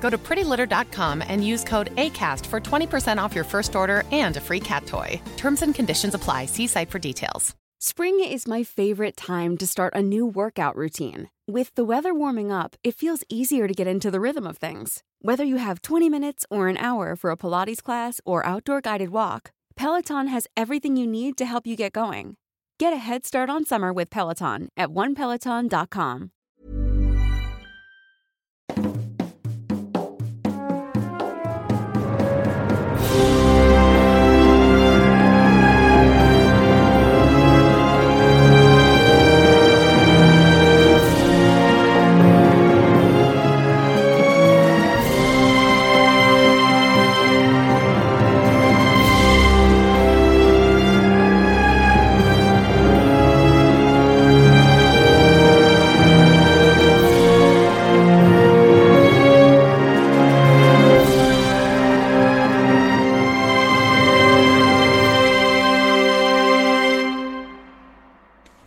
Go to prettylitter.com and use code ACAST for 20% off your first order and a free cat toy. Terms and conditions apply. See site for details. Spring is my favorite time to start a new workout routine. With the weather warming up, it feels easier to get into the rhythm of things. Whether you have 20 minutes or an hour for a Pilates class or outdoor guided walk, Peloton has everything you need to help you get going. Get a head start on summer with Peloton at onepeloton.com.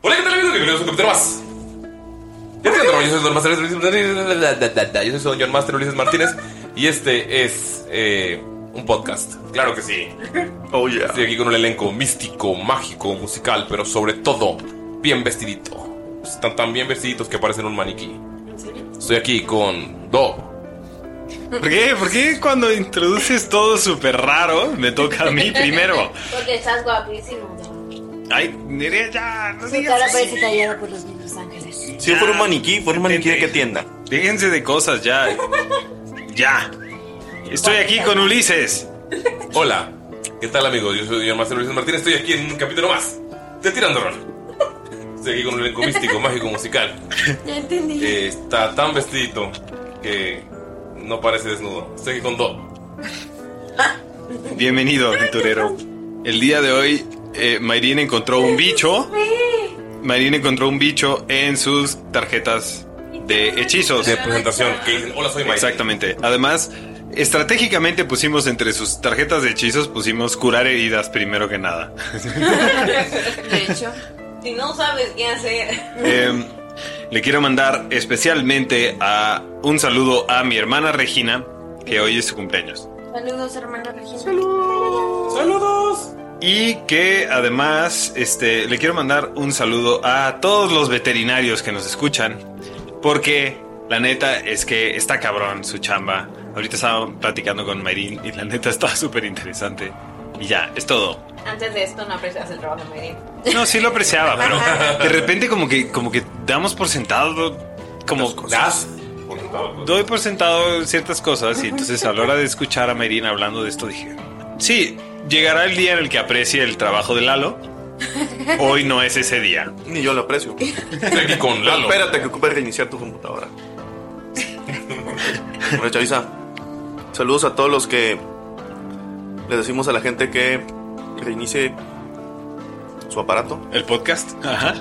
Hola, ¿qué tal amigos? Bienvenidos a un capítulo más. Ya te contaron, yo soy Don Master Ulises- Yo soy Don John Master Ulises Martínez y este es eh, un podcast. Claro que sí. Oh yeah. Estoy aquí con un elenco místico, mágico, musical, pero sobre todo bien vestidito. Están tan bien vestiditos que parecen un maniquí. Estoy aquí con Do. ¿Por qué? ¿Por qué cuando introduces todo súper raro me toca a mí primero? Porque estás guapísimo. Ay, Nerea, ya, no Su digas cara así. parece tallada por los mismos ángeles. Si yo fuera un maniquí, fuera un maniquí de qué tienda. Déjense de cosas ya. Ya. Estoy aquí con Ulises. Hola. ¿Qué tal amigos? Yo soy Don Master Ulises Martínez. Estoy aquí en un capítulo más de Tirando Rol. Estoy aquí con un elenco místico, mágico, musical. Ya entendí. Eh, está tan vestidito que no parece desnudo. Estoy aquí con Do. Bienvenido, aventurero. El día de hoy, eh, Mayrin encontró un bicho. Mayrin encontró un bicho en sus tarjetas de hechizos. De presentación, que dicen, hola, soy Mayrin. Exactamente. Además, estratégicamente pusimos entre sus tarjetas de hechizos, pusimos curar heridas primero que nada. De hecho, si no sabes qué hacer. Em, le quiero mandar especialmente a un saludo a mi hermana Regina, que hoy es su cumpleaños. Saludos, hermana Regina. Saludos. Y que además este, le quiero mandar un saludo a todos los veterinarios que nos escuchan, porque la neta es que está cabrón su chamba. Ahorita estaba platicando con Mayrin y la neta está súper interesante. Y ya, es todo. Antes de esto no aprecias el trabajo de Mayrin. No, sí lo apreciaba, pero de repente como que, como que damos por sentado, como das. Doy por sentado ciertas cosas y entonces a la hora de escuchar a Merín hablando de esto dije, sí, llegará el día en el que aprecie el trabajo de Lalo. Hoy no es ese día. Ni yo lo aprecio. Estoy aquí con Lalo. Ah, Espérate que ocupes reiniciar tu computadora. Bueno, Chavisa, saludos a todos los que le decimos a la gente que reinicie su aparato. El podcast. Ajá.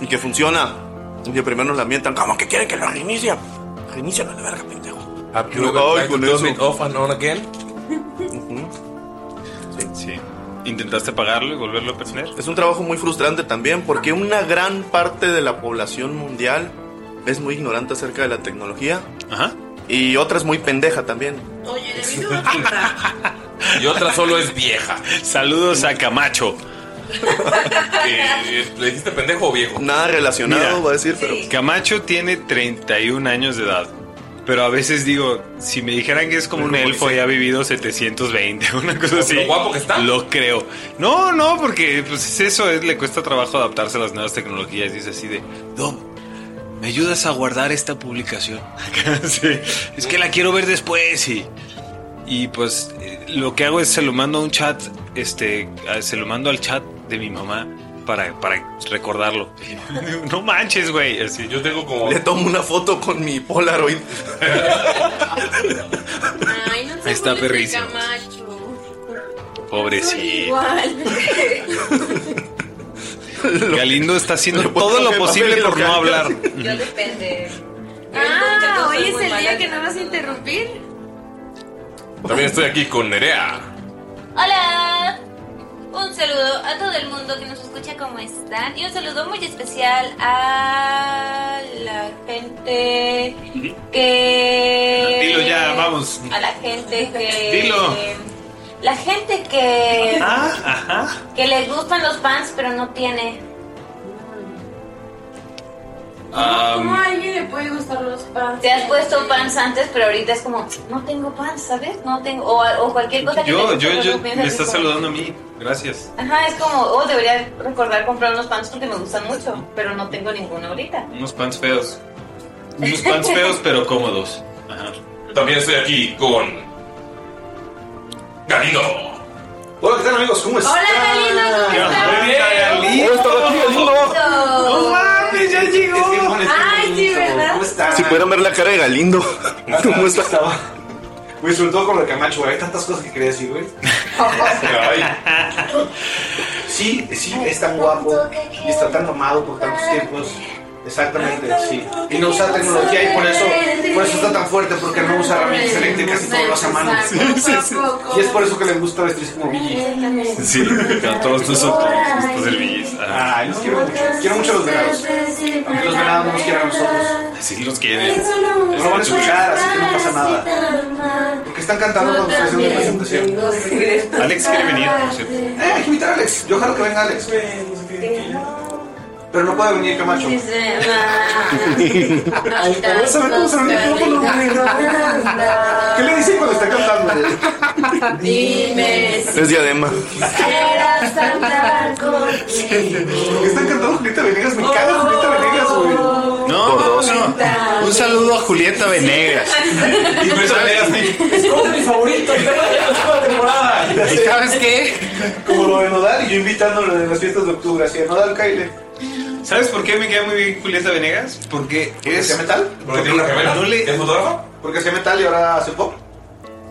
Y que funciona. Y que primero nos la mientan. ¿Cómo que quieren que lo reinicie? Reinícialo a la verga, pendejo. Have you ever tried to turn it Ah, off and on again? Sí. ¿Intentaste apagarlo y volverlo a prender? ¿Eh? Es un trabajo muy frustrante también porque una gran parte de la población mundial es muy ignorante acerca de la tecnología. Ajá. Y otra es muy pendeja también. Oye, le vino una pregunta. Y otra solo es vieja. Saludos a Camacho. Eh, eh, ¿Le dijiste pendejo o viejo? Nada relacionado, Mira. va a decir, pero Camacho tiene 31 años de edad. Pero a veces digo, si me dijeran que es como un elfo y ha vivido 720, una cosa así. Lo guapo que está. Lo creo. No, no, porque pues es eso, es- le cuesta trabajo adaptarse a las nuevas tecnologías. Y es así de, Dom, ¿me ayudas a guardar esta publicación? Sí, Es que la quiero ver después y... Y pues eh, lo que hago es se lo mando a un chat, este, a- se lo mando al chat de mi mamá para, para recordarlo. no manches, güey. Así. Yo tengo como... Le tomo una foto con mi Polaroid. Ay, no sé. Está ponle perrísimo. Camacho. Pobrecito. Igual. Galindo está haciendo Le pongo todo lo que posible papel por no local. hablar. Yo depende. Ah, hoy Soy es muy el día mala. que no vas a interrumpir. También estoy aquí con Nerea. Hola. Un saludo a todo el mundo que nos escucha, ¿cómo están? Y un saludo muy especial a la gente Eh, que... Dilo ya, vamos. A la gente que... Dilo. Ah. La gente Eh, que... ajá. Que les gustan los pants, pero no tiene. Um, ¿Cómo a alguien le puede gustar los pants? Te has puesto pants antes, pero ahorita es como, no tengo pants, ¿sabes? No tengo... O, o cualquier ah. cosa que te yo, guste, yo, pero yo, no piensas, me es estás como- saludando a mí. Gracias. Ajá, es como, oh, debería recordar comprar unos pants porque me gustan mucho, pero no tengo ninguno ahorita. Unos pants feos. Unos pants feos pero cómodos. Ajá. También estoy aquí con. Galindo. Hola, ¿qué tal, amigos? ¿Cómo Hola, Galindo, ¿cómo estás? Muy bien, Galindo. ¡No mames, ya llegó! Ay, sí, ¿verdad? Si pudieran ver la cara de Galindo, ¿cómo estaba? Güey, sobre todo con lo de Camacho, güey. Hay tantas cosas que quería decir, güey. Sí, sí, es tan guapo y está tan amado por tantos tiempos. Exactamente, sí. Y no usa tecnología y por eso, por eso está tan fuerte, porque no usa herramientas eléctricas y todo lo hace a mano. Y es por eso que le gusta vestirse como Billy. Sí, con todos nosotros. Los servillés. Ah, Ay, los quiero mucho. Quiero mucho a los venados. Aunque los venados no nos quieran a nosotros. sí, los quieren. No lo van a escuchar, así que no pasa nada. Porque están cantando cuando están haciendo una presentación. Alex quiere venir, por cierto. Eh, hay que invitar a Alex. Yo jalo que venga Alex. Pero no puede venir Camacho. Ahorita sabe cómo se el micrófono, güey. ¿Qué le dicen cuando está cantando? Dime si Es diadema. quieras cantar conmigo. Porque están cantando Julieta Venegas. Me caga Julieta Venegas, güey. No, no. Un saludo a Julieta Venegas. Y me sale así. mi favorito. Está la temporada. ¿Y sabes qué? Como lo de Nodal y yo invitándolo en las fiestas de octubre. Así de Nodal, Kyle. ¿Sabes por qué me queda muy bien Julieta Venegas? Porque ¿Porque es. hacía metal? Porque tiene una gemela. No le- ¿Es fotógrafo? Porque hacía metal y ahora hace pop.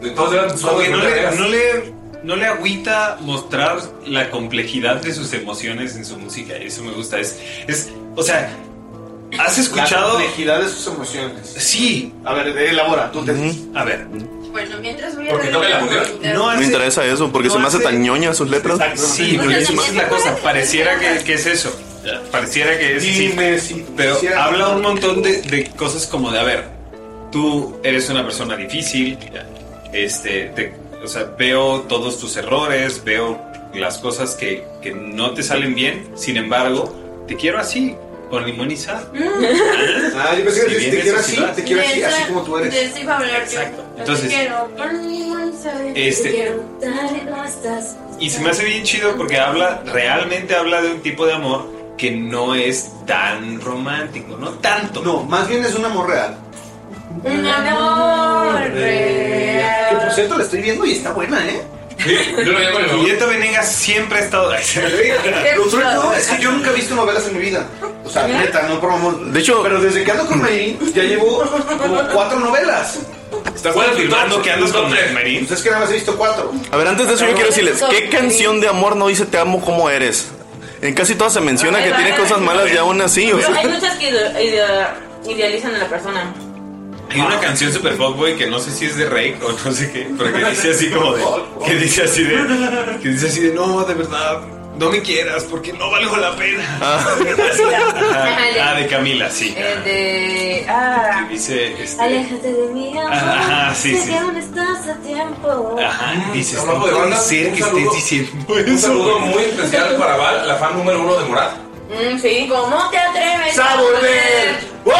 Entonces eran tus Porque no le, fotos. no, le, no le agüita mostrar la complejidad de sus emociones en su música. Eso me gusta. Es. es o sea, ¿has La escuchado? complejidad de sus emociones. Sí. A ver, elabora, tú te A ver. Bueno, mientras voy a Porque ver no me la las pusieron. preguntas. No No hace. me interesa eso, porque no se me hace hace- tan ñoña sus letras. Sí, pero esa es la cosa. Pareciera que, que es eso. Pareciera que es. sí. Dime si Pero quisiera- habla un montón de, de cosas como de, a ver, tú eres una persona difícil, este, te- o sea, veo todos tus errores, veo las cosas que, que no te salen bien, sin embargo, te quiero así, con limón y sal. Ah, yo pensé que Si decías, te vienes quiero así, así, lo haces. te quiero así, De esa- así como tú De eres. eso iba a hablar yo. Exacto. No te Entonces- quiero por mi manzana, te Este- quiero tal y como estás. Y se me hace bien chido porque habla, realmente habla de un tipo de amor que no es tan romántico, no tanto. No, más bien es un amor real. Un amor real. Que por cierto la estoy viendo y está buena, ¿eh? Sí, yo lo veía con el favorito. Julieta Venegas siempre ha estado... Lo peor de todo es que yo nunca he visto novelas en mi vida. O sea, neta, no por mamón. De hecho- pero desde que ando con Mayrin ya llevo como cuatro novelas. Estás confirmando que andas con Marín. Ustedes que nada más he visto cuatro. A ver, antes de eso yo quiero decirles, ¿qué Sí. canción de amor no dice te amo como eres? En casi todas se menciona que tiene cosas malas y aún así, o sea, Hay muchas que ide- idea- idealizan a la persona. Hay una canción super fuckboy que no sé si es de Rake o no sé qué, pero que dice así como de. Que dice así de. Que dice así de, no, de verdad, no me quieras porque no valgo la pena. Ah, de Camila, sí. Eh. El de... Ah, Que dice. Este, aléjate de mí, amor. Ajá, sí, sé sí. que aún estás a tiempo. ajá, dice. No Hablando de puede banda, ser un que saludo. estés diciendo Un saludo eso. muy especial para Val, la fan número uno de Morad. Mm, sí. ¿Cómo te atreves ¡A volver! ¡Wow!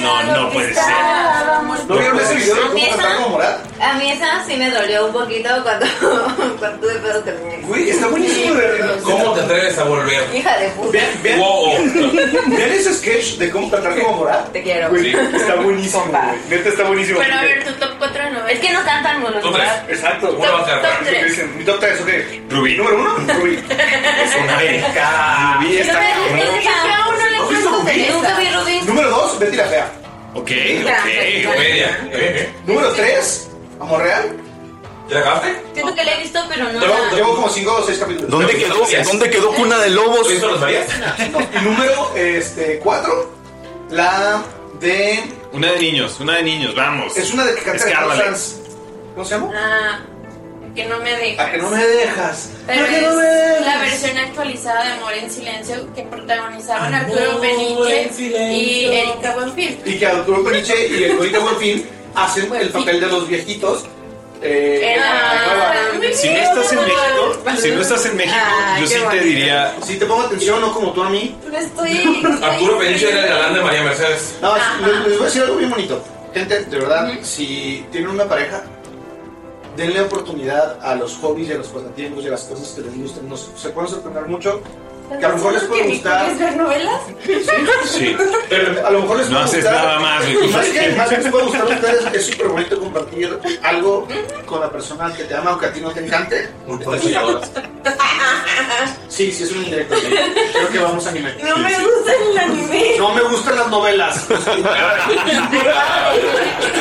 No, no, no puede ser. Estábamos- ¿No vieron ese video de A mí cómo esa- mataron a Morat? A mí esa sí me dolió un poquito cuando, cuando tuve pedos con mi ex. Güey, está buenísimo de ¿Cómo te atreves a volver? Hija de puta. Vean, vean, vean ese sketch de cómo tratar como morar. Te quiero. Güey, está buenísimo. güey. Neta, está buenísimo. Pero a ver, tu top 4 de novelas. Es que no están tan buenos. ¿verdad? Exacto. Top- Una vaca, top güey. tres. Mi top 3, ok. Rubí. Número 1, Rubí. Es una verga. Rubí está cabrón. ¿No viste Rubí? Nunca vi Rubí. Número 2, Betty la Fea. Ok, ok, comedia. Número 3, Amor Real. ¿Te la acabaste? Siento que la he visto, pero no. Llevo, llevo como 5 o 6 capítulos. ¿Dónde quedó, ¿Dónde quedó Cuna de Lobos? Y número 4, la de. Una de niños, una de niños, vamos. Es una de que canta de Escárrale. cosas. ¿Cómo se llama? Ah, que no me dejas. A que no me dejas. Pero ¿A que no me es dejas? la versión actualizada de Amor en Silencio que protagonizaban Amor Arturo Ah, en Peniche y Silencio. Erika Buenfil. Y que Arturo Peniche y el Corita Buenfil hacen el papel de los viejitos. Eh, Era- la nueva. Si no estás en México, si no estás en México, Ah, yo qué sí te bonito. diría. Si te pongo atención, no como tú a mí. Pero estoy. Arturo Peniche era el galán de María Mercedes. No, les, les voy a decir algo bien bonito. Gente, de verdad, si tienen una pareja, denle oportunidad a los hobbies y a los pasatiempos y a las cosas que les gusten. Nos, se pueden sorprender mucho. Que a lo mejor les puede gustar. ¿Quieres ver novelas? Sí. A lo mejor les No puede haces gustar. nada más, güey. Y más que, más que les puede gustar a ustedes, es súper bonito compartir algo con la persona que te ama o que a ti no te encante. Sí, sí, es un indirecto. sí. Creo que vamos a animar. No me gusta el anime. No me gustan las novelas.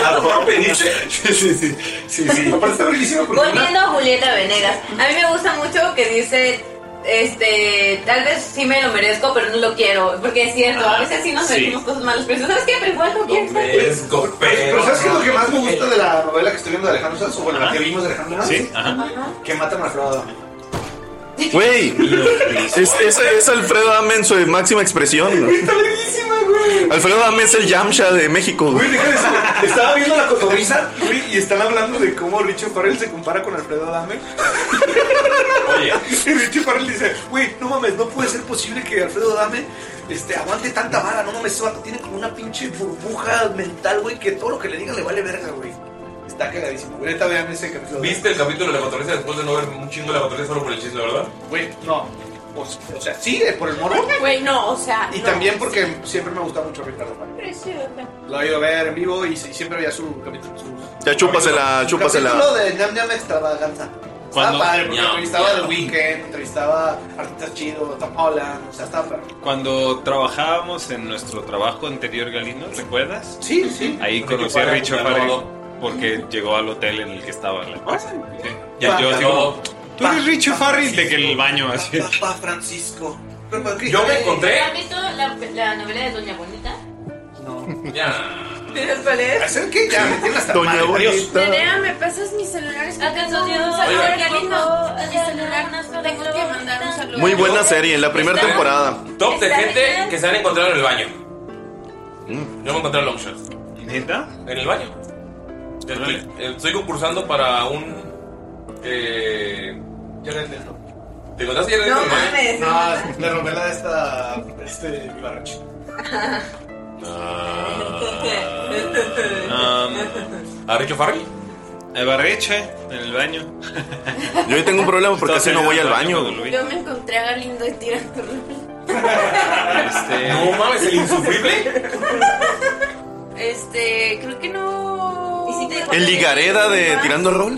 Arturo Peniche. Sí, sí, sí. sí, sí. Aparte está buenísimo porque Volviendo a Julieta Venegas. A mí me gusta mucho que dice. Este, tal vez sí me lo merezco, pero no lo quiero. Porque es cierto, a veces sí nos sí. merecemos cosas malas. Pero ¿sabes qué? Pero igual no quiero estar aquí. Es golpeo. Pero Pues, ¿sabes qué es lo que más me gusta de la novela que estoy viendo de Alejandro Sanz? O bueno, la que vimos de Alejandro Sanz. Sí, ajá. Que matan a Alfredo Adame. Güey, es, es- es Alfredo Adame en su máxima expresión. güey. Está buenísima, güey. Alfredo Adame es el Yamcha de México. güey. Güey, deja de eso. Estaba viendo la cotorriza, güey, y están hablando de cómo Richie Farrell se compara con Alfredo Adame. Oye. Y Richie Farrell dice, güey, no mames, no puede ser posible que Alfredo Adame este, aguante tanta vara. No mames, ese vato tiene como una pinche burbuja mental, güey, que todo lo que le digan le vale verga, güey. Está cagadísimo. Güey, ahorita vean ese capítulo. ¿Viste el capítulo de la cotorriza después de no ver un chingo de la cotorriza solo por el chisme, verdad? Güey, no. O, o sea, sí, eh, por el morbo. Güey, no, o sea. Y no. también porque siempre me gusta mucho Ricardo Farrell. Lo he ido a ver en vivo y sí, siempre veía su capítulo. su- Ya chúpasela, su chúpasela. capítulo de Nam Nam Extravaganza. Estaba Cuando- padre porque Ya, entrevistaba ya. The Weeknd, entrevistaba artistas chidos, Tom Holland, o sea, estaba perro. Cuando trabajábamos en nuestro trabajo anterior, Galindo, ¿recuerdas? Sí, sí. Ahí Porque conocí a fue Richard al Farrell modo. porque llegó al hotel en el que estaba la Ah, casa. Sí. Pa, Ya yo así pa, como, tú eres Richard Farrell, de que en el baño así. Papá Francisco. Yo me encontré. ¿Has visto la, la novela de Doña Bonita? Ya. ¿Sabes cuál es? ¿Hacer qué? Ya, me tienen hasta Doña madre, Bonita. adiós. Nerea, ¿me pasas mis celulares? Alcanzó Dios. Oigan. Mi celular, tengo que mandar un saludo. Muy buena serie, la primera Está- temporada. Top de Está gente bien. que se han encontrado en el baño. Mm. Yo me encontré a Longshot. ¿Neta? En el baño. Estoy, eh, estoy concursando para un. Eh, Ya le entiendo. ¿Te encontraste ayer en No el baño? mames. No, la novela de esta. Este. Barracho. Ah. Ah. ¿A Richard Farrell? El barreche, en el baño. Yo hoy tengo un problema porque Estaba casi no saliendo voy al del baño. cuando lo vi. Yo me encontré a Galindo y tirando Este, No mames, el insufrible. Este, creo que no. ¿Y si te- El Ligareda de Tirando Rol.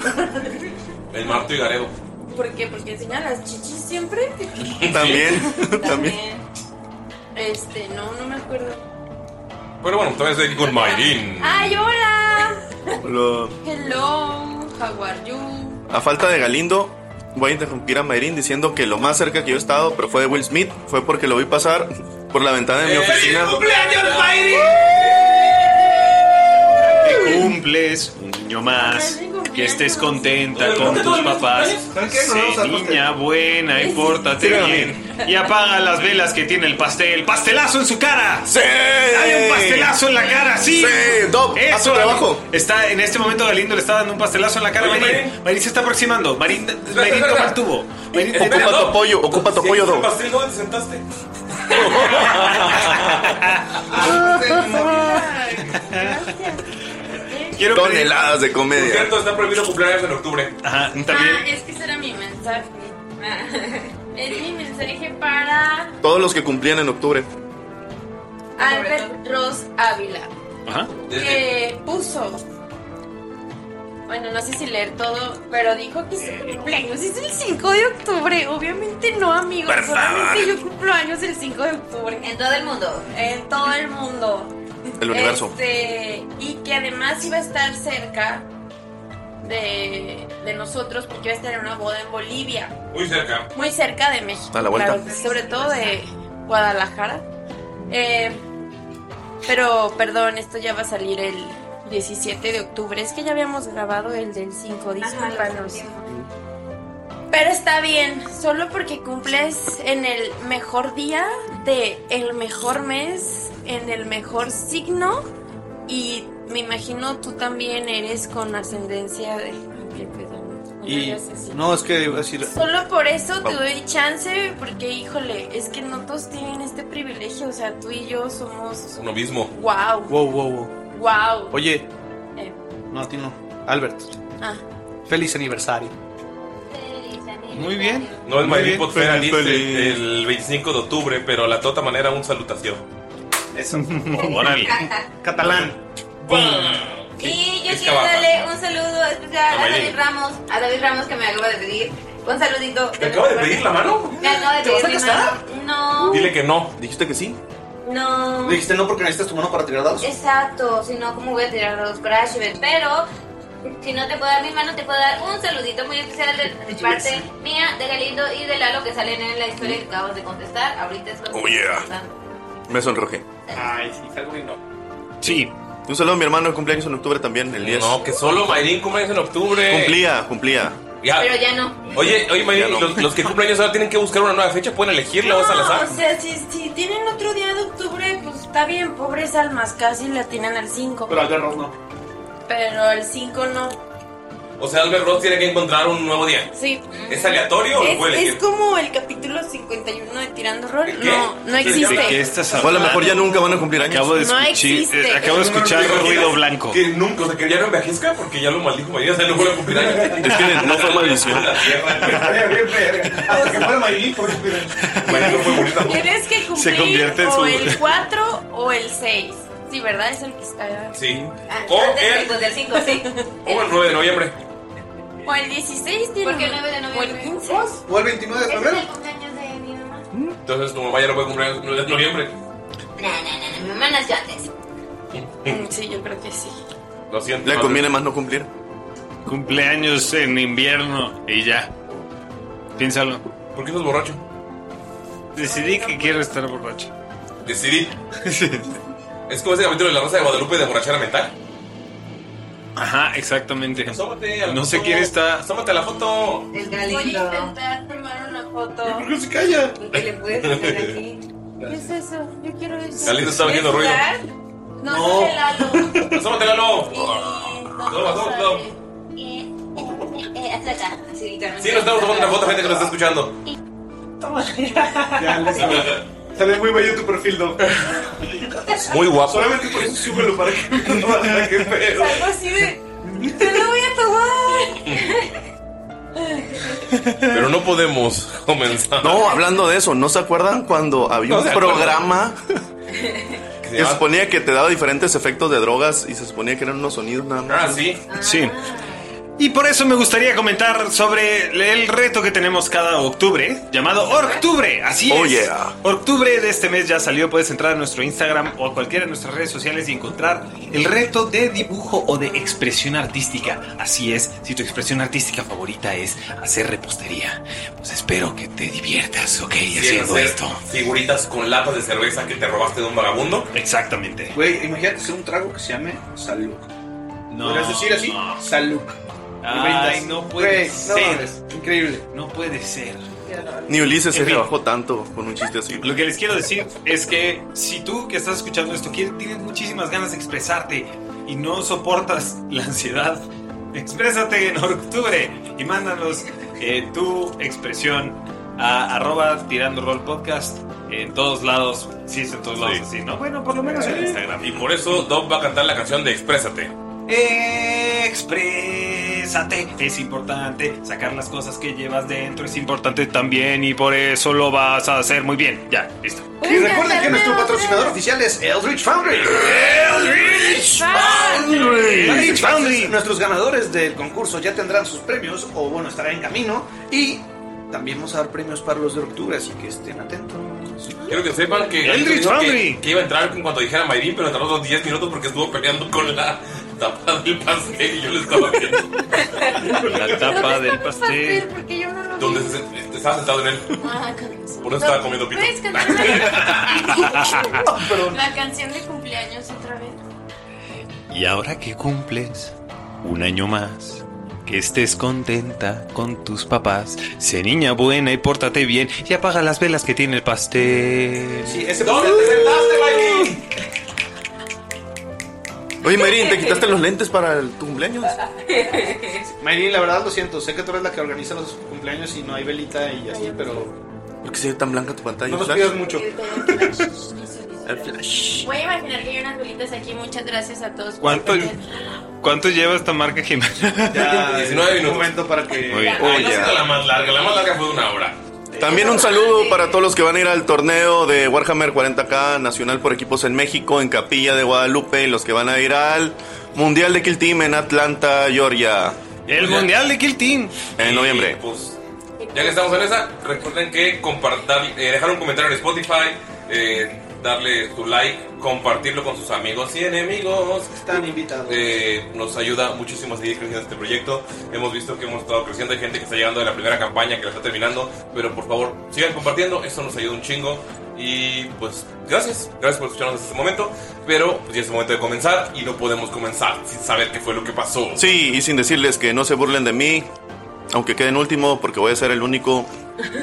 El Marto y Garedo. ¿Por qué? Porque enseñan las chichis siempre. También, también. Este, no, no me acuerdo. Pero bueno, todavía estoy aquí con Mm. Mayrin. ¡Ay, hola! Lo- Hello, how are you? A falta de Galindo, voy a interrumpir a Mayrin diciendo que lo más cerca que yo he estado, pero fue de Will Smith, fue porque lo vi pasar por la ventana Eh, Eh, de mi oficina. cumpleaños, Mayrin! que cumples un niño más, que estés contenta con tus papás. ¿Saben qué? Nos vamos a Sé pastel. niña buena y pórtate bien. Y apaga las velas que tiene el pastel. ¡Pastelazo en su cara! ¡Sí! ¡Hay un pastelazo en la cara! ¡Sí! Sí, Doc, haz tu trabajo. Está, en este momento Galindo le está dando un pastelazo en la cara a Oye, Marín. Marín. Marín se está aproximando. Marín, Marín espera. toma el tubo. Marín, Espera, espera. Ocupa tu apoyo, ocupa tu apoyo, ¿Dónde Doc. pastel? ¿Dónde te sentaste? Ah, Toneladas de Por comedia. cierto, está prohibido cumpleaños en octubre. Ajá, Ah, es que ese era mi mensaje. Ah, es mi mensaje para Todos los que cumplían en octubre. Albert Ross Ávila. Ajá. que puso. Bueno, no sé si leer todo, pero dijo que su cumpleaños es el 5 de octubre. Obviamente no, amigos. Por favor. Solamente yo cumplo años el 5 de octubre. En todo el mundo. En todo el mundo. El universo. Este, y que además iba a estar cerca de, de nosotros porque iba a estar en una boda en Ah. Bolivia. Muy cerca. Muy cerca de México. A la vuelta. claro, sobre todo de Guadalajara. Eh, pero, perdón, esto ya va a salir el 17 de octubre. Es que ya habíamos grabado el del 5, discúlpanos. Pero está bien, solo porque cumples en el mejor día de el mejor mes, en el mejor signo y me imagino tú también eres con ascendencia de Y no, es que iba a decir. Solo por eso Oh. te doy chance porque híjole, es que no todos tienen este privilegio, o sea, tú y yo somos Uno mismo. wow, Wow, wow, wow. wow. Oye, Eh, no, a ti no. Albert, ah. feliz aniversario. Muy bien. No es Muy My bien. Pot Fair Feliz, Alice feliz. el 25 de octubre, pero la tota manera un salutación. Eso. Órale. Catalán. Y yo Es quiero que darle un saludo especial a Amayeli. David Ramos, a David Ramos que me acaba de pedir un saludito. ¿Te acaba de pedir la mano? Me acaba de ¿Te vas pedir a mi casar? Uh. mano. No, Dile que no. ¿Dijiste que sí? no. Dijiste no porque necesitas tu mano para tirar dados. Exacto, si no, ¿cómo voy a tirar los Crash Event? Pero si no te puedo dar mi mano, te puedo dar un saludito muy especial de, de parte mía, de Galindo y de Lalo que salen en la historia que acabas de contestar. Ahorita es lo que Oh, yeah. estoy contando. Me sonrojé. Ay, sí, algo y no. Sí. Un saludo a mi hermano, cumpleaños en octubre también, el 10. No, que solo Mayrin cumpleaños en octubre. Cumplía, cumplía. Ya. Pero ya no. Oye, oye, Mayrin, los, los que cumpleaños ahora tienen que buscar una nueva fecha, pueden elegirla o es al No, azar. o sea, si, si tienen otro día de octubre, pues está bien, pobres almas, casi la tienen al 5, Pero Albert Ross no. pero al 5 no. O sea, Albert Ross tiene que encontrar un nuevo día. Sí. ¿Es aleatorio o lo Es, puede es elegir? como el capítulo 51 de Tirando Rol. ¿Qué? No, no existe. ¿De qué estás O a lo mejor ya nunca van a cumplir años. Acabo de No escuchar, existe. eh, acabo de escuchar ¿Te imaginas ruido blanco. Que nunca, o sea, que ya no envejezca porque ya lo maldijo Mayrin, o sea, no vuelve a cumplir años. Es que no fue maldición. La tierra, Estaría bien, verga. Hasta que fuera Mayri, por Mayrin no fue bonita. Tienes que cumplir Se convierte en o su- el 4 o el 6. Sí, ¿verdad? Es el que está. Sí. Ah, O antes del el, pues, del 5, sí. o el 9 de noviembre. O el 16 tiene. Porque el 9 de O el noviembre. 15. O el 29 de Ese es febrero. el cumpleaños de mi mamá. ¿Mm? Entonces tu mamá ya no puede cumplir el 9 de noviembre. No, no, no, no, mi mamá nació antes. Mm, Sí, yo creo que sí. Lo siento. Le madre. conviene más no cumplir. Cumpleaños en invierno y ya. Piénsalo. ¿Por qué sos borracho? Decidí que quiero estar borracho. Decidí. Es como ese capítulo de la Rosa de Guadalupe de borrachera mental. Ajá, exactamente. Asómate a la No sé foto. quién está. Asómate a la foto. El Voy a Galindo. intentar tomar una foto. qué se calla? ¿Qué le puedes hacer aquí? ¿Qué es eso? Yo quiero eso. Galindo está oyendo ruido. ¿Jugar? No, No. no. Lalo. Asómate, Lalo. No, no, no, no. sabe. Eh, eh, eh, hasta acá, así literalmente. Sí, nos estamos tomando una foto, gente que nos está escuchando. Ya, les Se ve muy bello tu perfil, Doc. Muy guapo. Solamente por eso súbelo para que no vaya que feo. Algo así de. ¡Te lo voy a tomar! Pero no podemos comenzar. No, hablando de eso, ¿no se acuerdan cuando había No un se acuerdan. programa Que se que se llama- suponía que te daba diferentes efectos de drogas y se suponía que eran unos sonidos nada más? Ah, sí. Sí. Y por eso me gustaría comentar sobre el reto que tenemos cada octubre, llamado Octubre. Así es. Oh, yeah. Octubre de este mes ya salió. Puedes entrar a nuestro Instagram o a cualquiera de nuestras redes sociales y encontrar el reto de dibujo o de expresión artística. Así es. Si tu expresión artística favorita es hacer repostería, pues espero que te diviertas, ¿ok? Quieren haciendo hacer esto. Figuritas con latas de cerveza que te robaste de un vagabundo. Exactamente. Güey, imagínate hacer un trago que se llame Salud. No. ¿Podrías decir así? no. Salud. Ay, no puede Güey, ser. No, es increíble. No puede ser. Ni Ulises se En fin. trabajó tanto con un chiste así. Lo que les quiero decir es que si tú que estás escuchando esto quieres- tienes muchísimas ganas de expresarte y no soportas la ansiedad, exprésate en octubre y mándanos eh, tu expresión a arroba tirando rol podcast en todos lados. Sí, es en todos lados así, ¿no? Bueno, por lo menos en Eh. Instagram. Y por eso Dob va a cantar la canción de Exprésate. Exprésate, es importante. Sacar las cosas que llevas dentro es importante también y por eso lo vas a hacer muy bien. Ya, listo. Y recuerden que nuestro patrocinador oficial es Eldritch Foundry. Eldritch Foundry. Eldritch Foundry. Nuestros ganadores del concurso ya tendrán sus premios, o bueno, estarán en camino. Y también vamos a dar premios para los de octubre, así que estén atentos. Quiero que sepan que. Eldritch dijo que- Foundry. Que, iba a entrar en cuanto dijera Mayrin, pero tardó los 10 minutos porque estuvo peleando con la tapa del pastel y yo le estaba viendo. La tapa del pastel. Porque yo no lo Donde se, se- estaba sentado en él. Ah, cabrón. Por eso estaba comiendo pito. ¿Puedes cantarme Perdón. la canción de cumpleaños otra vez? Y ahora que cumples un año más, que estés contenta con tus papás, sé niña buena y pórtate bien y apaga las velas que tiene el pastel. Sí, ese ¿Dónde te sentaste, Mayrin? Oye, Mayrin, ¿te quitaste los lentes para el, tu cumpleaños? Mayrin, la verdad lo siento, sé que tú eres la que organiza los cumpleaños y no hay velita y así, pero ¿Por qué se ve tan blanca tu pantalla? no nos Flash. pidas mucho. El flash. Voy a imaginar que hay unas velitas aquí. Muchas gracias a todos. por ¿Cuánto, atender. ¿Cuánto lleva esta marca, Jimena? Ya, 19 es minutos. Ah, momento para que. Muy bien. Ay, no ha sido la más larga, la más larga fue de una hora. También un saludo para todos los que van a ir al torneo de Warhammer 40k nacional por equipos en México, en Capilla de Guadalupe, y los que van a ir al Mundial de Kill Team en Atlanta, Georgia, El mundial de Kill Team. en noviembre. Pues, ya que estamos en esa, recuerden que compartar, eh, dejar un comentario en Spotify, eh, darle tu like, compartirlo con sus amigos y enemigos. Están invitados. Eh, nos ayuda muchísimo a seguir creciendo este proyecto. Hemos visto que hemos estado creciendo, hay gente que está llegando de la primera campaña, que la está terminando, pero por favor sigan compartiendo, eso nos ayuda un chingo. Y pues gracias, gracias por escucharnos hasta este momento, pero pues, ya es el momento de comenzar y no podemos comenzar sin saber qué fue lo que pasó. Sí, y sin decirles que no se burlen de mí, aunque queden último, porque voy a ser el único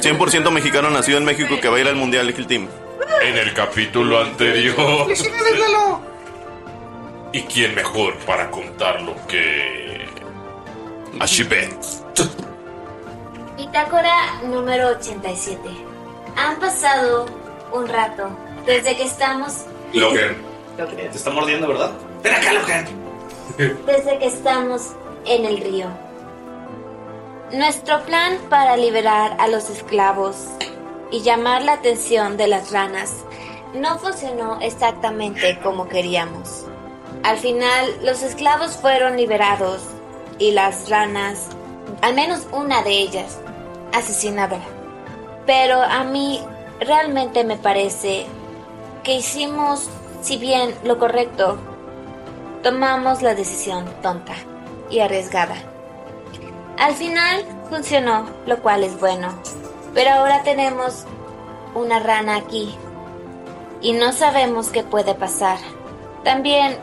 100% mexicano nacido en México que va a ir al Mundial de Kill Team. En el capítulo anterior. ¿Y quién mejor para contarlo que Ashibet? Pitácora número 87. Han pasado un rato desde que estamos Logan. Te está mordiendo, ¿verdad? Ven acá, Logan. desde que estamos en el río. Nuestro plan para liberar a los esclavos y llamar la atención de las ranas no funcionó exactamente como queríamos. Al final, los esclavos fueron liberados y las ranas, al menos una de ellas, asesinada. Pero a mí realmente me parece que hicimos, si bien lo correcto, tomamos la decisión tonta y arriesgada. Al final funcionó, lo cual es bueno. Pero ahora tenemos una rana aquí y no sabemos qué puede pasar. También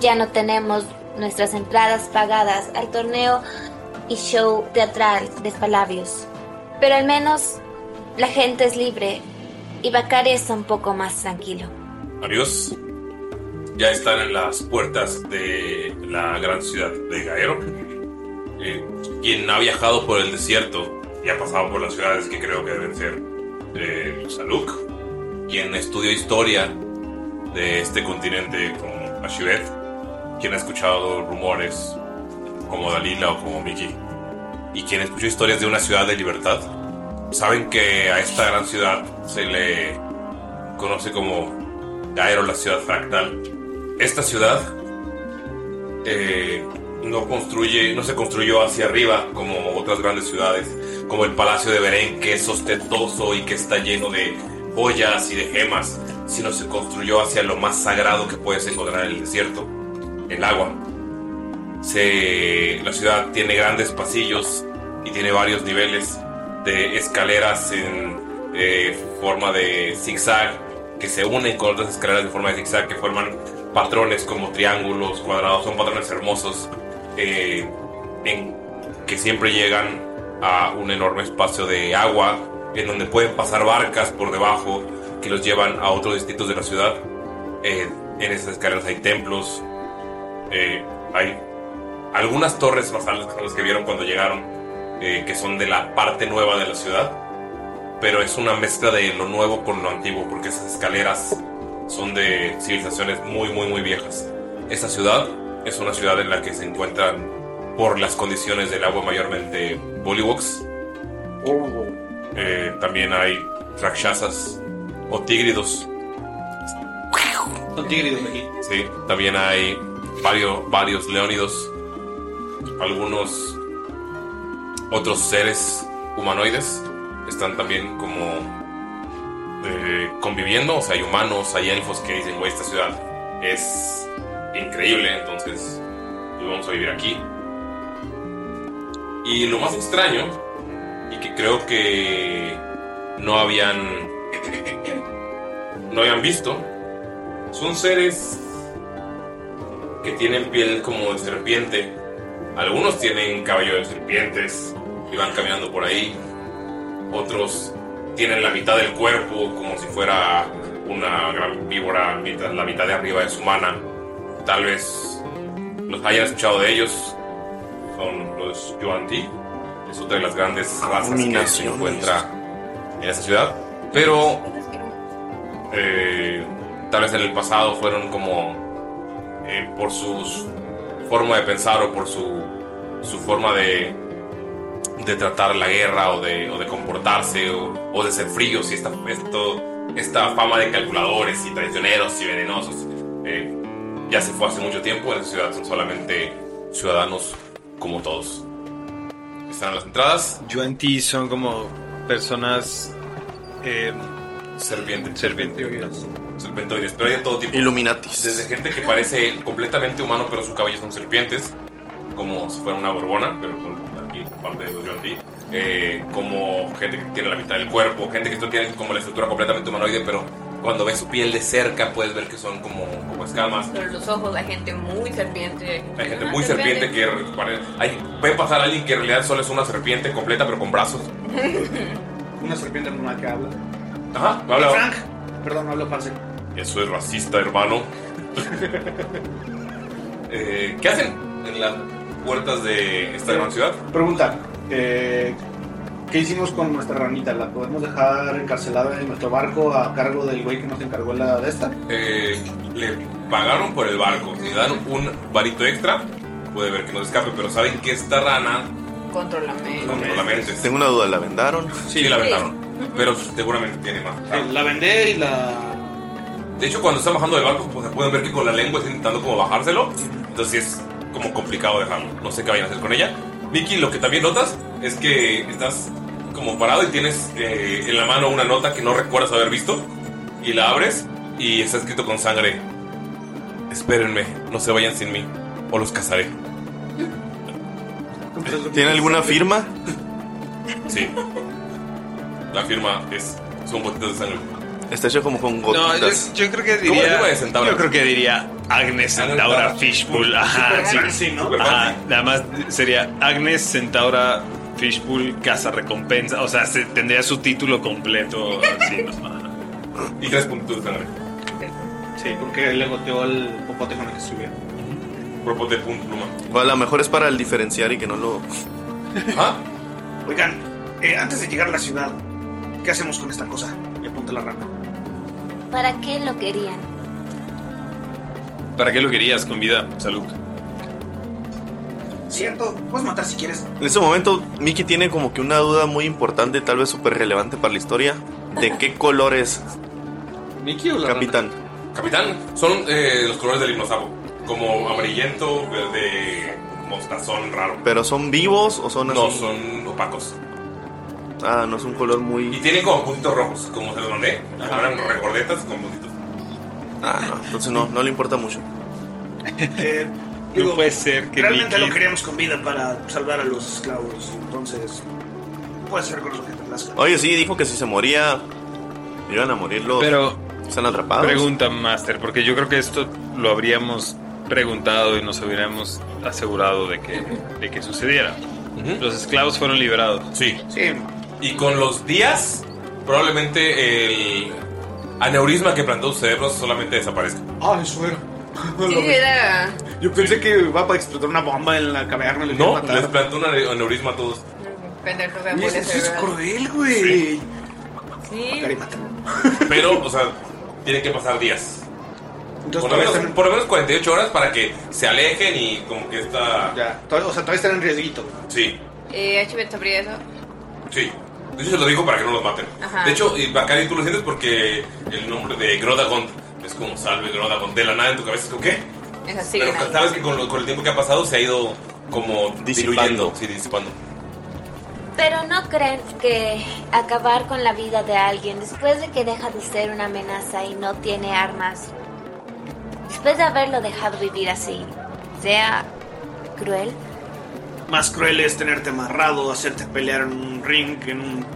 ya no tenemos nuestras entradas pagadas al torneo y show teatral de Palabios. Pero al menos la gente es libre y Bacari está un poco más tranquilo. Adiós. Ya están en las puertas de la gran ciudad de Gaero. Eh, quien ha viajado por el desierto y ha pasado por las ciudades que creo que deben ser eh, Saluk, quien estudió historia de este continente con Ashibet, quien ha escuchado rumores como Dalila o como Miki, y quien escuchó historias de una ciudad de libertad. Saben que a esta gran ciudad se le conoce como Cairo, la ciudad fractal. Esta ciudad eh, no construye, no se construyó hacia arriba como otras grandes ciudades, como el Palacio de Berén, que es ostentoso y que está lleno de joyas y de gemas, sino se construyó hacia lo más sagrado que puedes encontrar en el desierto, el agua. Se- la ciudad tiene grandes pasillos y tiene varios niveles de escaleras en eh, forma de zigzag que se unen con otras escaleras de forma de zigzag que forman patrones como triángulos, cuadrados, son patrones hermosos eh, en- que siempre llegan a un enorme espacio de agua en donde pueden pasar barcas por debajo que los llevan a otros distritos de la ciudad. Eh, en esas escaleras hay templos, eh, hay algunas torres más altas como las que vieron cuando llegaron, eh, que son de la parte nueva de la ciudad. pero es una mezcla de lo nuevo con lo antiguo, porque esas escaleras son de civilizaciones muy, muy, muy viejas. Esta ciudad es una ciudad en la que se encuentran, por las condiciones del agua, mayormente bullywogs. Eh, también hay rakshasas o tigridos. Son tigridos aquí. Sí, también hay varios, varios leónidos, algunos otros seres humanoides están también como eh, conviviendo, o sea, hay humanos, hay elfos que dicen, güey, esta ciudad es increíble, entonces pues vamos a vivir aquí. Y lo más extraño, y que creo que no habían no habían visto, son seres que tienen piel como de serpiente. Algunos tienen cabello de serpientes y van caminando por ahí. Otros tienen la mitad del cuerpo como si fuera una gran víbora, mitad- la mitad de arriba es humana. Tal vez los hayan escuchado de ellos. Son los Yuan-Ti. Es otra de las grandes razas que se Abominaciones. encuentra en esa ciudad. Pero eh, tal vez en el pasado fueron como eh, por su forma de pensar o por su, su forma de, de tratar la guerra o de, o de comportarse o, o de ser fríos y esta, esto, esta fama de calculadores y traicioneros y venenosos eh, ya se fue hace mucho tiempo en esa ciudad son solamente ciudadanos como todos están en las entradas Yuan-Ti son como personas. Eh, serpientes. Serpientes. serpentoides, pero hay de todo tipo. Illuminatis. Desde gente que parece completamente humano, pero sus cabellos son serpientes, como si fuera una borbona, pero con aquí parte de los Yonti. Eh, como gente que tiene la mitad del cuerpo, gente que esto tiene como la estructura completamente humanoide, pero cuando ves su piel de cerca puedes ver que son como, como escamas. Pero los ojos, la gente muy serpiente. Hay gente muy serpiente que pare- hay, puede pasar alguien que en realidad solo es una serpiente completa, pero con brazos. Una serpiente normal que habla. Ajá, habla. Frank. Perdón, no hablo parce. Eso es racista, hermano. Eh, ¿Qué hacen en las puertas de esta gran ciudad? Pregunta, eh, ¿qué hicimos con nuestra ranita? ¿La podemos dejar encarcelada en nuestro barco a cargo del güey que nos encargó la de esta? Eh, le pagaron por el barco. Si le dan un varito extra, puede ver que no se escape, pero saben que esta rana Controlame. controlamente. Este, Tengo una duda, ¿la vendaron? Sí, la aventaron. Pero seguramente tiene más. La vendé y la. De hecho, cuando están bajando del barco, pues pueden ver que con la lengua está intentando como bajárselo. Entonces es como complicado dejarlo. No sé qué vayan a hacer con ella. Vicky, lo que también notas es que estás como parado y tienes eh, en la mano una nota que no recuerdas haber visto. Y la abres y está escrito con sangre. Espérenme, no se vayan sin mí. O los cazaré. ¿Tiene alguna firma? Sí. La firma es... Son botitas de sangre. Está hecho como con No, yo, gotitas. yo creo que ¿Cómo es diría. firma de centauro? Yo creo que diría Agnes Centaura Centaura. Fishpool. Ajá, Super sí. fancy, ¿no? Super Ajá, fancy. nada más sería Agnes Centaura Fishpool Casa Recompensa. O sea, se- tendría su título completo. sí, ajá. Y tres puntitos de sangre. Sí, porque le goteó el popote con el que subió. Propote punto pluma. O a lo mejor es para el diferenciar y que no lo... Ajá. ¿Ah? Oigan, eh, antes de llegar a la ciudad, ¿qué hacemos con esta cosa? Y apunta la rana. ¿Para qué lo querían? ¿Para qué lo querías con vida? Salud. Cierto, puedes matar si quieres. En ese momento, Mickey tiene como que una duda muy importante, tal vez súper relevante para la historia. ¿De qué color es, ¿Mickey o capitán? Capitán, son eh, los colores del hipnosapo. Como amarillento, verde, mostazón raro. ¿Pero son vivos o son así? No, son opacos. Ah, no es un color Y muy... tienen como puntitos rojos, como se los mandé. Como eran recordetas con puntitos. Ah, no, entonces no, no le importa mucho. Eh, No puede ser que realmente Mickey- lo queríamos con vida para salvar a los esclavos. Entonces, puede ser con lo que te plazca. Oye, sí, dijo que si se moría, iban a morir los... Pero Están atrapados. pregunta, Master, porque yo creo que esto lo habríamos preguntado y nos hubiéramos asegurado de que, de que sucediera. Los esclavos fueron liberados. Sí. Sí, Y con los días, probablemente el aneurisma que plantó sus cerebros solamente desaparezca. Ah, eso era. Sí, era. Yo pensé que va para explotar una bomba en la caverna. les iba No, a matar. les plantó un ane- aneurisma a todos. Pendejo, Oye, puede eso es ser, ¿verdad? cruel, güey. Sí. Pero, o sea, tienen que pasar días. Entonces, por, lo todavía menos, están, por lo menos 48 horas para que se alejen y como que está... todavía- o sea, todavía están en riesguito. Sí, Eh, HB sabría eso. sí. De hecho, se lo dijo para que no los maten. Ajá. De hecho, y Bacari, tú lo sientes porque el nombre de Grodagond es como salve Grodagond. De la nada en tu cabeza es como, ¿qué? Es así. Pero sabes que con, lo- con el tiempo que ha pasado se ha ido como diluyendo. Sí, disipando. Pero no creen que acabar con la vida de alguien después de que deja de ser una amenaza y no tiene armas, después de haberlo dejado vivir así, sea cruel. Más cruel es tenerte amarrado, hacerte pelear en un ring, en un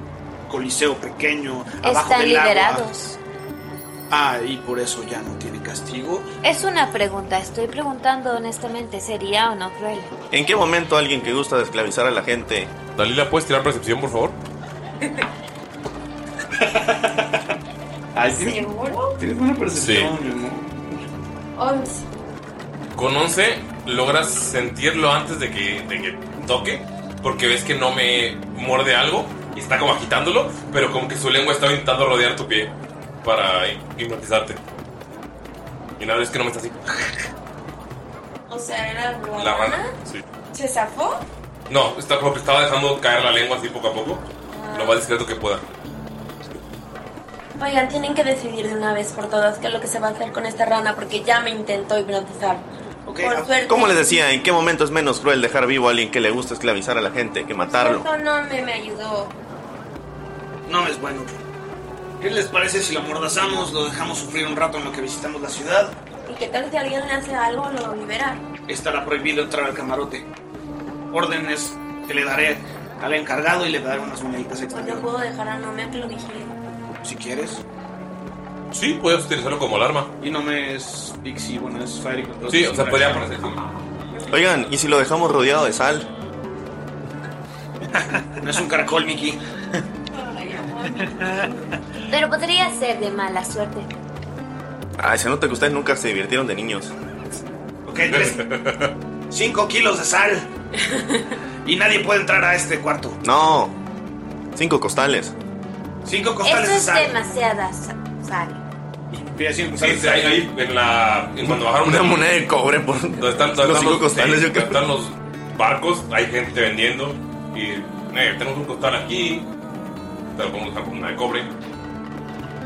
coliseo pequeño, abajo Están del agua. liberados. Ah, y por eso ya no tiene castigo. Es una pregunta, estoy preguntando honestamente, ¿sería o no cruel? ¿En qué momento alguien que gusta de esclavizar a la gente? Dalila, ¿puedes tirar percepción, por favor? ¿Seguro? Oh, Tienes buena percepción, Con 11 logras sentirlo antes de que, de que toque, porque ves que no me muerde algo y está como agitándolo, pero como que su lengua está intentando rodear tu pie para hipnotizarte. Y nada, es que no me está así. O sea, era La rana. Sí. ¿Se zafó? No, está, porque estaba dejando caer la lengua así poco a poco. Lo más discreto que pueda. Oigan, tienen que decidir de una vez por todas qué es lo que se va a hacer con esta rana porque ya me intentó hipnotizar. por suerte. Como les decía, ¿en qué momento es menos cruel dejar vivo a alguien que le gusta esclavizar a la gente que matarlo? Eso no me, me ayudó. No es bueno. ¿Qué les parece si lo mordazamos, lo dejamos sufrir un rato en lo que visitamos la ciudad? ¿Y qué tal si alguien le hace algo lo libera? Estará prohibido entrar al camarote. Órdenes que le daré al encargado y le daré unas moneditas extra. Pues no puedo dejar a Nomea que lo vigile. Si quieres. Sí, puedes utilizarlo como alarma. Y no me es Pixie, bueno, es Fairy Control. Sí, o sea, podría aparecer. Oigan, ¿y si lo dejamos rodeado de sal? No es un caracol, Mickey. Pero podría ser de mala suerte. Ay, se nota que ustedes nunca se divirtieron de niños. Ok, tres. Cinco kilos de sal. y nadie puede entrar a este cuarto. No. Cinco costales. Cinco costales Eso de es sal. demasiada sa- sal. Sí, sí, ahí, ahí en la. en cuando bajaron Una moneda de cobre por donde están, donde los están cinco los, costales. sí, yo donde creo. están los barcos, hay gente vendiendo y eh, tenemos un costal aquí, tal como una una de cobre,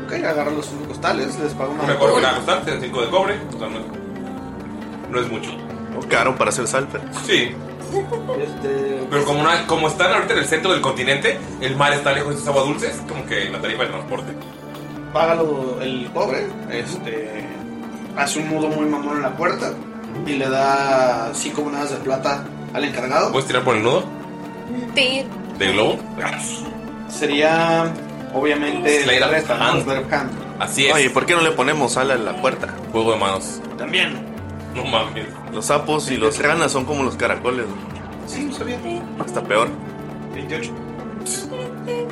Ok, agarran los cinco costales, les pago una de cobre, una de costal, tienen cinco de cobre, o sea, no es, no es mucho. Caro para hacer sal, pero. Sí, Este, pues, pero como, una- como están ahorita en el centro del continente, el mar está lejos de sus aguas dulces, como que la tarifa de transporte. Págalo el pobre. Este. Hace un nudo muy mamón en la puerta. Y le da cinco monedas de plata al encargado. ¿Puedes tirar por el nudo Sí. de globo? Sería. Obviamente. Slide la of resta, ¿no? hand. Verb hand. Así es. Oye, ¿por qué no le ponemos sal a la puerta? Juego de manos. También. No mames. Los sapos y los ranas son como los caracoles. Sí, no sabía. Hasta peor. 28.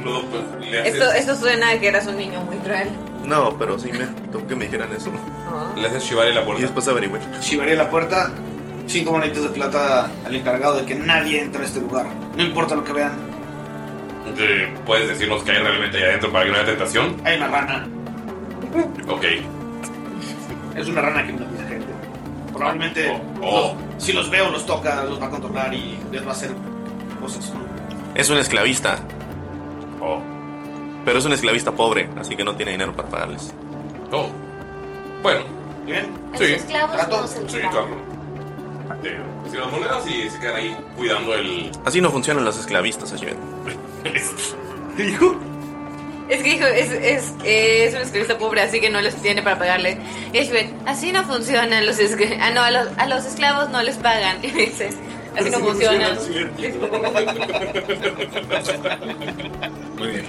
Nudo, pues, le haces, Esto, esto suena a que eras un niño muy cruel. No, pero sí me tengo que me dijeran eso. le haces shibari la Y puerta. después averigüé. Chivaré la puerta. Cinco moneditas de plata al encargado de que nadie entra a este lugar. No importa lo que vean. Eh, ¿Puedes decirnos qué hay realmente allá adentro para que no haya tentación? Hay una rana. Ok. Es una rana que hipnotiza gente. Probablemente. Oh, oh. los- si los veo, los toca, los va a controlar y les va a hacer cosas. ¿no? Es un esclavista, Oh. pero es un esclavista pobre, así que no tiene dinero para pagarles. Oh. Bueno, Bien. Los Sí. esclavos Trato. no se sí, liberan. claro. Te reciben las monedas y se quedan ahí cuidando el. Así no funcionan los esclavistas, Ashibet. ¿Qué dijo? Es que hijo, es, es, eh, es un esclavista pobre, así que no les tiene para pagarle. Y Ashbet, así no funcionan los esclavos. Ah, no, a los, a los esclavos no les pagan. Y dice, así no funcionan. Muy bien.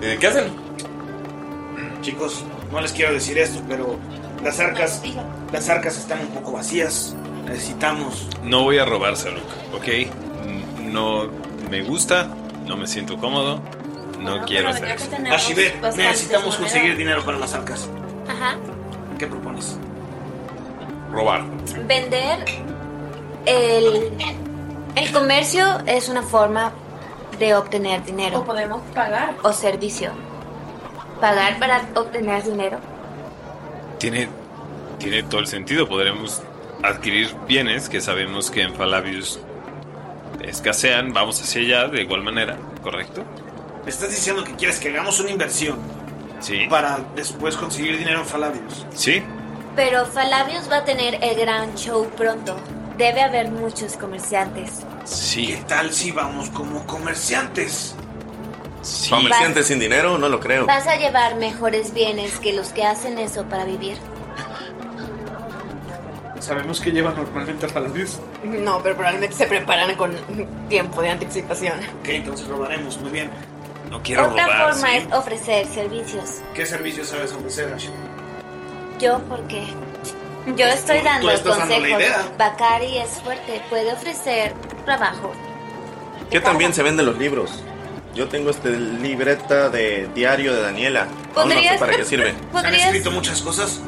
Eh, ¿Qué hacen? Chicos, no les quiero decir esto, pero las arcas, las arcas están un poco vacías. Necesitamos. No voy a robar salud, ¿ok? Mm, No me gusta, no me siento cómodo, no quiero hacer eso. Ashibet, necesitamos conseguir dinero para las arcas. Ajá. ¿Qué propones? Robar. Vender el, el comercio es una forma de obtener O dinero podemos pagar. o servicio. pagar para obtener dinero. Tiene, tiene todo el sentido. Podremos adquirir bienes que sabemos que en Falabius escasean. Vamos hacia allá de igual manera, ¿correcto? Me estás diciendo que quieres que hagamos una inversión Sí. para después conseguir dinero en Falabios. Sí. Pero Falabius va a tener el gran show pronto. Debe haber muchos comerciantes. Sí. ¿Qué tal si vamos como comerciantes? Comerciantes sin dinero, no lo creo. Vas a llevar mejores bienes que los que hacen eso para vivir. Sabemos que llevan normalmente a Falabios. No, pero probablemente se preparan con tiempo de anticipación. Ok, entonces robaremos, muy bien. No Otra Ah, forma es ofrecer servicios. ¿Qué servicios sabes ofrecer, Ash? Yo porque yo estoy dando estás dando la consejos. idea. Bakari es fuerte, puede ofrecer trabajo. Que también se venden los libros. Yo tengo este libreta de diario de Daniela. Aún no sé ¿Podrías- para qué sirve. podrías- ¿Han escrito muchas cosas?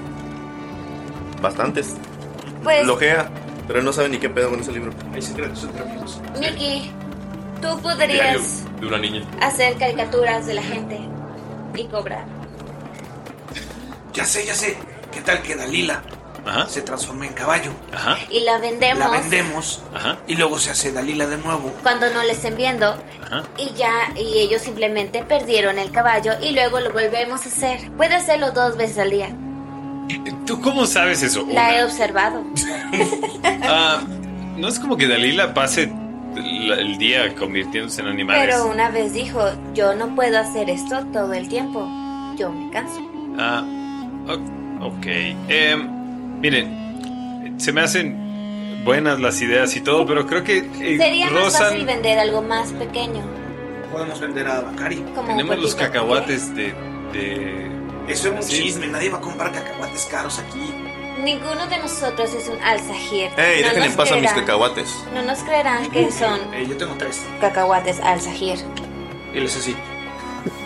Bastantes. Pues Lojea, pero él no sabe ni qué pedo con ese libro. Hay secretos entre amigos. Nikki, tú Diario. podrías De una niña. hacer caricaturas de la gente y cobrar. Ya sé, ya sé. ¿Qué tal que Dalila se transforma en caballo? Y la vendemos La vendemos y luego se hace Dalila de nuevo. cuando no le estén viendo y ya y ellos simplemente perdieron el caballo y luego lo volvemos a hacer. Puede hacerlo dos veces al día. ¿Tú cómo sabes eso? La he observado. Ah, no es como que Dalila pase el el día convirtiéndose en animales. Pero una vez dijo, yo no puedo hacer esto todo el tiempo. Yo me canso. Ah, o- ok. Em, miren, se me hacen buenas las ideas y todo, pero creo que eh, Sería más fácil rozan. vender algo más pequeño. Podemos vender a Bacari. Como Tenemos los botitas. cacahuates de. de Eh, Eso es un Sí. chisme. Nadie va a comprar cacahuates caros aquí. Ninguno de nosotros es un alzajir. Ey, dejen en nos paz a mis creerán- cacahuates. No nos creerán que son Eh, yo tengo tres. cacahuates alzajir. Y les así.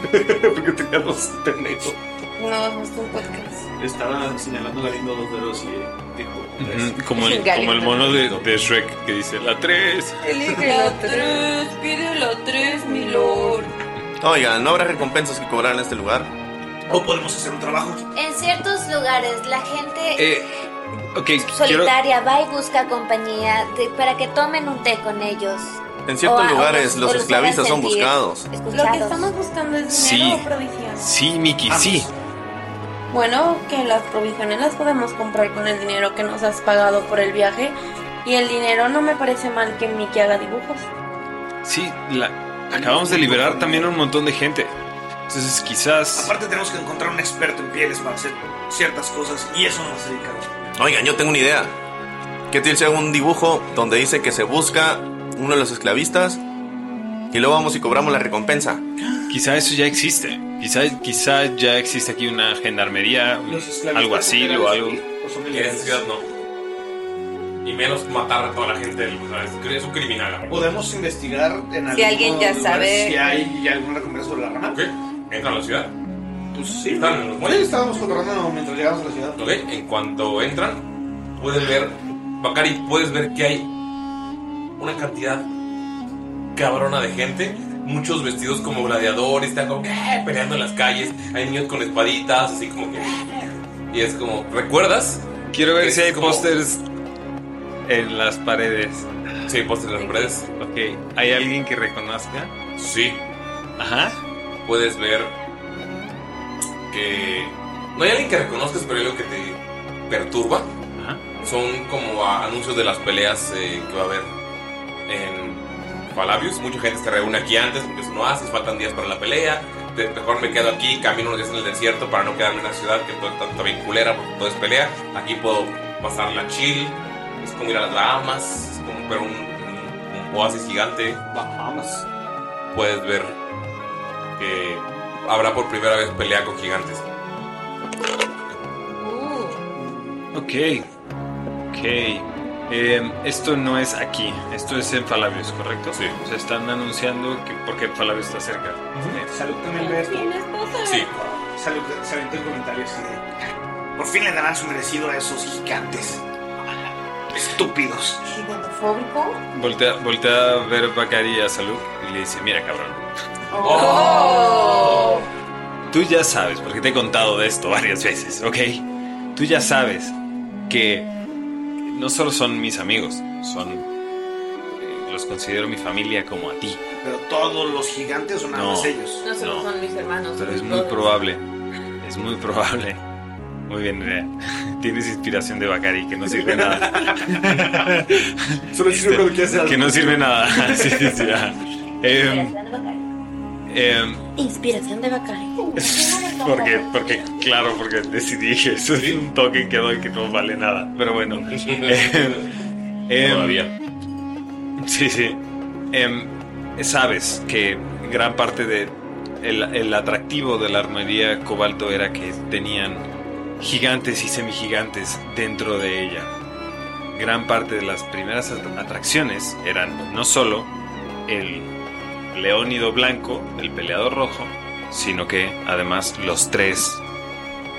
Porque tenía dos pendejos. No, no es un podcast. Estaba señalando Galindo dos dedos y dijo. Ujú, Como el, como el mono de, de Shrek que dice la 3. La tres, pide la tres, mi lord. Oigan, ¿no habrá recompensas que cobrar en este lugar? ¿O podemos hacer un trabajo? En ciertos lugares la gente Eh, ok, quiero. solitaria va y busca compañía de- para que tomen un té con ellos. En ciertos O a- o lugares, los o hagan esclavistas son sentir buscados. escuchados. Lo que estamos buscando es Sí. dinero o provisiones. Sí, Miki, Ah. sí. Bueno, que las provisiones las podemos comprar con el dinero que nos has pagado por el viaje. Y el dinero no me parece mal que Mickey haga dibujos. Sí, la- acabamos de liberar también a un montón de gente. Entonces, quizás. Aparte, tenemos que encontrar un experto en pieles para hacer ciertas cosas y eso nos hace caro. Oigan, yo tengo una idea. ¿Qué tal si hago un dibujo donde dice que se busca uno de los esclavistas y luego vamos y cobramos la recompensa? Quizá eso ya existe. Quizá, quizá ya existe aquí una gendarmería, algo así o algo. Eh, Y en esa ciudad no. Y menos matar a toda la gente del mundo. Es- Es un criminal. la verdad. Podemos investigar en algún Si alguien ya lugar sabe- si hay alguna recompensa sobre la rama. Ok, entra a la ciudad. Pues sí. Están en los Sí, muelles. estábamos controlando mientras llegamos a la ciudad. Ok, en cuanto entran, pueden ver. Bakari, puedes ver que hay una cantidad cabrona de gente. Muchos vestidos como gladiadores, están como que "Eh", peleando en las calles. Hay niños con espaditas, así como que. Y es como, ¿recuerdas? Quiero ver Es si hay como- pósters en las paredes. Sí, pósters en las paredes. Ok, ¿hay alguien que reconozca? Sí. Ajá. Puedes ver que. No hay alguien que reconozcas, pero hay algo que te perturba. Son como a- anuncios de las peleas eh, que va a haber en Falabius. Mucha gente se reúne aquí antes porque eso no haces, faltan días para la pelea. Te- mejor me quedo aquí, camino unos días en el desierto para no quedarme en una ciudad que todo está, está bien culera porque todo es pelea. Aquí puedo pasarla chill. Es como ir a las Bahamas, es como ver un, un- un oasis gigante. Bahamas. Puedes ver que habrá por primera vez pelea con gigantes. Ok. Ok. Em, esto no es aquí, esto es en Falabios, ¿correcto? Sí. Se están anunciando que porque Falabios está cerca. Eh, Salud también ve esto. Sí. Salud se aventó el comentario así de. Por fin le darán su merecido a esos gigantes. Estúpidos. ¿Gigantofóbico? Voltea, voltea a ver Bacari a Salud y le dice, mira cabrón, Oh. tú ya sabes, porque te he contado de esto varias veces, ¿ok? Tú ya sabes que no solo son mis amigos, son... eh, Los considero mi familia como a ti. Pero todos los gigantes o nada No. más ellos. No solo son mis hermanos. Pero son es muy todos. probable. Es muy probable. Muy bien, Nerea. Tienes inspiración de Bacari, que no sirve nada. Solo sirve cuando quieres hacer algo. Que no sirve nada. Sí, sí, sí, ajá. Em, em, Inspiración de Bacari. porque, porque, claro, porque decidí que eso es un token que doy que no vale nada. Pero bueno. Todavía. Sí, sí. Em, sabes que gran parte de el, el atractivo de la armería cobalto era que tenían gigantes y semigigantes dentro de ella. Gran parte de las primeras at- atracciones eran no solo el leónido blanco, el peleador rojo, sino que además los tres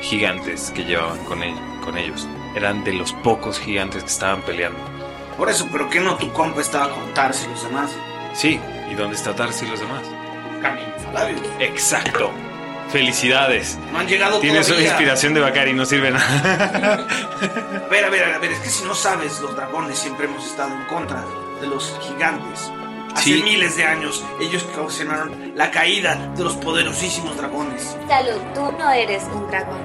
gigantes que llevaban con, él, con ellos eran de los pocos gigantes que estaban peleando. Por eso, ¿pero qué no tu compa estaba con Tarsi y los demás? Sí, ¿y dónde está Tarsi y los demás? Labios. Exacto. Felicidades. No han llegado Tienes una todavía. inspiración de Bakari, no sirve nada. A ver, a ver, a ver, es que si no sabes, los dragones siempre hemos estado en contra de los gigantes. Hace Sí. miles de años, ellos causaron la caída de los poderosísimos dragones. Salud, tú no eres un dragón.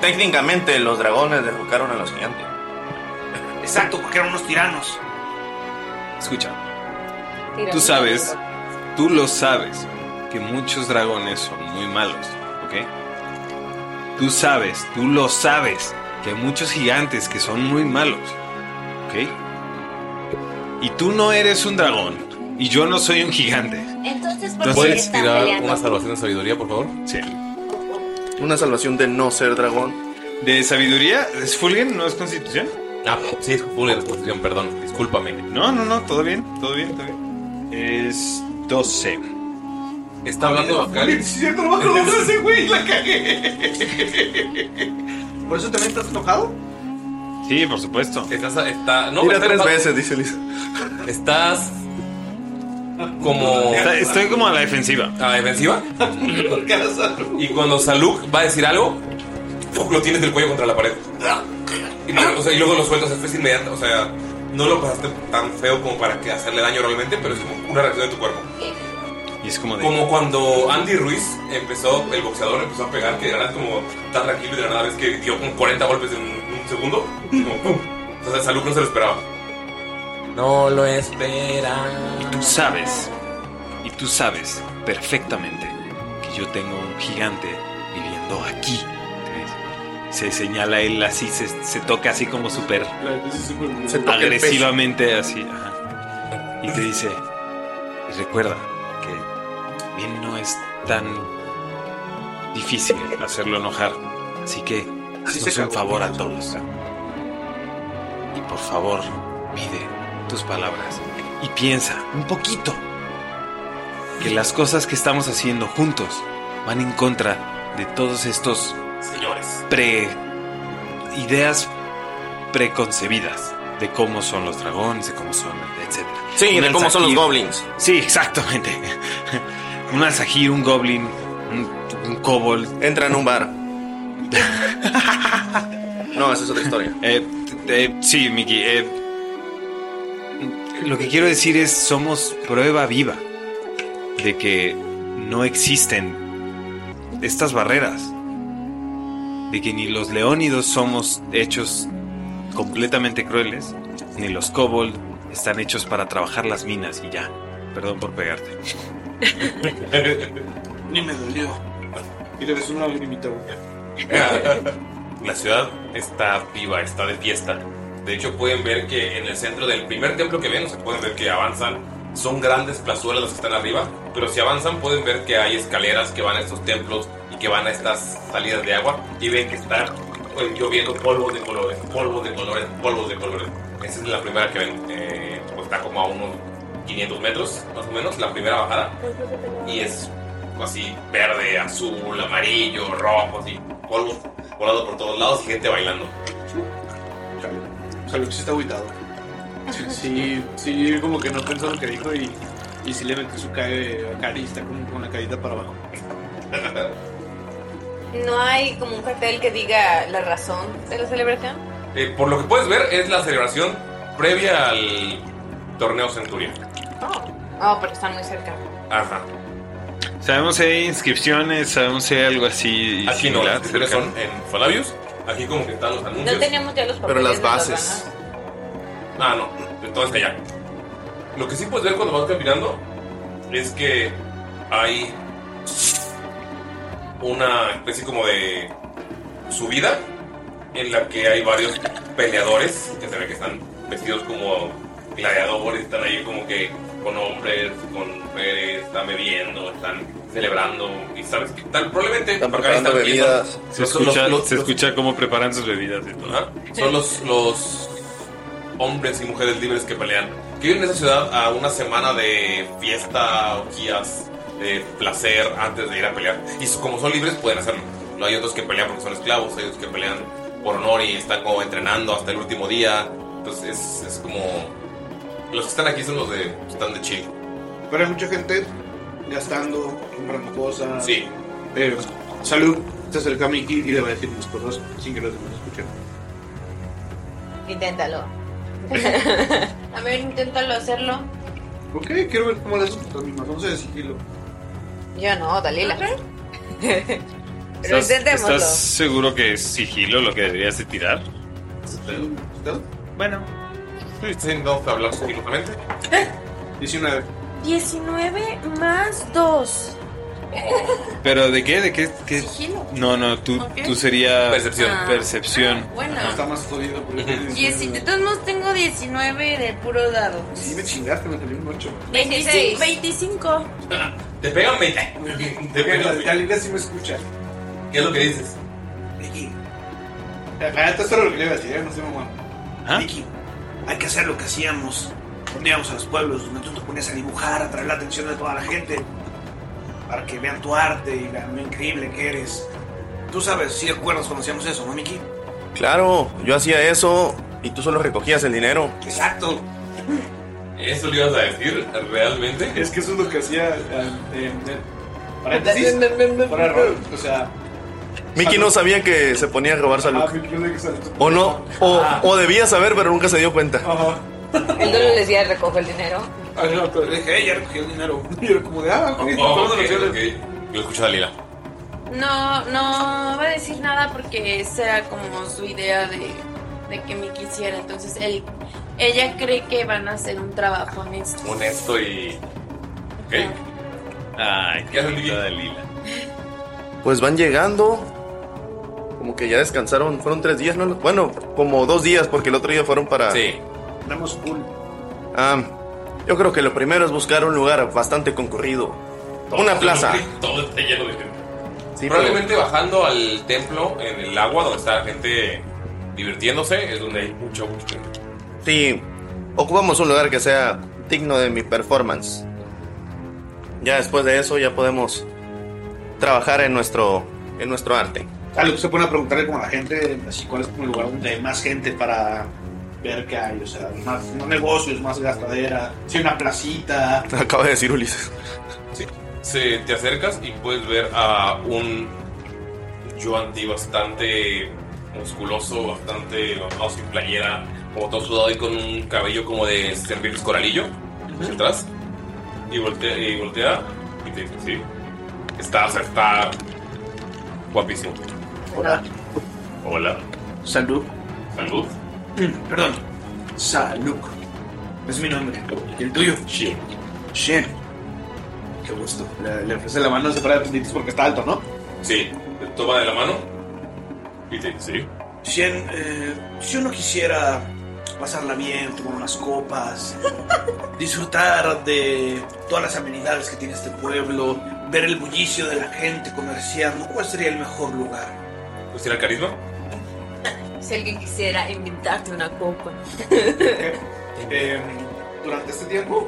Técnicamente los dragones derrocaron a los gigantes. Exacto, porque eran unos tiranos. Escucha, Tira, tú tira, sabes, tú lo sabes, que muchos dragones son muy malos, ¿ok? Tú sabes, tú lo sabes, que hay muchos gigantes que son muy malos, ¿ok? Y tú no eres un dragón, y yo no soy un gigante. Entonces, ¿por qué ¿Puedes están tirar peleando? una salvación de sabiduría, por favor? Sí. Una salvación de no ser dragón. ¿De sabiduría? ¿Es Fulgen? ¿No es constitución? Ah, sí, es Fulgen, es constitución, perdón. Discúlpame. No, no, no, todo bien, todo bien, todo bien. Es 12. Está hablando Bacari. cierto, no me acuerdo de ese güey, la cagué. ¿Por eso también estás enojado? Sí, por supuesto. Estás, está, no, Tira está- tres está- veces, dice Lisa. Estás como. Está- estoy como a la defensiva. ¿A la defensiva? y cuando Saluk va a decir algo, ¡puf! lo tienes del cuello contra la pared. Y luego, o sea, y luego lo sueltas, o sea, es inmediato. O sea, no lo pasaste tan feo como para que hacerle daño realmente, pero es como una reacción de tu cuerpo. Y es como de. Como cuando Andy Ruiz empezó, el boxeador empezó a pegar, que era como tan tranquilo y de la nada ves que dio como 40 golpes en un, un segundo. y como ¡pum! O sea, Saluk no se lo esperaba. No lo esperaba. Y tú sabes, y tú sabes perfectamente que yo tengo un gigante viviendo aquí. Se señala él así, se, se toca así como súper Se toca el agresivamente así. ajá. Y te dice, y recuerda que bien no es tan difícil hacerlo enojar. Así que haznos un favor a todos. Y por favor, mide tus palabras y piensa un poquito que las cosas que estamos haciendo juntos van en contra de todos estos señores pre ideas preconcebidas de cómo son los dragones, de cómo son, etcétera. Sí, de Un cómo son los alzajir- goblins. Sí, exactamente. un alzajir, un goblin, un, un kobold. Entra en un bar. no, esa es otra historia. sí, Miki. eh, lo que quiero decir es, somos prueba viva de que no existen estas barreras. De que ni los leónidos somos hechos completamente crueles, ni los kobold están hechos para trabajar las minas y ya. Perdón por pegarte. Ni me dolió. Y le besó una lagrimita, güey. La ciudad está viva, está de fiesta. De hecho, pueden ver que en el centro del primer templo que ven, o sea, pueden ver que avanzan. Son grandes plazuelas las que están arriba, pero si avanzan pueden ver que hay escaleras que van a estos templos y que van a estas salidas de agua y ven que está pues, lloviendo polvos de colores, polvos de colores, polvos de colores. Esa es la primera que ven, eh, pues, está como a unos 500 metros más o menos, la primera bajada y es así verde, azul, amarillo, rojo, así polvo volando por todos lados y gente bailando. Salud sí está aguitado. Sí, sí, como que no eh, pensó lo que dijo y, y sí le metió su cae a Cari y está como con la carita para abajo. No hay como un cartel que diga la razón de la celebración. Eh, por lo que puedes ver, es la celebración previa al torneo Centurión. Oh, porque están muy cerca. Ajá. Sabemos si hay inscripciones, sabemos si hay algo así. Aquí Ah, no, las inscripciones son en Falabius. Aquí como que están los anuncios. No teníamos ya los papeles. de ganas. Ah, no, todo está allá. Lo que sí puedes ver cuando vas caminando es que hay una especie como de subida en la que hay varios peleadores que se ve que están vestidos como gladiadores, están ahí como que con hombres, con mujeres, están bebiendo, están celebrando y sabes que tal, probablemente acá están viendo- Se los- los- escucha, los- se los- escucha cómo preparan sus bebidas y todo. Ajá. Son los, los hombres y mujeres libres que pelean. Que viven en esa ciudad a una semana de fiesta, orgías, de placer antes de ir a pelear. Y su- como son libres, pueden hacerlo. No hay otros que pelean porque son esclavos, hay otros que pelean por honor y están como entrenando hasta el último día. Entonces es, es como. Los que están aquí son los de. Están de chill. Pero hay mucha gente gastando, comprando cosas. Sí. Eh, salud, se acerca a Mickey y le va a decir mis cosas sin que los demás escuchen. Inténtalo. A ver, inténtalo hacerlo. Ok, quiero ver cómo le hacen las mismas 11 de sigilo. Yo no, Dalila. Pero ¿Estás, intentémoslo. estás seguro que es sigilo lo que deberías de tirar? Bueno. ¿Estás intentando hablar sigilosamente? 19. 19 más 2. ¿Pero de qué? ¿De qué? qué? Sigilo. No, no, tú, Ok. tú sería... Percepción. Ah. Percepción. Bueno, Está más jodido porque. dieci- de todos modos tengo 19 de puro dado. Sí, me chingaste, me salió un 8. 25. 25. Te pegan 20. Te pegan 20. Dalila sí me escucha. ¿Qué es lo que dices? Mickey. Ah, Esto es solo lo que le iba a decir, ¿eh? no sé, mamá. Mickey, hay que hacer lo que hacíamos cuando íbamos a los pueblos, donde tú te ponías a dibujar, a traer la atención de toda la gente, para que vean tu arte y vean lo increíble que eres. Tú sabes, si recuerdas cuando hacíamos eso, ¿no, Mickey? Claro, yo hacía eso y tú solo recogías el dinero. Exacto. ¿Eso le ibas a decir realmente? Es que eso es lo que hacía. eh, eh, Paréntesis. Fuera de rol, o sea. Mickey no sabía que se ponía a robar salud. ah, Mickey, no sé qué sale. O no, o, o debía saber, pero nunca se dio cuenta. El duelo les decía, recoge el dinero. Ah, no, pero le dije, "Ey, ya recogió el dinero. Y era como de, ah, ok, Oh, vamos a ok, recoger el- ok. Lo escucha Dalila. No, no va a decir nada porque esa era como su idea de, de que me quisiera. Entonces, él, ella cree que van a hacer un trabajo honesto. Honesto y. Ok. Ay, qué linda Dalila. Pues van llegando. Como que ya descansaron. Fueron tres días, ¿no? Bueno, como dos días, porque el otro día fueron para. Sí. Andamos cool. Ah, yo creo que lo primero es buscar un lugar bastante concurrido. Una plaza. Todo está lleno de gente. Sí, Probablemente bajando al templo en el agua donde está la gente divirtiéndose, es donde hay mucha, mucha gente. Sí, ocupamos un lugar que sea digno de mi performance. Ya después de eso ya podemos trabajar en nuestro en nuestro arte. Algo se pone a preguntarle como a la gente, así cuál es como el lugar donde hay más gente para ver qué hay, o sea, más, más negocios, más gastadera, si hay una placita. Acaba de decir Ulises. Se, te acercas y puedes ver a un Yoanti bastante musculoso, bastante mamado, sin playera, como todo sudado y con un cabello como de servir coralillo hacia atrás. Y voltea, y voltea y te dice, sí. Está, o sea, está guapísimo. Hola. Hola. Salud. Salud. Mm, Perdón. Salud. Es mi nombre. ¿Y el tuyo? Shen. Shen. Qué gusto. Le, le ofrece la mano, se para de puntitos porque está alto, ¿no? Sí, te toma de la mano y te dice, sí. Shen, eh, yo no quisiera pasarla bien, tomar unas copas, disfrutar de todas las amenidades que tiene este pueblo, ver el bullicio de la gente comerciando. ¿Cuál sería el mejor lugar? ¿Pues tiene carisma? Si alguien quisiera invitarte una copa. Eh, durante este tiempo,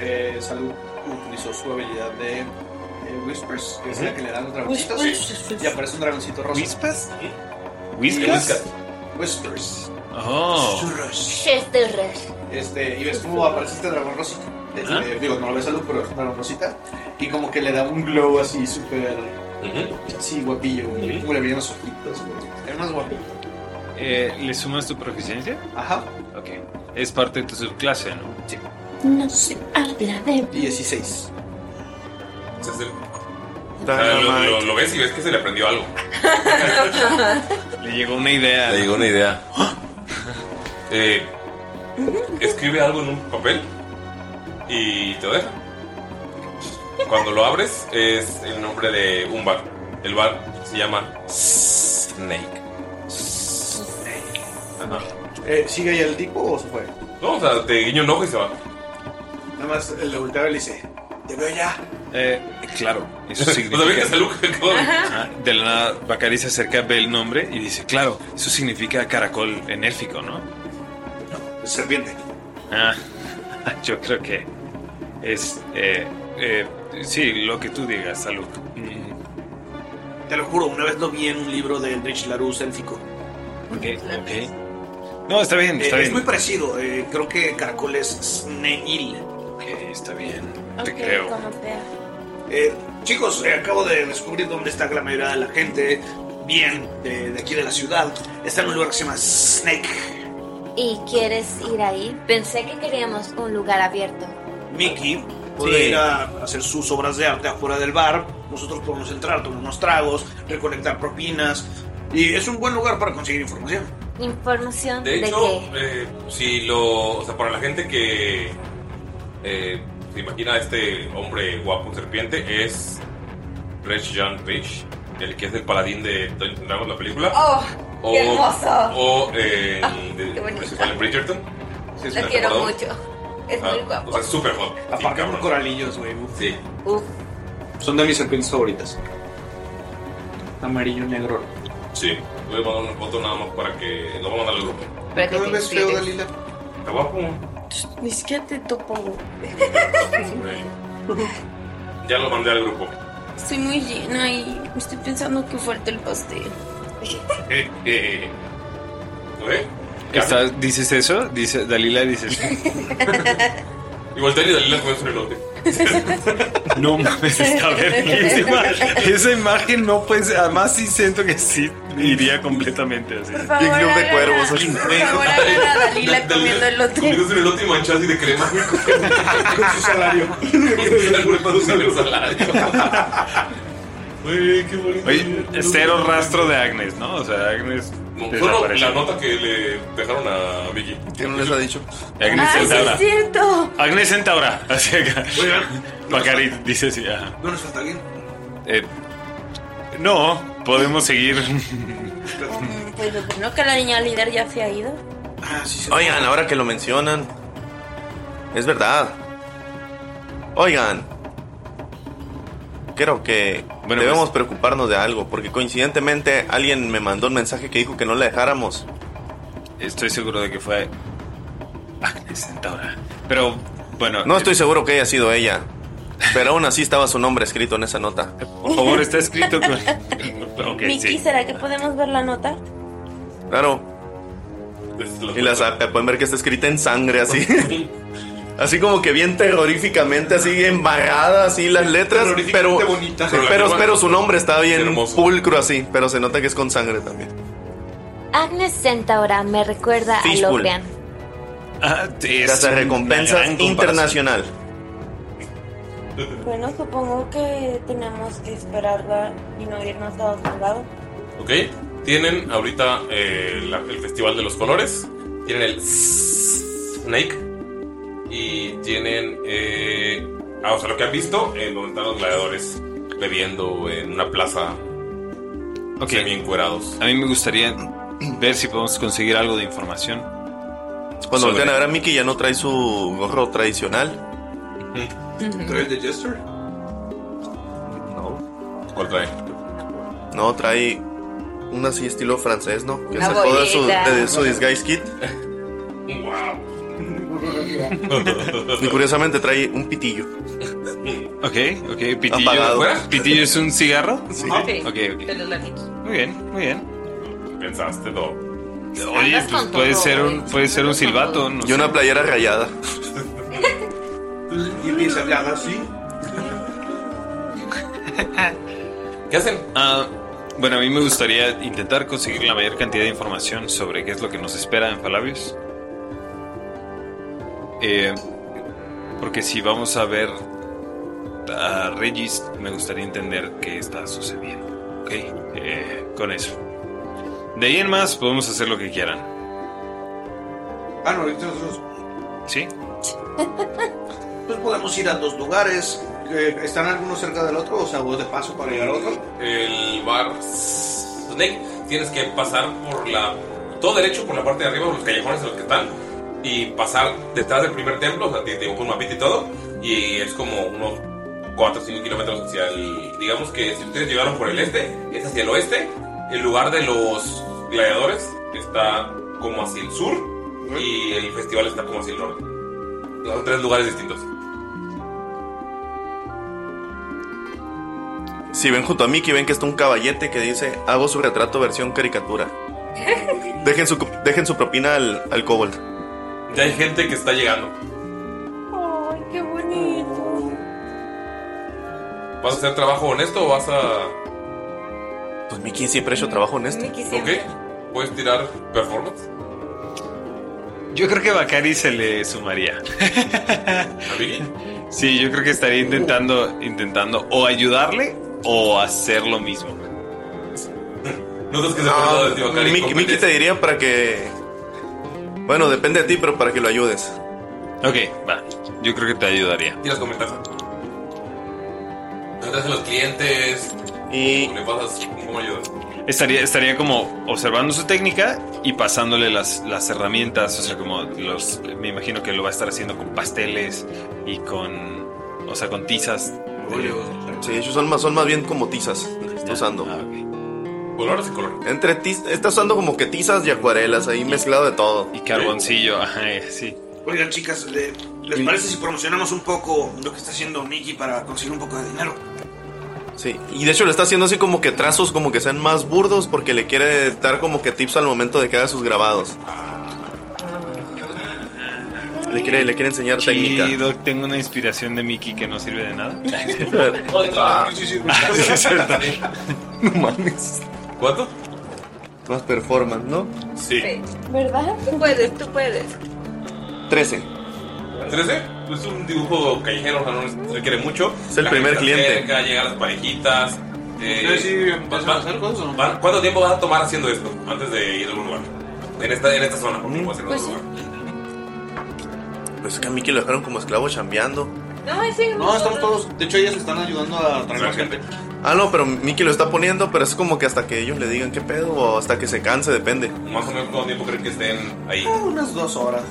eh, Salud utilizó su habilidad de eh, Whispers, que es la que le dan los dragoncitos. Whispers. Y aparece un dragoncito rosa. ¿Whispers? ¿Whiskas? Whispers. Oh. Este, y ves cómo aparece este dragón rosita. Este, Digo, no lo ves a luz, pero es un dragón rosita. Y como que le da un glow así súper Sí, guapillo, güey. ¿Cómo le veían los ojitos, güey? Era más guapillo. Eh, ¿Le sumas tu proficiencia? Ajá. Ok. Es parte de tu subclase, ¿no? Sí. No se habla de 16. Ah, lo, lo- lo ves y ves que se le aprendió algo. Le llegó una idea. ¡Ah! Le llegó una idea. Eh, escribe algo en un papel y te lo deja. Cuando lo abres es el nombre de un bar. El bar se llama Snake. Ajá. Eh, ¿Sigue ahí el tipo o se fue? No, o sea, te guiño un ojo y se va. Nada más eh, le volteaba y le dice: Te veo ya. Eh, claro, eso significa. ¿Todavía que salud que acabo de- Ah, de la nada, Bacari se acerca, ve el nombre y dice: Claro, eso significa caracol en élfico, ¿no? No, serpiente. Ah, yo creo que es. eh, eh, sí, lo que tú digas, salud. Mm. Te lo juro, una vez lo vi en un libro de Rich Larus élfico. Ok, ok. No, está bien, está Eh, bien. Es muy parecido. eh, creo que caracol es Sneil. Ok, está bien. Te creo. como sea. Eh, chicos, eh, acabo de descubrir dónde está la mayoría de la gente. Bien, de, de aquí de la ciudad. Está en un lugar que se llama Snake. ¿Y quieres ir ahí? Pensé que queríamos un lugar abierto. Mickey puede ir a hacer sus obras de arte afuera del bar. Nosotros podemos entrar, tomar unos tragos, recolectar propinas. Y es un buen lugar para conseguir información. Información de, De hecho, qué. eh, si lo. O sea, para la gente que. eh, se imagina a este hombre guapo serpiente, es. Reg John Page, el que es el paladín de Dungeons and Dragons, la película. ¡Oh! ¡Qué hermoso! O eh, en- de- qué bonito. Principal en Bridgerton. Sí, es Lo un quiero acomodado. mucho. Es Ah, muy guapo. O sea, es súper hot. Aparte con coralillos, güey. Sí. Uf. Son de mis serpientes favoritas. Amarillo, negro. Sí, voy a mandar una foto nada más para que. Lo vamos a mandar al grupo. Pero que te inspires. Está guapo. Pues, Ni siquiera te topo. güey. Ya lo mandé al grupo. Estoy muy llena y estoy pensando que fuerte el pastel. Eh, eh, eh. Está- ¿Dices eso? Dice, Dalila dices. Y voltear y Dalila comienza un elote. No mames, está verguísima. Esa imagen no pues, además sí siento que sí iría completamente así. Por favor, Y club de hágala. cuervos, ¿eh? así. Por favor, hagan a Dalila comiendo elote. Comiéndose un elote y manchado así de crema. Con su salario. Con su salario. Oye, qué bonito. Oye, cero rastro de Agnes, ¿no? O sea, Agnes. Solo desapareció. la nota que le dejaron a Vicky. Ah, ¿Quién no les ha dicho? Agnes ¡Ay, Ah, sí Centaura. es cierto! Agnes Centaura. Así acá. Bacari dice sí. ajá. ¿No nos falta alguien? Eh, no, podemos seguir. Pues lo bueno que la niña líder ya se ha ido. Oigan, ahora que lo mencionan, es verdad. Oigan, creo que debemos pues, preocuparnos de algo, porque coincidentemente alguien me mandó un mensaje que dijo que no la dejáramos. Estoy seguro de que fue Agnes Centaura. Pero bueno. eh, No estoy seguro que haya sido ella, pero aún así estaba su nombre escrito en esa nota. Por favor, está escrito con... Miki, ¿será que podemos ver la nota? Claro. Y la saca, pueden ver que está escrita en sangre así. Así como que bien terroríficamente, así embarrada, así las letras. Pero, bonita. pero, pero, pero su nombre está bien pulcro así, pero se nota que es con sangre también. Agnes Centaura me recuerda Fishbowl. a Locrian. Casa de recompensas internacional. Bueno, supongo que tenemos que esperarla y no irnos a otro lado. Ok, tienen ahorita eh, la- el Festival de los Colores, tienen el Snake y tienen... eh, ah, o sea, lo que han visto en donde están los gladiadores bebiendo en una plaza semi-encuerados. A mí me gustaría ver si podemos conseguir algo de información. Cuando Sobre- voltean a ver a Mickey ya no trae su gorro tradicional. ¿Trae el de Jester? No. ¿Cuál trae? No, trae un así estilo francés, ¿no? Que Una se joda su, bolita. de su disguise kit. Y curiosamente trae un pitillo. Ok, ok, pitillo. Apagado. ¿Fuera? ¿Pitillo es un cigarro? Sí. Ok, ok. De los latinos. Muy bien, muy bien. Pensaste todo. Oye, Andas pues con puede todo, ser güey. un, puede ser un silbato. Y una playera rayada. Y empieza a hablar así. ¿Qué hacen? Ah, bueno, a mí me gustaría intentar conseguir la mayor cantidad de información sobre qué es lo que nos espera en Falabios. Eh, porque si vamos a ver a Regis, me gustaría entender qué está sucediendo. Ok, eh, con eso. De ahí en más, podemos hacer lo que quieran. Ah, no, ahorita nosotros. ¿Sí? Pues podemos ir a dos lugares. eh, ¿Están algunos cerca del otro? O sea, vos de paso para llegar al otro. El bar Snake. Tienes que pasar por la. Todo derecho por la parte de arriba, por los callejones en los que están. Y pasar detrás del primer templo. O sea, te dibujo un mapita y todo. Y es como unos 4 o 5 kilómetros hacia el. Digamos que si ustedes llegaron por el este, es hacia el oeste. El lugar de los gladiadores está como hacia el sur. Y el festival está como hacia el norte. Son tres lugares distintos. Si ven junto a Mickey, ven que está un caballete que dice: Hago su retrato versión caricatura. Dejen su, dejen su propina al, al kobold. Ya hay gente que está llegando. Ay, qué bonito. ¿Vas a hacer trabajo honesto o vas a.? Pues Mickey siempre ha hecho trabajo honesto. Ok, puedes tirar performance. Yo creo que Bakari se le sumaría. ¿A Vicky? Sí, yo creo que estaría intentando, intentando o ayudarle o hacer lo mismo. Notas que Ah, Mickey, Mickey te diría para que. Bueno, depende de ti, pero para que lo ayudes. Ok, va. Yo creo que te ayudaría. Tiras con ventaja. Notas a los clientes. Y. ¿Le pasas cómo ayudas? Estaría, estaría como observando su técnica y pasándole las, las herramientas. O sea, como los. Me imagino que lo va a estar haciendo con pasteles y con. O sea, con tizas. Sí, ellos Eh, son más, son más bien como tizas. Está usando. Ah, Colores y colores. Entre tiz- está usando como que tizas y acuarelas ahí mezclado de todo. Y carboncillo, ajá, eh, sí. Oigan, chicas, ¿le- ¿les parece si promocionamos un poco lo que está haciendo Mickey para conseguir un poco de dinero? Sí, y de hecho lo está haciendo así como que trazos como que sean más burdos porque le quiere dar como que tips al momento de que haga sus grabados. Le quiere, le quiere enseñar técnica. Y Doc, tengo una inspiración de Mickey que no sirve de nada. Ah. Ah, sí, es cierto. No mames. ¿Cuánto? Más performance, ¿no? Sí. ¿Verdad? Tú puedes, tú puedes. 13. 13 Pues es un dibujo callejero, o sea, no requiere mucho. Es el primer gente cliente. Cerca, llegan las parejitas. eh, ¿Ustedes sí a hacer cosas ¿Cuánto tiempo vas a tomar haciendo esto antes de ir a algún lugar? En esta, en esta zona, porque no puedo hacer en otro lugar. Pues es que a Mickey lo dejaron como esclavo chambeando. No, ese No, estamos todos. De hecho, ellas le están ayudando a traer más gente. Ah, no, pero Mickey lo está poniendo, pero es como que hasta que ellos le digan qué pedo o hasta que se canse, depende. Más o menos cuánto tiempo creen que estén ahí. unas dos horas.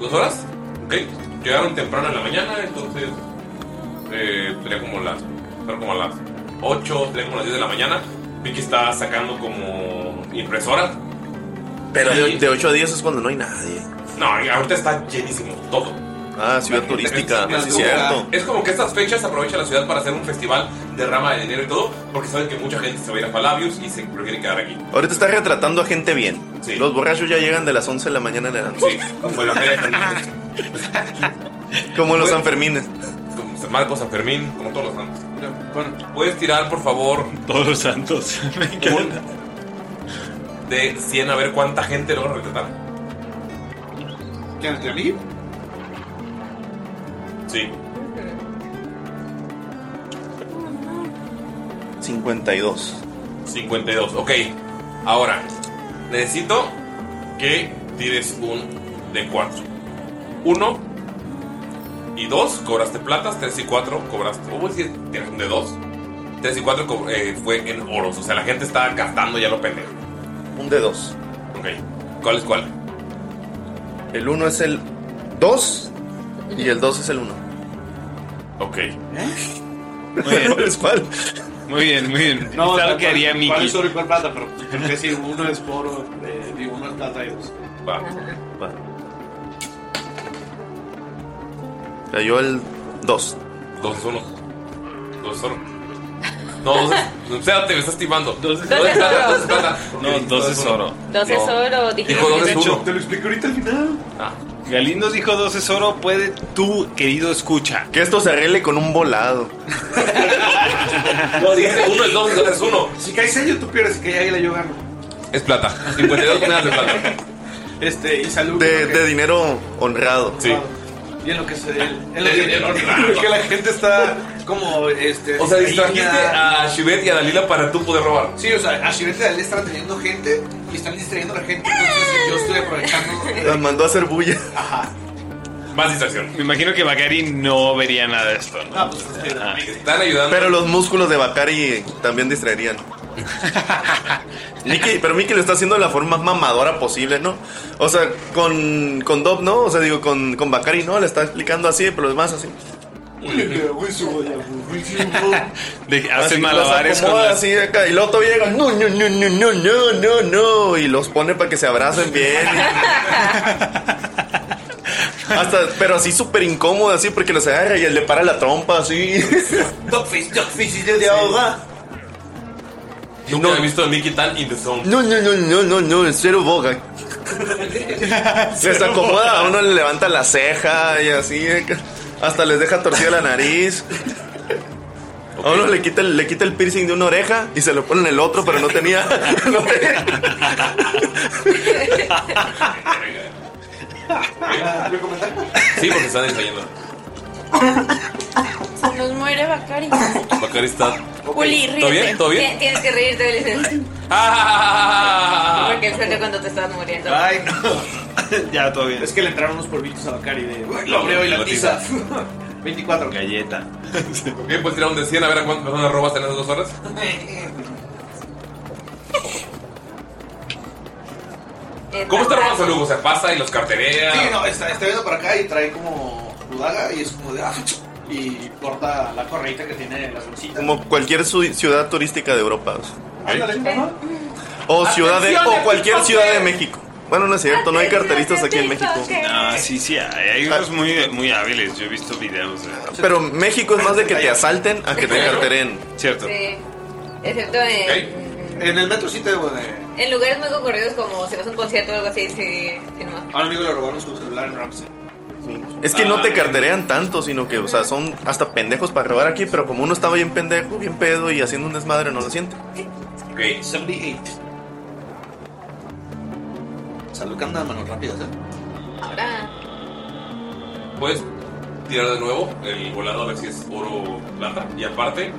¿Dos horas? Ok. Llegaron temprano en la mañana, entonces. Eh, sería como las. sería como a las 8, sería como las 10 de la mañana. Vicky está sacando como impresora. Pero de, 8 a 10 es cuando no hay nadie. No, y ahorita está llenísimo todo. Ah, ciudad La gente turística, que está sí, es en la cierto. lugar. Es como que estas fechas aprovecha la ciudad para hacer un festival de rama de dinero y todo, porque saben que mucha gente se va a ir a Falabius y se prefiere quedar aquí. Ahorita está retratando a gente bien. Los borrachos ya llegan de las 11 de la mañana en adelante. Sí, como la feria de San Como los Sanfermines. Como San Marcos, San Fermín, como todos los santos. Bueno, puedes tirar, por favor. Todos los santos. Me encanta. De 100 a ver cuánta gente logra retratar. ¿Quién mí? Sí. 52. 52, ok. Ahora, necesito que tires un de 4. 1 y 2 cobraste platas, 3 y 4 cobraste. ¿Cómo decir? Tienes un de 2. 3 y 4 fue en oros. O sea, la gente estaba gastando ya lo pendejo. Un de 2. Ok. ¿Cuál es cuál? El 1 es el 2 y el 2 es el 1. Ok. ¿Eh? Muy bien. ¿Cuál es cuál? Muy bien, muy bien. No, es claro algo que haría ¿Cuál es Mickey. oro y cuál plata? Pero creo que sí, uno es oro, eh, digo, uno es plata y dos. Va. Cayó el 2. 2 es 1. 2 es oro. No, dos es. Espérate, me estás timando. Dos es Dos es plata, oro. dos es plata. No, dos es oro. Dos es oro, dije. Dijo dos es oro. Te lo explico ahorita al final. Ah. Galindo dijo dos es oro, puede tú, querido escucha. Que esto se arregle con un volado. No, dice uno es dos, dos es uno. Si cae sello, tú pierdes. Si cae águila, yo gano. Es plata. 52 monedas de plata. Este, y salud. De, de dinero honrado. Sí. Y en lo que se. En lo que, que la gente está como. Este, O sea, distrajiste Ah. distraída. a Shivet y a Dalila para tú poder robar. Sí, o sea, a Shibet le están teniendo gente y están distrayendo a la gente. Entonces, yo estoy aprovechando. Las mandó a hacer bulla. Más distracción. Me imagino que Bakari no vería nada de esto, Ah. Ah, ¿no? pues, Ah. Están ayudando. Pero los músculos de Bakari también distraerían. Mickey- pero Mickey lo está haciendo de la forma más mamadora posible, ¿no? O sea, con, con Dob, ¿no? O sea, digo, con, con Bakari, ¿no? Le está explicando así, pero los demás así. De, Así hace los malabares con acomoda las- así de acá, y luego todo llega, no, no, no, no, no, no, no, no, y los pone para que se abracen bien. Hasta, pero así súper incómodo, así, porque los agarra y él le para la trompa, así. Dogfish, dogfish, de ahoga. Nunca he visto a Mickey tan in the zone. No, no, no, no, no, no, cero boga. Les acomoda, a uno le levanta la ceja y así, hasta les deja torcida la nariz. A uno le quita, el, le quita el piercing de una oreja y se lo pone en el otro, pero no tenía. no tenía- Ah, Sí, porque están distrayendo. Se nos muere Bacari. Bakari está. Juli, ¿Todo bien? ¿Todo bien? Tien- Tienes que reírte del Ah. Porque él salió cuando te estabas muriendo. Ay, no. Ya, todo bien. Es que le entraron unos polvitos a Bakari de. Lo abrió y la tiza. 24. Galleta. Bien, pues tirar un de 100 a ver a cuántas personas robas en esas dos horas. ¿Cómo está robando salud? O sea, pasa y los carterea. Sí, no, está, está viendo para acá y trae como su daga y es como de. ah, Y corta la correita que tiene las bolsitas. Como cualquier su- ciudad turística de Europa. o sea. Ándale, ¿no? O ciudad de, Atención, o cualquier pickpocket. ciudad de México. Bueno, no es cierto, no hay carteristas aquí en México. Ah, sí, sí, hay, hay unos muy, muy hábiles. Yo he visto videos. de- Pero México es más de que te asalten a que te carteren. Cierto. Sí. Excepto eh, en, En el metro sí te debo de. en lugares muy concurridos como si vas a un concierto o algo así, sí, sí, no. A un amigo le robaron su celular en Ramsey. Es que Ah. no te carterean tanto, sino que, o sea, son hasta pendejos para robar aquí, pero como uno estaba bien pendejo, bien pedo y haciendo un desmadre, no lo siente. Ok. 78. Salud que anda de manos rápidas, ¿eh? Ahora. Puedes tirar de nuevo el volado a ver si es oro o plata. Y aparte,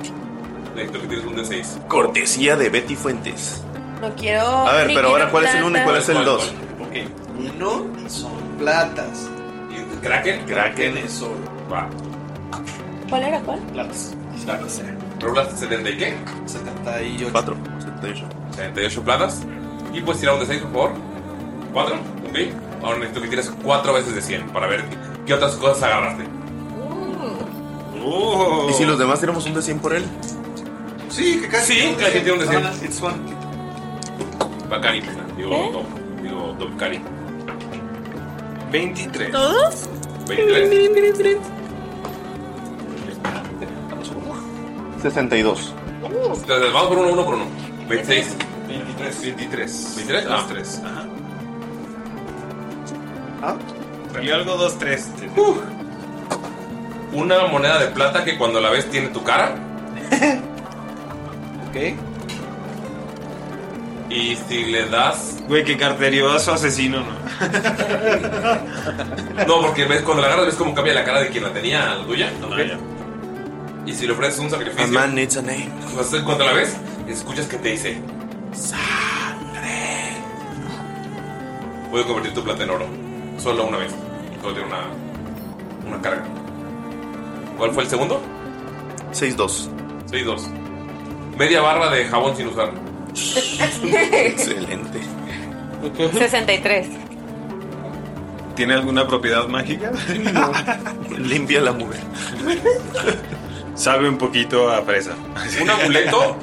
necesito que tienes un D6. Cortesía de Betty Fuentes. No quiero. A ver, pero ahora, ¿cuál es el uno único y cuál es el dos? Ok. Uno son platas. ¿Y Kraken? Kraken es oro. Va. ¿Cuál era cuál? Platas. Platas. ¿Roblaste 70 y qué? 78. 4. 78. 78 platas. Y puedes tirar un D6, por favor. 4. Ok. Ahora necesito que tires 4 veces de 100 para ver qué otras cosas agarraste. Uh. ¿Y si los demás tiramos un de 100 por él? Sí, que casi. Sí, Kraken tiene un D100. Ah, it's one. Bacari, pues, digo, Top, digo, Top Cari. 23. ¿Todos? 23. Miren, miren, miren. 62. Entonces, vamos por uno, uno por uno. 26. 23. 23. 23. Ah, 3. Ajá. Salió algo 2, 3. Una moneda de plata que cuando la ves tiene tu cara. Ok. Y si le das. Güey, que carterió a su asesino, ¿no? No, porque ves, cuando la agarras ves cómo cambia la cara de quien la tenía a la tuya. Ah, Y si le ofreces un A sacrificio, man needs a name. pues, cuando la ves, escuchas que te dice: ¡Sangre! Puedo convertir tu plata en oro. Solo una vez. Solo tiene una, una carga. ¿Cuál fue el segundo? 62. 6-2. Media barra de jabón sin usar. Excelente. 63. ¿Tiene alguna propiedad mágica? Limpia la mujer. Sabe un poquito a presa. Un amuleto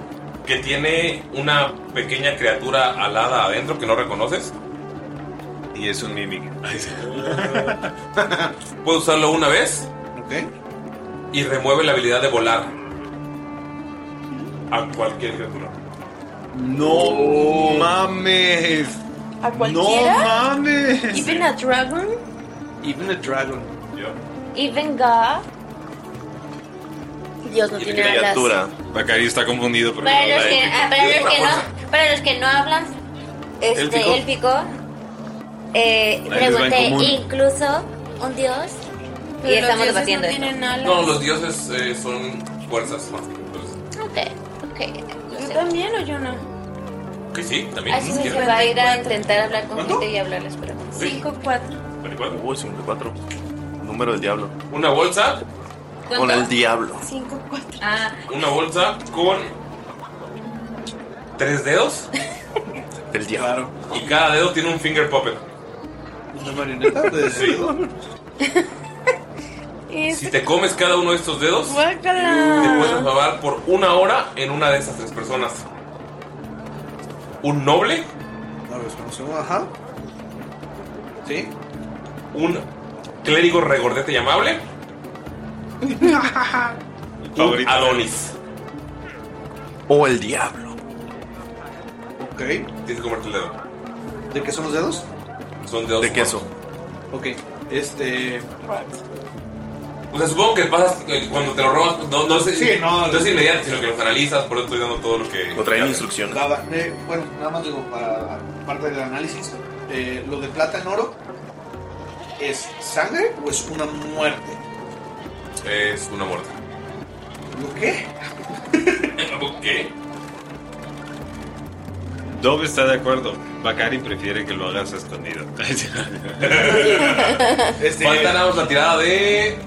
que tiene una pequeña criatura alada adentro que no reconoces. Y es un mimic. Puedes usarlo una vez Ok. y remueve la habilidad de volar. a cualquier criatura. No mames. ¿A cualquiera? No mames. Even a dragon? Even a dragon. Even God? Dios no tiene alas. Bacari está confundido porque Para no los la que, épica. ah, para los que no, para los que no hablan Élfico. este élfico, eh, Ahí les va en pregunté común. incluso un dios y Pero estamos los dioses debatiendo no esto. tienen alas. No, los dioses eh, son fuerzas más que fuerzas. Ok, ok. ¿Yo también o yo no? Ok, sí, también. Así si se quieren. va a ir a intentar hablar con ¿Cuánto? gente y hablar las preguntas. Sí. 5, 4. 54. Uy, 54. Número del diablo. Una bolsa. Con el diablo. 5, 4. Ah, Una bolsa con tres dedos. Del diablo. Y cada dedo tiene un finger puppet. Una marioneta de Sí. Si te comes cada uno de estos dedos, te puedes Guácala. transformar por una hora en una de esas tres personas. Un noble. Ajá. Sí. Un clérigo regordete y amable. Un Adonis. O el diablo. Ok. Tienes que comerte el dedo. ¿De qué son los dedos? Son dedos de queso. Ok. Este. O sea, supongo que pasas eh, cuando te lo robas, no, no sé, Sí, no, es inmediato, sino que los analizas, por eso estoy dando todo lo que. Lo traen instrucciones. Va, va. Eh, bueno, nada más digo, para parte del análisis, eh, lo de plata en oro, ¿es sangre o es una muerte? Es una muerte. ¿Lo qué? ¿Qué? Dob está de acuerdo. Bacari prefiere que lo hagas a escondido. Este- Falta nada más la tirada de.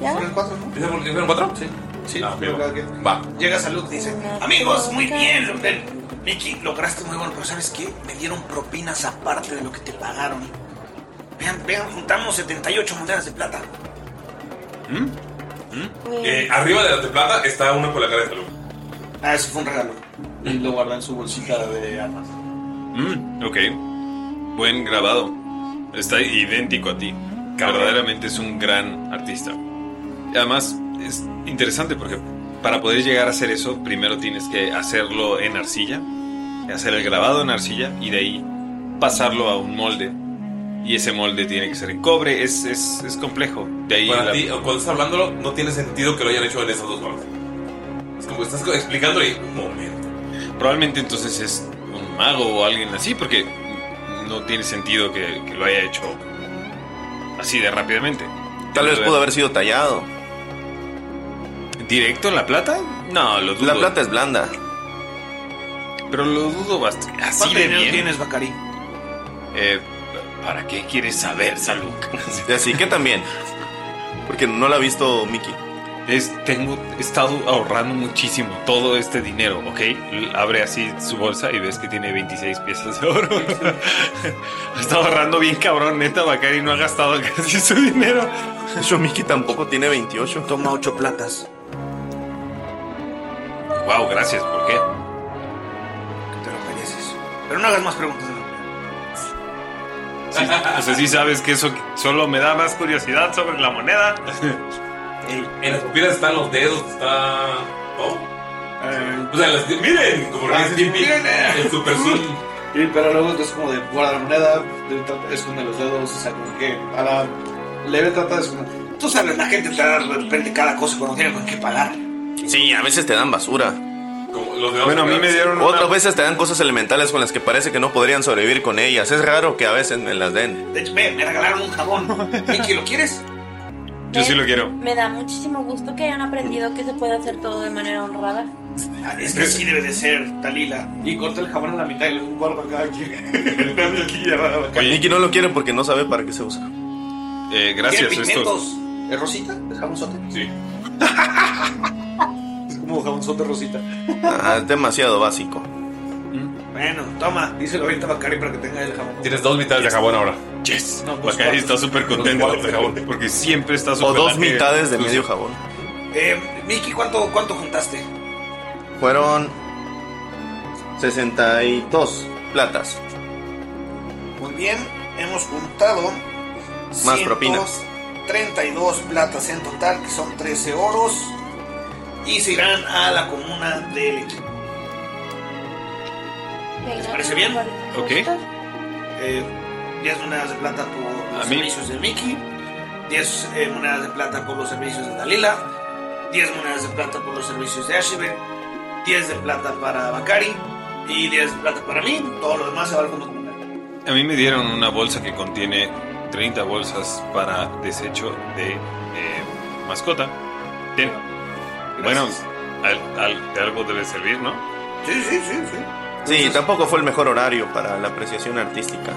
¿Ya? ¿Son el cuatro, no? ¿Es el- es el cuatro? Sí. Sí, Ah, pero ok, cada quien. va. Llega Salud, dice, amigos, muy bien, Londel. Mickey, lograste muy bueno, pero ¿sabes qué? Me dieron propinas aparte de lo que te pagaron. Vean, vean, juntamos 78 monedas de plata. ¿Mm? Eh, arriba de la de plata está una con la cara de salud. Ah, eso fue un regalo. Y lo guarda en su bolsita de armas. Mm, ok. Buen grabado. Está idéntico a ti. Ah, Verdaderamente es un gran artista. Y además, es interesante porque para poder llegar a hacer eso, primero tienes que hacerlo en arcilla, hacer el grabado en arcilla y de ahí pasarlo a un molde. Y ese molde tiene que ser en cobre, es, es, es complejo. De ahí Para la- ti, cuando estás hablándolo, no tiene sentido que lo hayan hecho en esas dos manos. Es como que estás explicándole y. Un momento. Probablemente entonces es un mago o alguien así, porque no tiene sentido que, que lo haya hecho así de rápidamente. Tal vez pudo haber sido tallado. ¿Directo en la plata? No, lo dudo. La plata es blanda. Pero lo dudo bastante. Así ¿Cuánto de dinero bien. tienes, Bacari? Eh, ¿Para qué quieres saber, Salud? Así que también. Porque no la ha visto Mickey. Es, tengo, he estado ahorrando muchísimo todo este dinero, ¿ok? L- Abre así su bolsa y ves que tiene 26 piezas de oro. ha estado ahorrando bien cabrón, neta, Bacari no ha gastado casi su dinero. Eso Mickey tampoco tiene 28. Toma 8 platas. Wow, gracias, ¿por qué? Te lo mereces. Pero no hagas más preguntas. Sí, o sea, sí sabes que eso solo me da más curiosidad sobre la moneda. En las pupilas están los dedos, Ah, está. ¿Oh? Eh, o sea, las- miren, como lo Ah, dice Tipi, miren, eh. el super zoom. Y, pero luego es como de guarda la moneda, de- trata- esconde los dedos, o sea, como que a la leve trata de esconder. Tú sabes, la gente te da de repente cada cosa cuando tiene con qué pagar. Sí, a veces te dan basura. Bueno, a mí me dieron una- Otras veces te dan cosas elementales con las que parece que no podrían sobrevivir con ellas. Es raro que a veces me las den. De hecho, ve, me regalaron un jabón. Mickey, ¿lo quieres? Yo sí lo quiero. Me da muchísimo gusto que hayan aprendido que se puede hacer todo de manera honrada. Ah, Es que sí debe de ser, Talila. Y corta el jabón en la mitad y lo guarda cada quien. Dame aquí, ya va, va. Mickey no lo quiere porque no sabe para qué se usa. Eh, ¿Tiene pigmentos? ¿Es rosita? ¿Es jabonzote? Sí. es como jabonzote rosita. Ah, es demasiado básico. Bueno, toma. Díselo ahorita a Bacari para que tenga el jabón. Tienes dos mitades de jabón ahora. Mm. Yes. No, pues, Bacari cuatro. está súper contento Cuatro de jabón. porque siempre está O súper dos late. mitades de medio jabón. Eh, Mickey, ¿cuánto, ¿cuánto juntaste? Fueron 62 platas. Muy bien, hemos juntado Más propinas. 32 platas en total, que son 13 oros. y se irán a la comuna del equipo. ¿Les parece bien? Ok. Eh, 10 monedas de plata por los A mí. servicios de Mickey, 10 eh, monedas de plata por los servicios de Dalila, 10 monedas de plata por los servicios de Ashibel, 10 de plata para Bakari y 10 de plata para mí. Todo lo demás se va al fondo común. A mí me dieron una bolsa que contiene 30 bolsas para desecho de eh, mascota. Ten. Bueno, al- al- de algo debe servir, ¿no? Sí, sí, sí, sí. Sí, tampoco fue el mejor horario para la apreciación artística.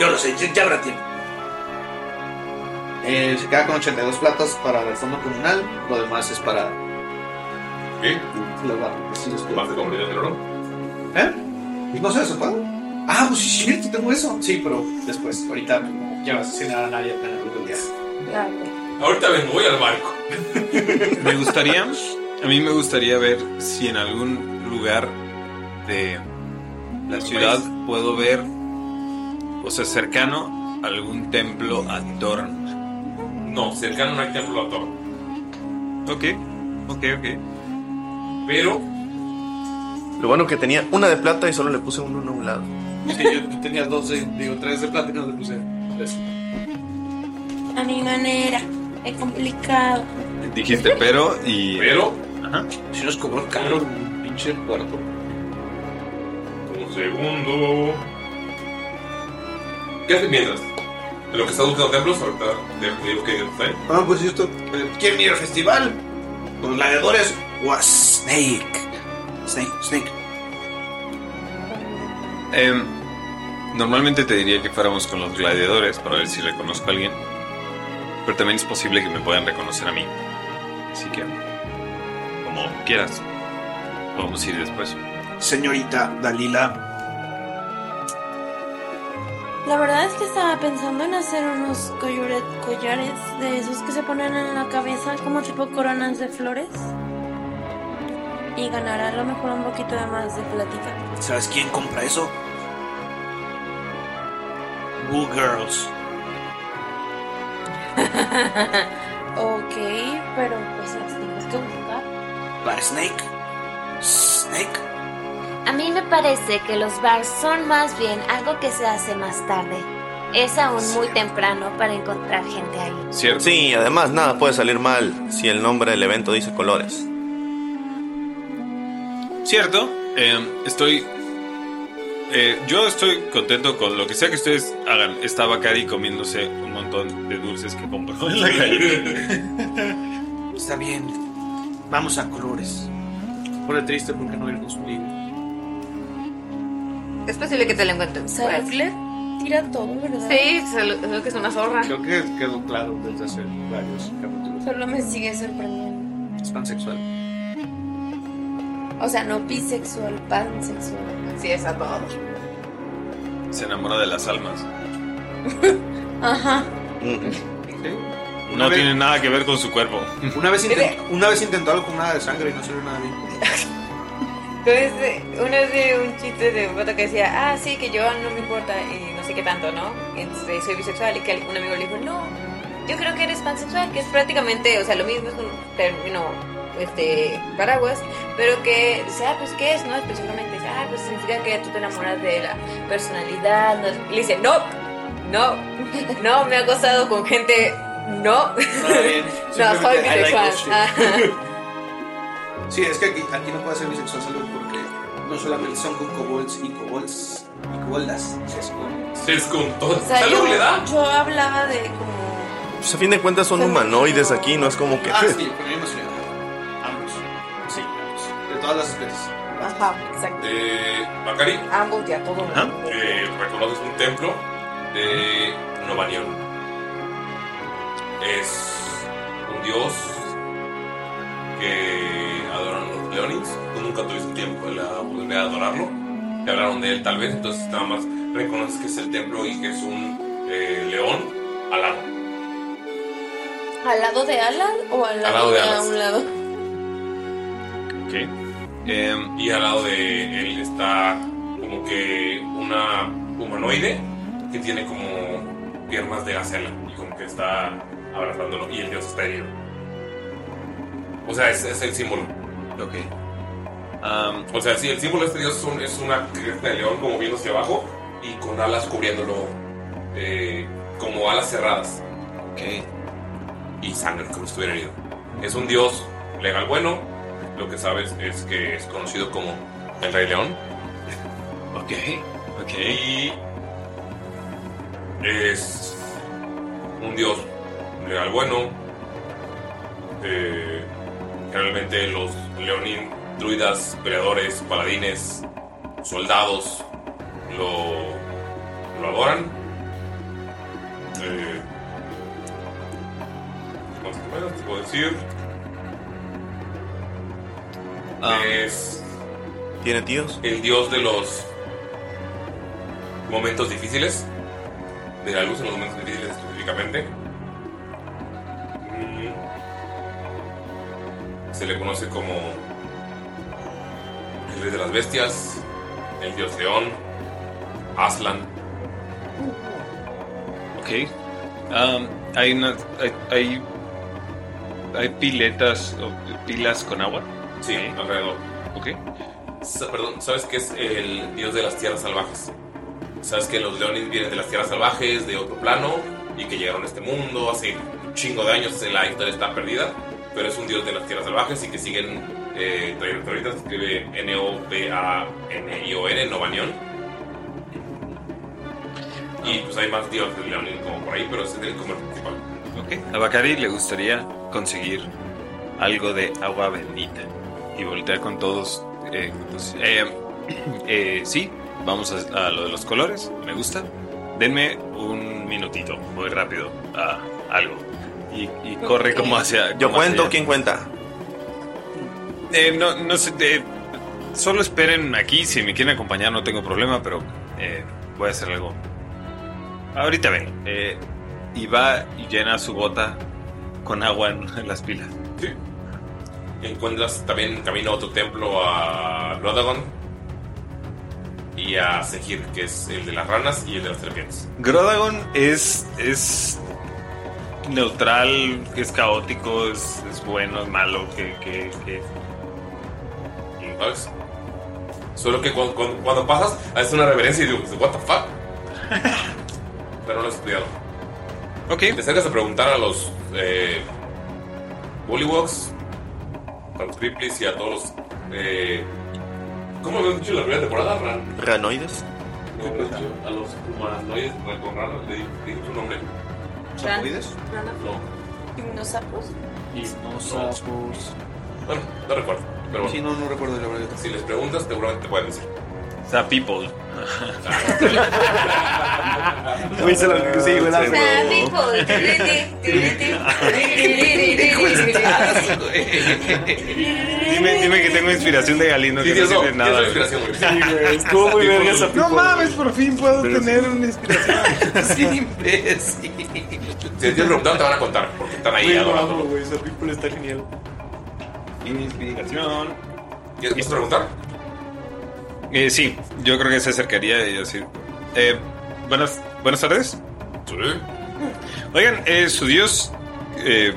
Yo lo sé, ya habrá tiempo. Eh, se queda con 82 platas para el fondo comunal, lo demás es para. ¿Qué? Los barcos. sí, los ¿Vas a comprar el oro? ¿Eh? No sé, eso pago. Ah, pues sí, es cierto, tengo eso. Sí, pero después, ahorita ya vas a cenar a nadie a tener un día. Ahorita vengo, voy al barco. Me gustaría, a mí me gustaría ver si en algún lugar de la Pues, ciudad puedo ver, o sea, cercano algún templo a Thorn. No, cercano no hay templo a Thorn. Ok, ok, ok. Pero Lo bueno que tenía una de plata y solo le puse uno a un lado. Sí, yo tenía 12, digo 3 de plata y no le puse 3. A mi manera. Es complicado. Dijiste pero y... Pero, ajá. Si nos cobró caro un pinche puerto. Un segundo. ¿Qué haces mientras? En lo que estás buscando templos, ahorita te digo que está ahí. Ah, pues esto. eh, ¿Quién mira el festival? Los gladiadores o a Snake. Snake, Snake. Em, normalmente te diría que fuéramos con los gladiadores para ver si reconozco a alguien, pero también es posible que me puedan reconocer a mí. Así que, como quieras, podemos ir después. Señorita Dalila. La verdad es que estaba pensando en hacer unos collure- collares de esos que se ponen en la cabeza como tipo coronas de flores. Y ganar a lo mejor un poquito de más de plática. ¿Sabes quién compra eso? Woo Girls. ok, pero pues las tienes que buscar. Para Snake. Snake. A mí me parece que los bars son más bien algo que se hace más tarde. Es aún muy temprano para encontrar gente ahí. Sí, además nada puede salir mal si el nombre del evento dice colores. Cierto, eh, estoy. eh, yo estoy contento con lo que sea que ustedes hagan. Está Bacari comiéndose un montón de dulces que compró Pues en la calle. Está bien. Vamos a colores. Pone triste porque no ir con su libro. Es posible que te lo encuentres. ¿Sabes? Tira todo, ¿verdad? pues. Sí, es lo- es lo que es una zorra. Creo que quedó claro desde hace varios capítulos. Solo me sigue sorprendiendo. Es pansexual. O sea, no bisexual, pansexual. Sí, es a todo. Se enamora de las almas. Ajá. No tiene nada que Mm. ver con su cuerpo. Una vez, intent- una vez intentó algo con nada de sangre y no salió nada bien. Entonces, eh, una vez vi un chiste de un vato que decía, ah, sí, que yo no me importa y no sé qué tanto, ¿no? Y entonces soy bisexual y que un amigo le dijo, no, yo creo que eres pansexual, que es prácticamente, o sea, lo mismo es un término, este, paraguas, pero que, dice, ah, pues, ¿qué es? No, específicamente, dice, ah, pues significa que tú te enamoras de la personalidad, no- le dice, no, no, no, me ha acostado con gente, no, no, soy Simplemente, I like bisexual. those shit. Ajá. Sí, es que aquí, aquí no puede ser bisexual salud porque no solamente son con kobolds y kobolds y koboldas, es con... Se es con todo. O sea, yo, le da? yo hablaba de como. Pues a fin de cuentas son humanoides aquí, no es como que... Ah, sí, con la misma ciudad. Ambos. Sí, ambos. De todas las especies. Ajá, exacto. Eh, Bacari, Ambos ya todo. eh, reconoces un templo de Novanión. Es un dios que adoran los leonis. Tú nunca tuviste tiempo, la oportunidad de adorarlo. Te hablaron de él tal vez, entonces nada más reconoces que es el templo y que es un eh, león alado. ¿Al lado de Alan o al Al lado, lado de de, a Alan. un lado? Ok. Em, y al lado de él está como que una humanoide que tiene como piernas de gacela y como que está abrazándolo y el dios está herido. O sea, es, es el símbolo. Ok. o sea, sí, el símbolo de este dios es, un- es una cresta de león como viendo hacia abajo y con alas cubriéndolo eh, como alas cerradas. Ok. Y sangre, como si estuviera herido. Es un dios legal bueno. Lo que sabes es que es conocido como el Rey León. Ok, ok. Y es un dios legal bueno. Eh, generalmente los leonín, druidas, peleadores, paladines, soldados lo, lo adoran. Eh, más o menos te puedo decir. es. Ah. ¿Tiene tíos? El dios de los momentos difíciles. De la luz en los momentos difíciles específicamente. Mm. Se le conoce como el rey de las bestias, el dios león, Aslan. Ok. Am, hay, una, hay, hay, hay piletas o pilas con agua. Sí, alrededor. Ok. Sa- Perdón, ¿sabes qué es el dios de las tierras salvajes? ¿Sabes que los leones vienen de las tierras salvajes, de otro plano, y que llegaron a este mundo hace un chingo de años? La historia está perdida, pero es un dios de las tierras salvajes y que siguen eh, trayendo ahorita se escribe N-O-V-A-N-I-O-N, Novanión. Y pues hay más dioses de leones como por ahí, pero ese es el comer principal. A Bakari le gustaría conseguir algo de agua bendita y voltear con todos. eh, pues, eh, eh, sí, vamos a, a lo de los colores, me gusta. Denme un minutito, muy rápido, a algo. Y, y corre como hacia. Yo como hacia cuento, allá. ¿quién cuenta? Eh, no, no sé. eh, solo esperen aquí. Si me quieren acompañar, no tengo problema, pero eh, voy a hacer algo. Ahorita vengo. Eh, y va y llena su bota con agua en, en las pilas. Encuentras también camino a otro templo a Lodagon y a Sehir, que es el de las ranas y el de las serpientes. Grodagon es. es neutral, es caótico, es, es bueno, es malo, que. que, que... ¿Sabes? Solo que cuando, cuando- cuando pasas, haces una reverencia y digo, pues, ¿What the fuck? Pero no lo he estudiado. Ok. Te acercas a preguntar a los eh, Bullywogs, a los Triplis y a todos los. eh, ¿Cómo lo habían dicho en la primera temporada? Ran- ¿Ranoides? No, a los humanoides recorranos le di le di su nombre. ¿Chamoides? ¿Unos sapos? Bueno, no recuerdo. Pero bueno. Sí, no, no recuerdo la verdad. Si les preguntas, seguramente te pueden decir. Sa people. Güey, se lo- sí, güey, la- Dime, dime que tengo inspiración de Galindo. que no sirve nada. Estuvo muy verga esa No mames, por fin puedo tener una inspiración. Sí, Si te preguntan, te van a contar, porque están ahí adorándolo. güey, esa people está genial. Inspiración. ¿Quieres preguntar? Eh, sí, yo creo que se acercaría y así. Eh, buenas, buenas tardes. Oigan, eh, su dios. eh,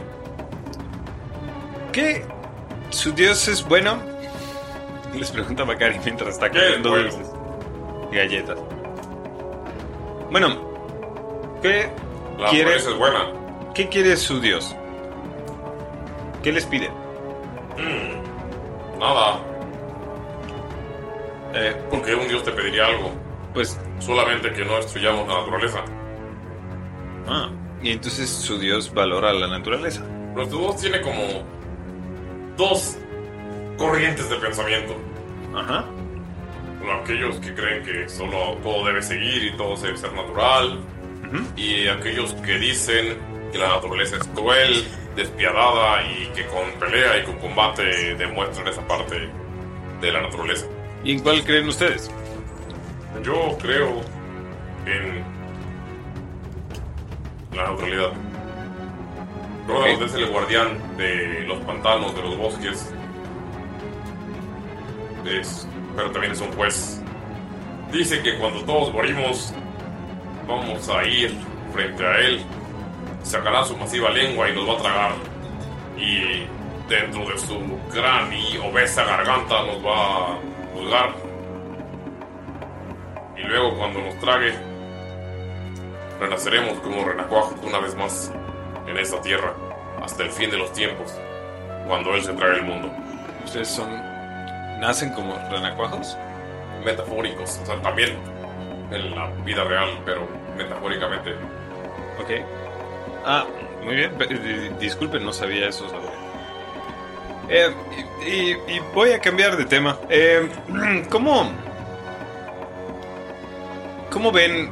¿Qué? ¿Su dios es bueno? Les pregunta Macari mientras está comiendo dulces y galletas. Bueno, ¿qué La quiere? hamburguesa es buena. ¿Qué quiere su dios? ¿Qué les pide? Nada. Eh, ¿Por qué un dios te pediría algo? Pues. Solamente que no destruyamos la naturaleza. Ah, y entonces su dios valora la naturaleza. Pero tu voz tiene como dos corrientes de pensamiento. Ajá. Aquellos que creen que solo todo debe seguir y todo debe ser natural. Y aquellos que dicen que la naturaleza es cruel, despiadada y que con pelea y con combate demuestran esa parte de la naturaleza. ¿Y en cuál creen ustedes? Yo creo en la neutralidad. Rodan es el guardián de los pantanos, de los bosques. Es- pero también es un juez. Dice que cuando todos morimos, vamos a ir frente a él. Sacará su masiva lengua y nos va a tragar. Y dentro de su gran y obesa garganta nos va a pulgar. Y luego cuando nos trague, renaceremos como renacuajos una vez más en esta tierra, hasta el fin de los tiempos, cuando Él se trae el mundo. ¿Ustedes son. nacen como renacuajos? Metafóricos, o sea, también en la vida real, pero metafóricamente. Ok. Ah, muy bien. pe- di- Disculpen, no sabía eso. la verdad. Eh, y, y- y voy a cambiar de tema. Eh, ¿Cómo. ¿Cómo ven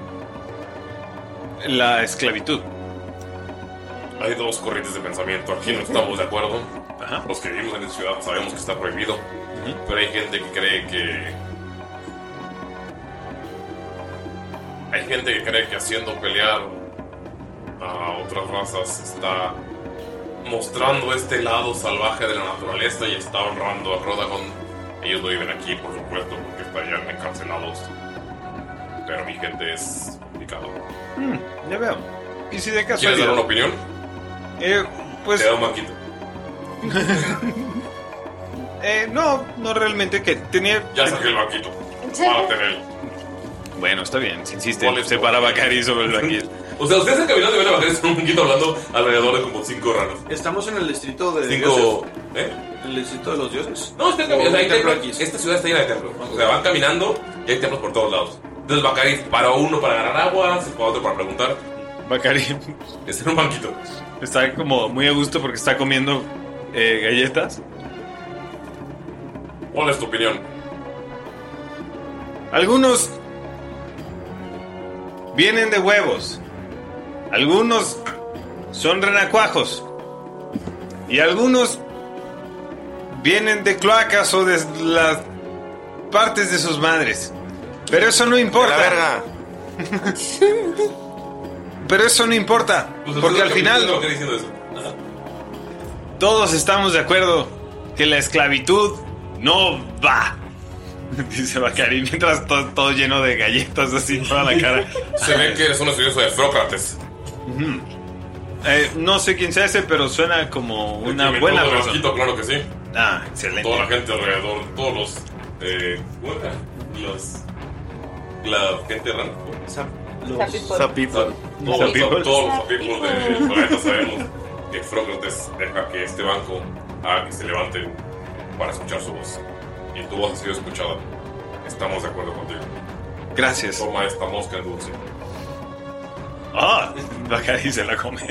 la esclavitud? Hay dos corrientes de pensamiento. Aquí no estamos de acuerdo. Los que vivimos en esta ciudad sabemos que está prohibido. Pero hay gente que cree que. Hay gente que cree que haciendo pelear a otras razas está mostrando este lado salvaje de la naturaleza y está honrando a Rodagon. Ellos no viven aquí, por supuesto, porque estarían encarcelados. Pero mi gente es complicado. Hmm, ya veo. ¿Y si de ¿Quieres casualidad? dar una opinión? Eh, pues. Te da un banquito. Eh, no, no realmente que tenía. Ya saqué el banquito. Para tener. Bueno, está bien, si insiste. Se para Bacari sobre el banquito. O sea, ustedes han caminado y ven a Bacari sobre un banquito hablando alrededor de como cinco raros. Estamos en el distrito de. Cinco. ¿Eh? ¿El distrito de los dioses? No, ustedes caminan. O sea, hay templo templos. Esta ciudad está llena de templos. O sea, van caminando y hay templos por todos lados. Entonces Bacari para uno para agarrar agua, se para otro para preguntar. Bacari. Está en un banquito. Está como muy a gusto porque está comiendo eh, galletas. ¿Cuál es tu opinión? Algunos vienen de huevos. Algunos son renacuajos. Y algunos vienen de cloacas o de las partes de sus madres. Pero eso no importa. Pero eso no importa. Porque al final ¿Por Pues, qué diciendo eso? todos estamos de acuerdo que la esclavitud no va. Dice Bacari, mientras todo, todo lleno de galletas así toda la cara. Se ve que eres un estudioso de Frócrates. Ujú. Eh, no sé quién sea ese, pero suena como una Inventó buena el persona. banquito, claro que sí. Ah, excelente. Toda la gente alrededor, todos los. Eh, ¿cómo era? Los. La gente random. Los- Sapipos. Sapipos. Todos Sapipos. los todos los sapipos del planeta sabemos que Frócrates deja que este banco haga que se levante para escuchar su voz. Y tu voz ha sido escuchada. Estamos de acuerdo contigo. Gracias. Toma esta mosca dulce. Ah, Bacari se la come.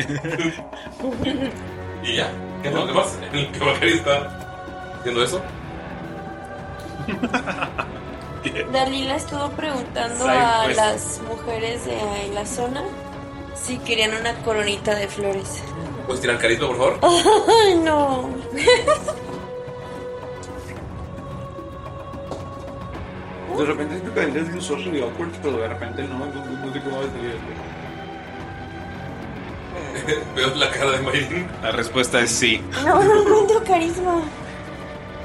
Y ya. ¿Qué es lo que pasa? El que Bacari está haciendo eso. Dalila estuvo preguntando Side a quest. las mujeres de ahí la zona si querían una coronita de flores. ¿Puedes tirar carisma, por favor? ¡Ay, no! De repente siento que es bien social y awkward, pero de repente no, no, no sé cómo va a salir. Veo la cara de Mayrin. La respuesta es sí. No, no encuentro carisma.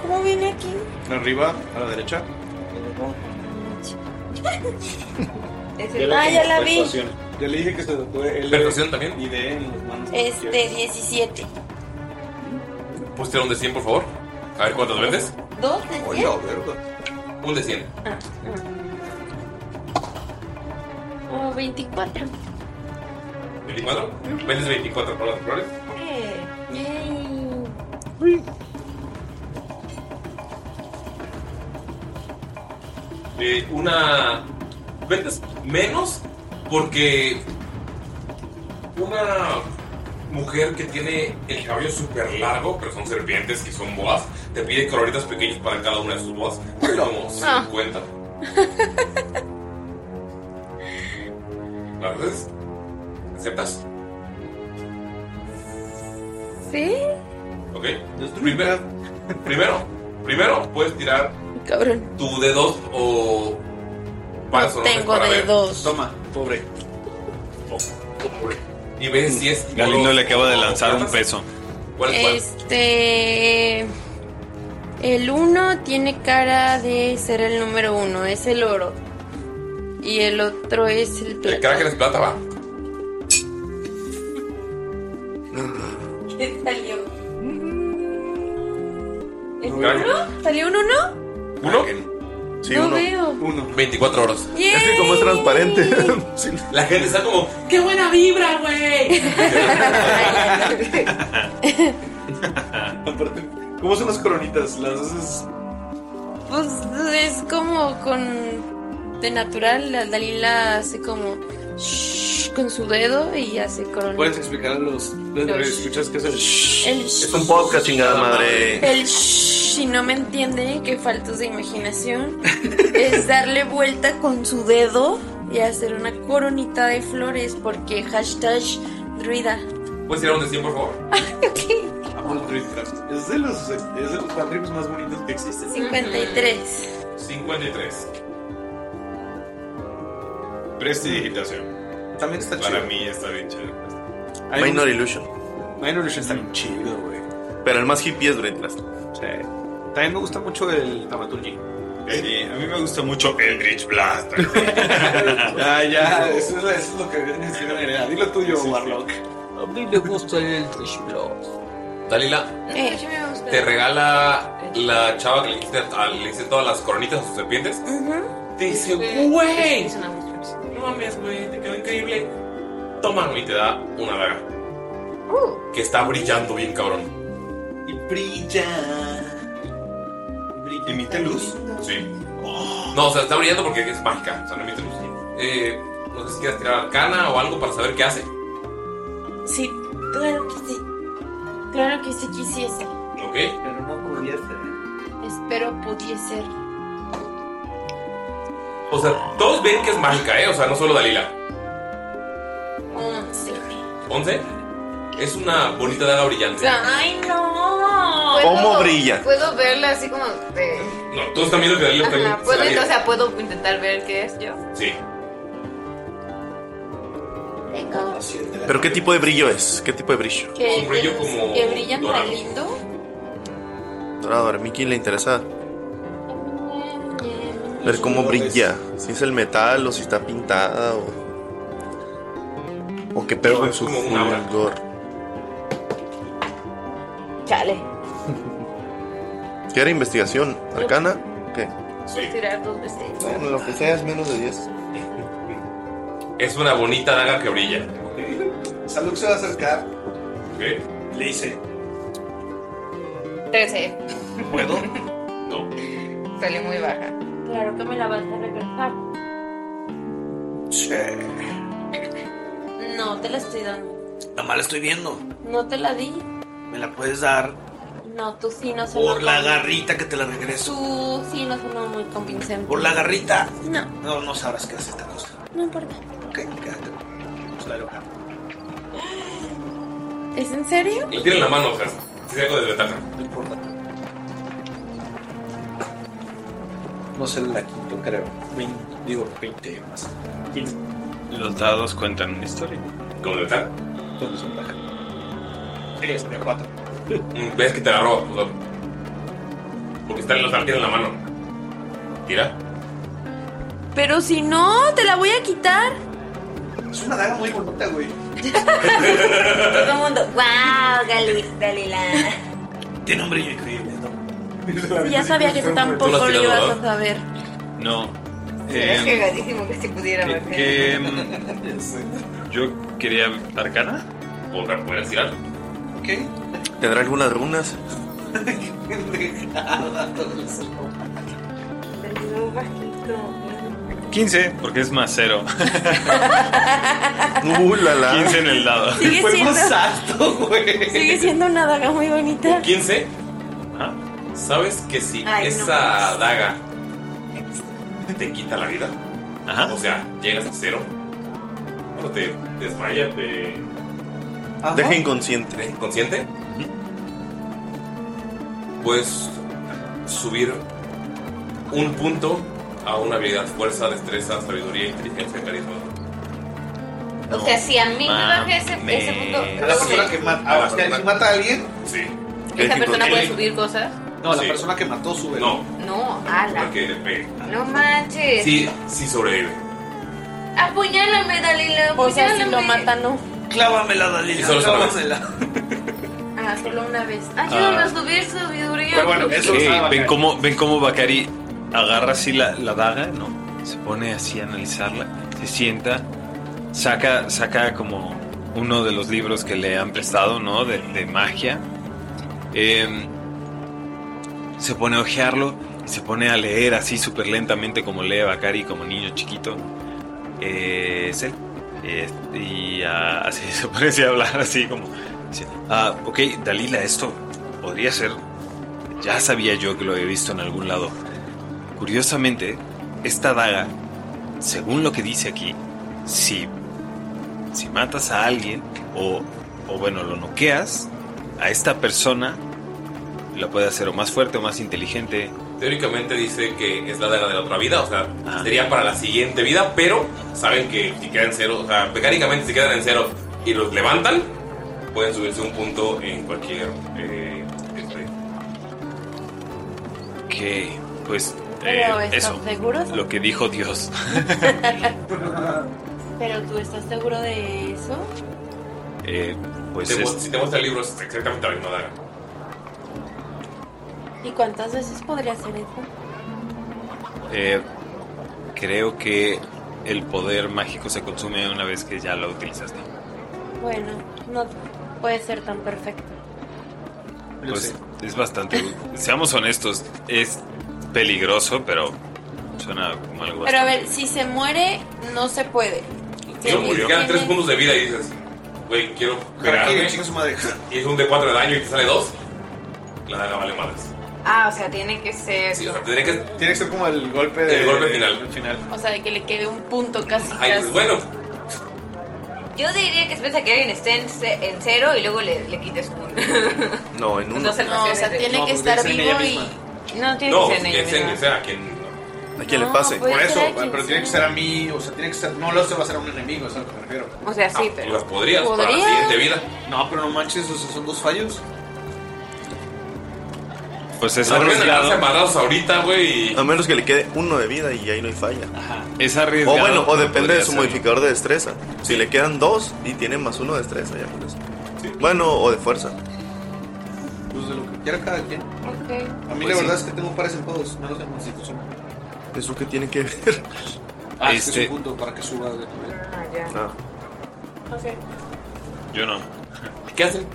¿Cómo viene aquí? Arriba, a la derecha. Ah, ya la vi. Ya le dije que se tatúe el. ¿Persuasión también? Y de en las manos. Este, 17. ¿Puedes tirar un de 100, por favor? A ver cuántas vendes. ¿Dos Un de 100. O 24. ¿24? ¿Vendes 24 para las flores? de una ventas menos porque una mujer que tiene el cabello súper largo, pero son serpientes que son boas, te pide coloritas pequeñas para cada una de sus boas. Son Como Ah. 50. ¿La verdad? ¿Aceptas? ¿Sí? ¿Ok? Primero, primero, primero puedes tirar Cabrón. tu de dos o varas o no tengo para de ver. dos. Toma, pobre. Y ves si es. Galindo le acaba de lanzar un peso. ¿Cuál Este. El 1 tiene cara de ser el número 1, es el oro. Y el otro es el El plata. cracker es plata, va. ¿Qué salió? ¿Salió un uno? ¿Uno? Sí, No uno. veo. 24 horas. ¡Yay! Es que como es transparente. La gente está como. ¡Qué buena vibra, güey! Aparte, ¿cómo son las coronitas? Las haces. Pues es como con. De natural, la Dalila hace como. shh con su dedo y hace corona. Pues, ¿Puedes explicar a los, Los- escuchas que es el El Es un podcast, chingada madre. El shh, si no me entiende, que faltos de imaginación, es darle vuelta con su dedo y hacer una coronita de flores, porque hashtag druida. ¿Puedes tirar un de 100, por favor? Apple Druidcraft? Es de los, es de los patrons más bonitos que existen. 53. 53. Prestidigitación. También está Para chido. mí está bien chido. Minor Illusion. Minor Illusion está bien chido, güey. Pero el más hippie es Dreadclass. Sí. También me gusta mucho el Tamatunji. Sí, Eh, a mí me gusta mucho Eldritch Blast. Ah, ya, eso es, eso es lo que viene siendo la idea. Dilo tuyo, Warlock. A mí me gusta el Dalila, Eh, te regala la chava que le hiciste, a- le hiciste todas las coronitas a sus serpientes. Te dice, Pues güey. No mames, güey, te quedó increíble. Toma, y te da una daga. Que está brillando bien, cabrón. Y brilla. ¿Emite luz? Sí. No, o sea, está brillando porque es mágica. O sea, no emite luz. Eh, no sé si quieres tirar arcana o algo para saber qué hace. Sí, claro que sí. Claro que sí quisiese. ¿Ok? Pero no Espero pudiese ser. O sea, todos ven que es mágica, ¿eh? O sea, no solo Dalila. Once. 11. Es una bonita daga brillante. ¡Ay, no! ¿Cómo brilla? Puedo verla así como de. No, todos están viendo que Dalila está Ajá, bien. puedo, está bien. o sea, puedo intentar ver qué es yo. Sí. Ah, ¿Pero qué tipo de brillo es? ¿Qué tipo de brillo? Que, Un brillo como que brilla para dorado. lindo. Dorado, a Miki le interesa ver cómo brilla. Si es el metal o si está pintada o. O qué pedo con su fulgor. Chale. ¿Qué era investigación? ¿Arcana? ¿Qué? Puedes tirar dos veces. Bueno, lo que sea es menos de 10. Es una bonita daga que brilla. Salud se va a acercar. ¿Qué? Le dice. Trece. ¿Puedo? Salió muy baja. Claro que me la vas a regresar. No, te la estoy dando. La mala estoy viendo. No te la di. Me la puedes dar No, tú sí no se por lo la com- garrita que te la regreso. Tú sí no sonó muy convincente. Por la garrita. No, No, no sabrás qué hace esta cosa. no importa. Ok, quédate. Pues la loca. ¿Es en serio? Le tiran la mano, o sea, si se algo de ventaja. No importa. No sé la quinto, creo. Vein- digo, 20 más. 15. Los dados cuentan una historia. ¿Cómo le está? Entonces, ventaja. 3, 4. Mm, Ves que te la roba. o sea, porque está en los tiene en la mano. Tira. Pero si no, te la voy a quitar. Es una daga muy bonita, güey. Ah. Todo el mundo, wow, Galila. Tiene un brillo increíble, ¿no? Ya sabía que tú ¿Tú lo tampoco has lo tirado, ibas a verdad? saber. No. Es Em, cagadísimo que se pudiera ver. que, mm, yo quería arcana. Otra, puedes tirar. ¿Tendrá algunas runas? Saludo bajito. 15, porque es más cero. Uh, la, la. 15 en el dado. Sigue Fue siendo- más alto, güey. Sigue siendo una daga muy bonita. 15. ¿Sabes que si Ay, no esa mames. daga te quita la vida? Ajá. O sea, llegas a cero. Bueno, te desmaya, te. Deja inconsciente. ¿Eres inconsciente? Puedes subir un punto a una habilidad: fuerza, destreza, sabiduría, inteligencia, carisma. O sea, si a mí me bajé ese, ese punto, A la persona que mata, Ah, a la persona que mata a alguien. Sí. ¿Esa persona puede subir cosas? No, la persona que mató sube. No, No, ala. porque le pegue. No manches. Ah. Sí, sí sobrevive. apuñálame, Dalila. O sea, si apuñálame. lo mata, no. Clávamela, Dalila. Y solo se lo clávamela. Ah, Ajá, solo una vez. Ayúdame Ah. a subir sabiduría. Pero bueno, porque- eso ven cómo ven cómo Bakari agarra así la, la daga, ¿no? Se pone así a analizarla, se sienta, saca saca como uno de los libros que le han prestado, ¿no? De, de magia. Em, se pone a ojearlo y se pone a leer así súper lentamente como lee Bakari como niño chiquito. Eh, es él. Eh, y ah, así se pone así a hablar así como... dice, Ah, ok, Dalila, esto podría ser ya sabía yo que lo había visto en algún lado. Curiosamente, esta daga, según lo que dice aquí, si, si matas a alguien o, o bueno, lo noqueas, a esta persona la puede hacer o más fuerte o más inteligente. Teóricamente dice que es la daga de la otra vida, o sea, Ah. sería para la siguiente vida, pero saben que si quedan cero, o sea, mecánicamente si quedan en cero y los levantan, pueden subirse un punto en cualquier... eh, este. Que, pues, eh, Pero ¿estás eso, seguro? lo que dijo Dios. Pero tú estás seguro de eso? Eh, pues Te mu- es- Si te muestra el libro, es exactamente la misma daga. ¿Y cuántas veces podría hacer eso? Eh, creo que el poder mágico se consume una vez que ya lo utilizaste. Bueno, no puede ser tan perfecto. Pues es bastante. Seamos honestos, es peligroso, pero suena como algo Pero a bastante- ver, si se muere, no se puede. Y son- porque quedan tres puntos de vida y dices, güey, quiero pegarme. Y es un D4 de daño y te sale dos. La daga vale madres. Ah, o sea, tiene que ser. O sea, tendría que- Tiene que ser como el golpe El golpe final. O sea, de que le quede un punto casi. Ay, casi. pues bueno, Yo diría que espera que alguien esté en, ce- en cero y luego le, le quites un. No, en uno. Dos No, o sea, tiene que pues, estar vivo y. No, tiene No, que ser en que ella. sea en- misma. que sea a quien. A quien le pase. puede Por eso, ser a quien pero tiene que ser a mí, o sea, tiene que ser. No lo se va a hacer a un enemigo, eso es a lo que me refiero. Ah, pues O sea, sí, pero. las Ah, pues, podrías para la siguiente vida. No, pero no manches, o sea, son dos fallos. Pues es No, no, no, no, no, arriesgado. no, Vamos ahorita, güey. A menos que le quede uno de vida y ahí no hay falla. Es arriesgado. O bueno, o pero depende de podría su ser. modificador de destreza. Si le quedan dos y tiene más uno de destreza, ya con eso. Bueno, o de fuerza. Pues de lo que quiera cada quien. A mí Pues la sí. verdad es que tengo pares en todos, menos en Constitución. ¿Eso que tiene que ver? Este, Ah, es que es un punto para que suba de Ah, ya. Ah. Yo no. ¿Qué hacen?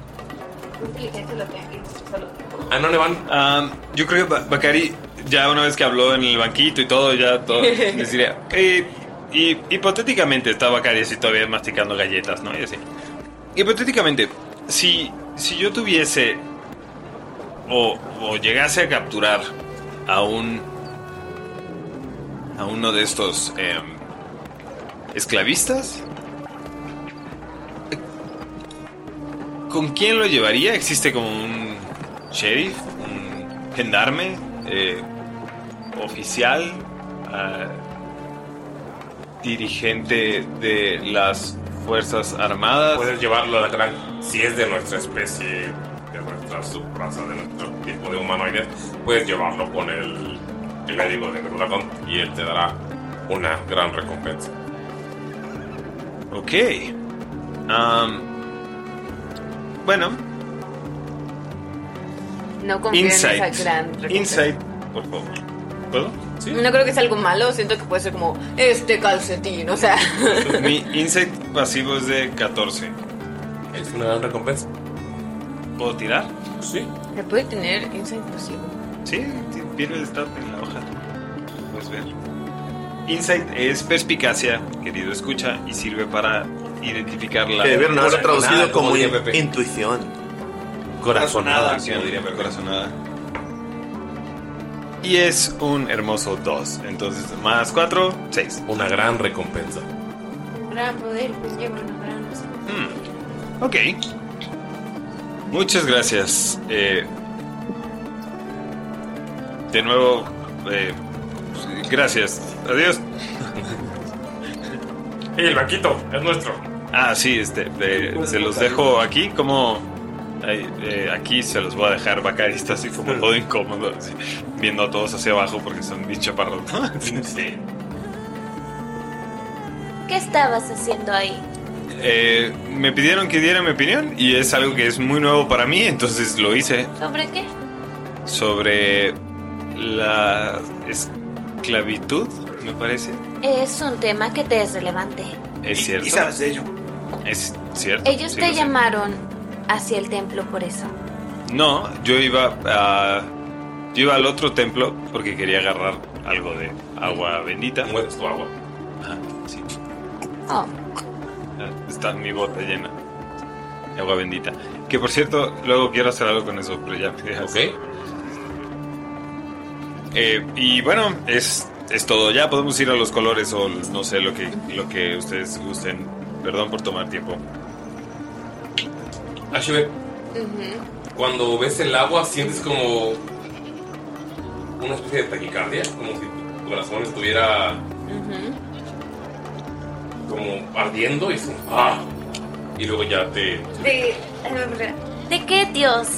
Inteligencia la tengo aquí, solo. Ah, no le van. yo creo que Ba- Bakari, ya una vez que habló en el banquito y todo, ya todo, les diría. "Eh, y, hipotéticamente está Bakari así todavía masticando galletas, ¿no? Y así. Hipotéticamente, si, si yo tuviese o, o llegase a capturar a un. a uno de estos em, esclavistas. ¿Con quién lo llevaría? ¿Existe como un sheriff, un gendarme, eh, oficial, ah, dirigente de las Fuerzas Armadas? Puedes llevarlo a la gran. Si es de nuestra especie, de nuestra subraza, de nuestro tipo de humanoides, puedes llevarlo con el médico de Grudacon y él te dará una gran recompensa. Ok. Am, bueno, No confío insight. en esa gran recompensa. Insight, por favor. ¿Puedo? Sí. No creo que sea algo malo, siento que puede ser como este calcetín, o sea. Mi insight pasivo es de 14. Es una gran recompensa. ¿Puedo tirar? Sí. ¿Se puede tener insight pasivo? Sí, tiene el stat en la hoja. Puedes ver. Insight es perspicacia, querido escucha, y sirve para identificar la. Que debieron haberlo corazonada, traducido como diría Pepe. intuición. Corazonada, como diría Pepe, corazonada. Y es un hermoso 2. Entonces, más 4, 6. Una gran recompensa. Un gran poder conlleva una gran Mm, responsabilidad. Ok. Muchas gracias. eh, de nuevo, eh, gracias. Adiós. el banquito es nuestro. Ah, sí, este, eh, se los dejo aquí como... ay, eh, aquí se los voy a dejar vacarista así como todo incómodo, así, viendo a todos hacia abajo porque son bien chaparros. ¿no? Sí. ¿Qué estabas haciendo ahí? Eh, me pidieron que diera mi opinión y es algo que es muy nuevo para mí, entonces lo hice ¿Sobre qué? sobre la esclavitud, me parece. Es un tema que te es relevante. Es cierto. y sabes de ello. Es cierto. Ellos sí, te lo sé. llamaron hacia el templo por eso. No, yo iba a. Yo iba al otro templo porque quería agarrar algo de agua bendita. Mueves tu agua. Ah, sí. Oh, Ah, Está mi bota llena de agua bendita. Que por cierto, luego quiero hacer algo con eso, pero ya me dejas. Ok. y bueno, es, es todo. Ya podemos ir a los colores o no sé lo que, lo que ustedes gusten. Perdón por tomar tiempo. Ashibet, Ah, cuando ves el agua sientes como una especie de taquicardia, como si tu corazón estuviera como ardiendo y es como, ¡ah! Y luego ya te... ¿De, qué dios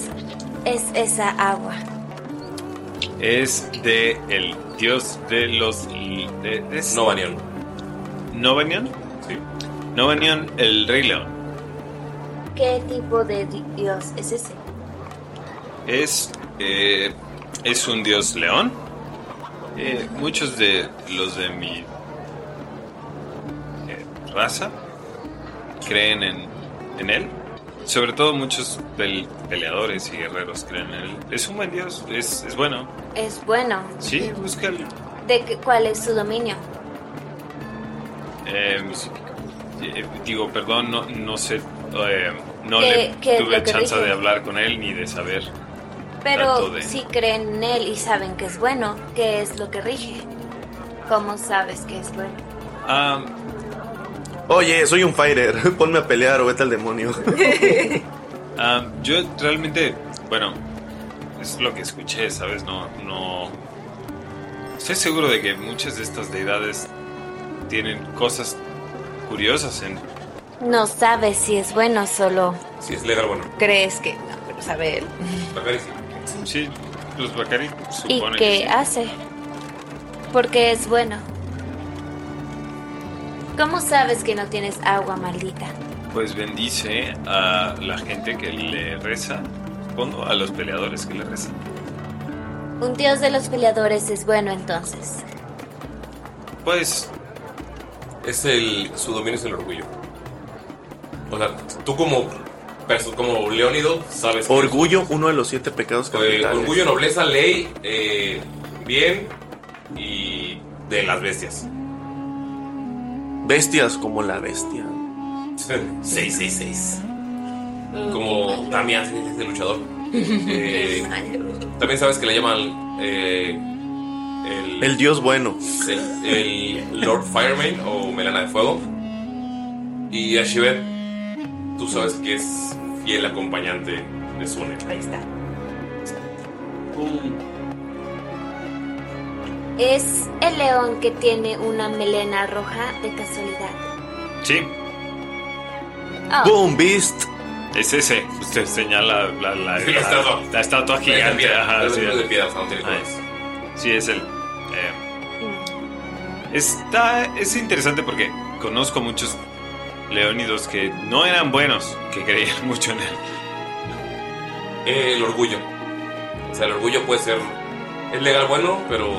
es esa agua? Es de el dios de los... De, es- Novanion. ¿Novanion? Sí. Novanion, el rey león. ¿Qué tipo de di- dios es ese? Es, eh, es un dios león. Eh, muchos de los de mi eh, raza creen en, en él. Sobre todo muchos pel- peleadores y guerreros creen en él. Es un buen dios, es, es bueno. Es bueno. Sí, búscalo. ¿De qué- cuál es su dominio? Eh, eh, digo, perdón, no, no sé, eh, no ¿Qué- le qué es tuve lo que chance dije? de hablar con él ni de saber. tanto Pero de- si creen en él y saben que es bueno, ¿qué es lo que rige? ¿Cómo sabes que es bueno? Oye, soy un fighter. Ponme a pelear o vete al demonio. Ah, yo realmente, bueno, es lo que escuché, ¿sabes? No, no. Estoy seguro de que muchas de estas deidades tienen cosas curiosas en. No sabes si es bueno, solo Si es legal, bueno. ¿Crees que.? No, pero sabe él. Sí, los Bacari y suponen. qué que sí. hace. Porque es bueno. ¿Cómo sabes que no tienes agua maldita? Pues bendice a la gente que le reza, supongo, a los peleadores que le rezan. Un dios de los peleadores es bueno entonces. Pues. Es el. Su dominio es el orgullo. O sea, tú como. perso- Como Leónido, sabes. que- Orgullo, uno de los siete pecados Eh, capitales. orgullo, nobleza, ley, eh, bien y de las bestias. Bestias como la bestia. 666. Como Damián, el luchador. Eh, también sabes que le llaman eh, el, El dios bueno. el- el Lord Fireman o Melana de Fuego. Y Ashibet, tú sabes que es fiel acompañante de Sune. Ahí está. ¿Es el león que tiene una melena roja de casualidad? Sí. Ah. Boom, Beast. Es ese. Usted señala la, la, Sí, la estatua. la estatua gigante. piedra, ajá, es sí, de ajá. piedra, o sea, no tiene Ah, colores. Sí, es el. eh, está. Es interesante porque conozco muchos leónidos que no eran buenos, que creían mucho en él. Eh, el orgullo. O sea, el orgullo puede ser. Es legal bueno, pero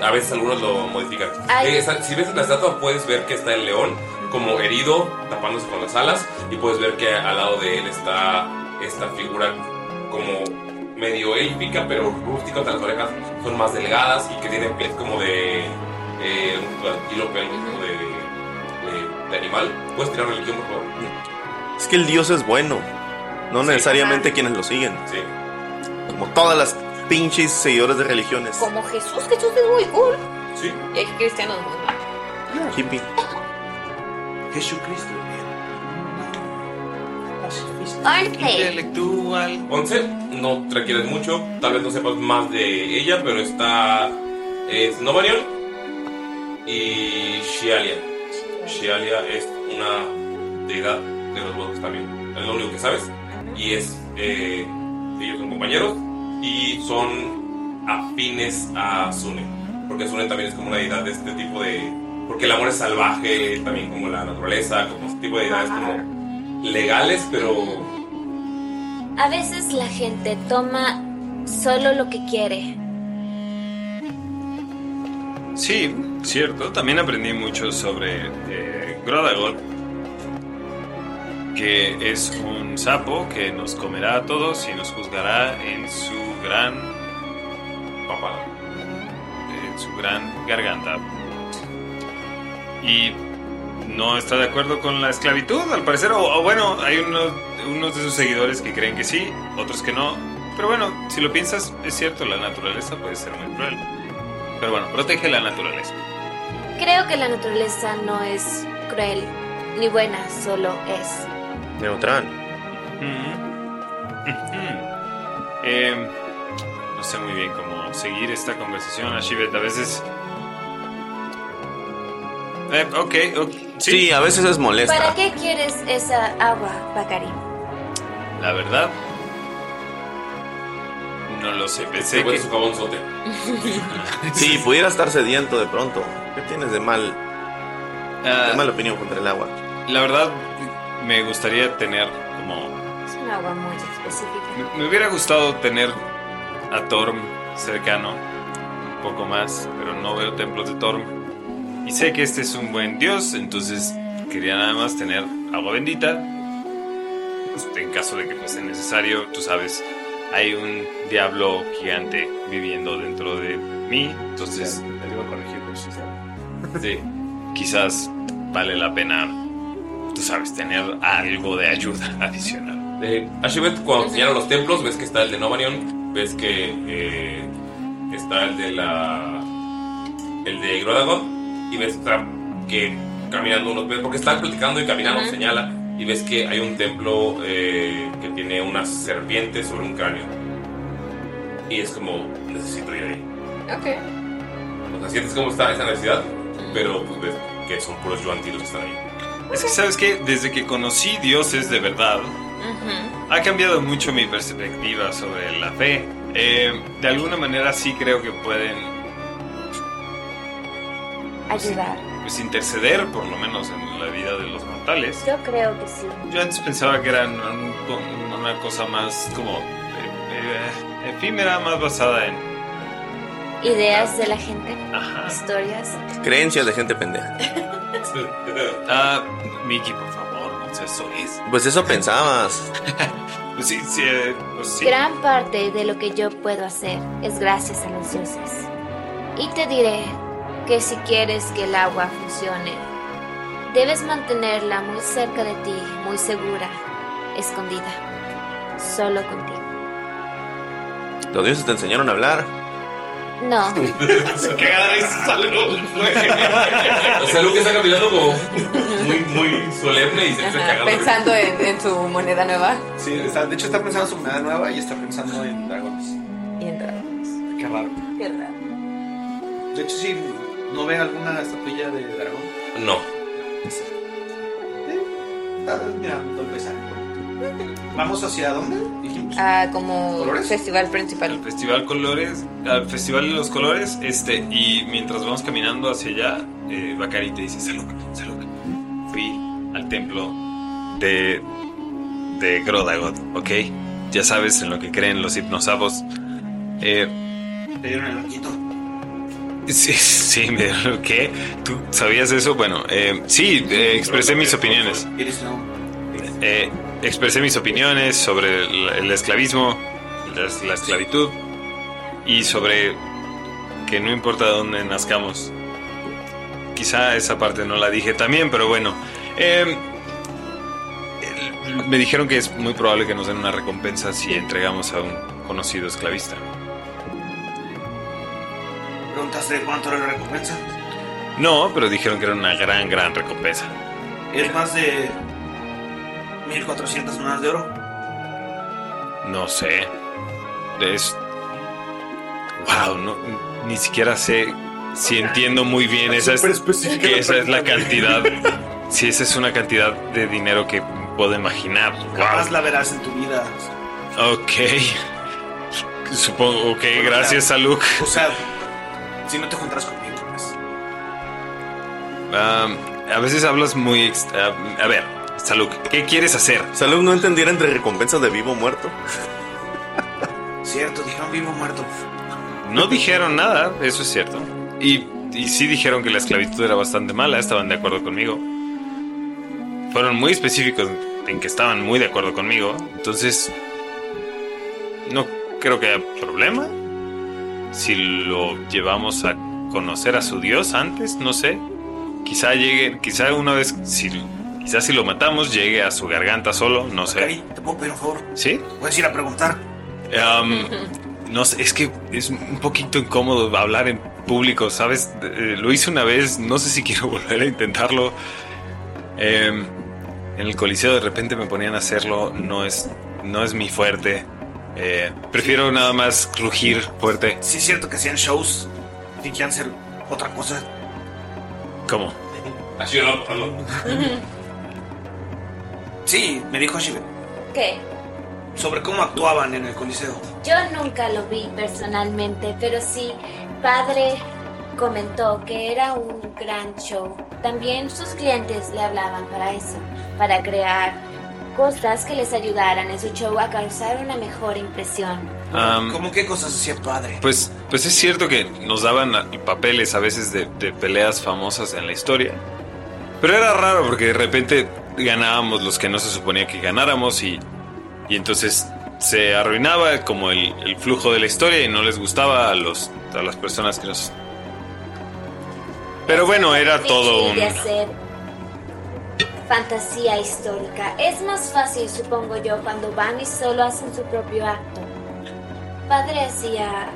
a veces algunos lo modifican. Ay. Eh, esa- si ves la estatua, puedes ver que está el león como herido, tapándose con las alas, y puedes ver que al lado de él está esta figura como medio élfica, pero rústica, las orejas son más delgadas y que tiene piel como de. eh, un antílope, algo como de, de- de animal. ¿Puedes tirar religión, por favor? Es que el dios es bueno. No necesariamente quienes lo siguen. Sí. Como todas las pinches seguidores de religiones. Como Jesús, Jesús es muy cool. Sí. Y hay cristianos muy Hippie. Jesucristo. Intelectual. 11. No te requieres mucho. Tal vez no sepas más de ella, pero está. Es Novarion y Shialia. Shialia es una deidad de los bosques también. Es lo único que sabes. Y es. eh, ellos son compañeros y son afines a Sune. Porque Sune también es como una deidad de este tipo de Porque el amor es salvaje, también como la naturaleza, como ese tipo de ideas como legales, pero A veces la gente toma solo lo que quiere. Sí, cierto. También aprendí mucho sobre eh, Grodagot, que es un sapo que nos comerá a todos y nos juzgará en su gran papada, en su gran garganta. Y no está de acuerdo con la esclavitud, al parecer. O, o bueno, hay unos, unos de sus seguidores que creen que sí, otros que no. Pero bueno, si lo piensas, es cierto, la naturaleza puede ser muy cruel. Pero bueno, protege la naturaleza. Creo que la naturaleza no es cruel ni buena, solo es. Neutral. Mm. Eh, no sé muy bien cómo seguir esta conversación, Ashibet. A veces. Eh, ok, ok. Sí. a veces es molesta. ¿Para qué quieres esa agua, Bacari? La verdad. No lo sé, pensé Pero que. es un jabonzote. Sí, pudiera estar sediento de pronto. ¿Qué tienes de mal? Ah, de mala opinión contra el agua. La verdad, me gustaría tener como. Es un agua muy específica. Me hubiera gustado tener a Torm cercano, un poco más, pero no veo templos de Torm. Y sé que este es un buen dios, entonces quería nada más tener agua bendita. Este, En caso de que fuese necesario, tú sabes, hay un diablo gigante viviendo dentro de mí, entonces. Sí, quizás vale la pena, tú sabes, tener algo de ayuda adicional. Eh, Ashibet, cuando señala los templos, ves que está el de Novanion, ves que eh, está el de la. el de Grodagot, y ves otra que caminando unos ves porque están platicando y caminando, Ujú. señala, y ves que hay un templo eh, que tiene una serpiente sobre un cráneo. Y es como, necesito ir ahí. Ok. O sea, sientes cómo está esa necesidad, pero pues, ves que son puros yuantilos que están ahí. Es que, ¿sabes qué? Desde que conocí dioses de verdad, ha cambiado mucho mi perspectiva sobre la fe. Eh, de alguna manera sí creo que pueden Ayudar. pues, interceder, por lo menos, en la vida de los mortales. Yo creo que sí. Yo antes pensaba que eran un co- una cosa más como eh, eh, efímera, más basada en... Ideas de la gente, Ajá. historias. Creencias de gente pendeja. Ah, Mickey, por favor, no seas eso es. Pues eso pensabas. Pues sí, sí, eh, pues sí. Gran parte de lo que yo puedo hacer es gracias a los dioses. Y te diré que si quieres que el agua funcione, debes mantenerla muy cerca de ti, muy segura, escondida, solo contigo. Los dioses te enseñaron a hablar. No, Cada vez sale O sea, Luke está caminando como muy, muy solemne y se está Ajá, cagando. pensando en, en su moneda nueva Sí, está- de hecho está pensando en su moneda nueva y está pensando en dragones. y en dragones. Qué raro. Qué raro. De hecho, sí, no ve alguna estatuilla de dragón. No. Eh, Está mirando el paisaje. Vamos hacia dónde? Dijimos. Ah, como ¿Colores? festival principal. Festival Colores, al Festival de los Colores, este, y mientras vamos caminando hacia allá, eh, Bacari te dice, Saluk, Saluk, fui al templo de, de Grodagot, ¿ok? Ya sabes en lo que creen los hipnosabos. Eh, Te dieron el loquito. sí, sí, me dijeron, ¿qué? ¿Tú sabías eso? Bueno, eh, sí, eh, expresé mis opiniones. Eres no. Eh, expresé mis opiniones sobre el, el esclavismo, la, la esclavitud y sobre que no importa dónde nazcamos. Quizá esa parte no la dije también, pero bueno. Eh, el- me dijeron que es muy probable que nos den una recompensa si entregamos a un conocido esclavista. Preguntaste cuánto era la recompensa. No, pero dijeron que era una gran, gran recompensa. Es más de 1400 monedas de oro. No sé. Es. Wow, no, ni siquiera sé si entiendo muy bien esa es, que esa es la cantidad. si esa es una cantidad de dinero que puedo imaginar. Más Wow. la verás en tu vida. Ok. Supongo, ok, gracias a Luke. O sea, si no te juntarás conmigo, pues. Am, a veces hablas muy... ex- am, a ver, Saluk, ¿qué quieres hacer? Salud no entendiera entre recompensas de vivo o muerto. Cierto, dijeron vivo o muerto. No dijeron nada, eso es cierto. Y, y sí dijeron que la esclavitud era bastante mala, estaban de acuerdo conmigo. Fueron muy específicos en que estaban muy de acuerdo conmigo, entonces no creo que haya problema. Si lo llevamos a conocer a su dios antes, no sé. Quizá llegue, quizá una vez, si, quizá si lo matamos llegue a su garganta solo, no sé. ¿Te puedo pedir un favor? ¿Sí? ¿Puedes ir a preguntar? Am, Em, no sé, es que es un poquito incómodo hablar en público, ¿sabes? Eh, lo hice una vez, no sé si quiero volver a intentarlo. Em, en el coliseo de repente me ponían a hacerlo, no es, no es mi fuerte. Eh, prefiero nada más rugir fuerte. Sí, es cierto que hacían shows y que hacer otra cosa. ¿Cómo? Así lo hablo. Sí, me dijo Shiven ¿Qué? sobre cómo actuaban en el coliseo. Yo nunca lo vi personalmente, pero sí, padre comentó que era un gran show. También sus clientes le hablaban para eso, para crear cosas que les ayudaran en su show a causar una mejor impresión. Am, ¿Cómo qué cosas hacía padre? Pues, pues es cierto que nos daban a- papeles a veces de, de peleas famosas en la historia. Pero era raro porque de repente ganábamos los que no se suponía que ganáramos y, y entonces se arruinaba como el, el flujo de la historia y no les gustaba a, los, a las personas que nos... Pero bueno, era todo un... de hacer fantasía histórica. Es más fácil, supongo yo, cuando van y solo hacen su propio acto. Padre hacía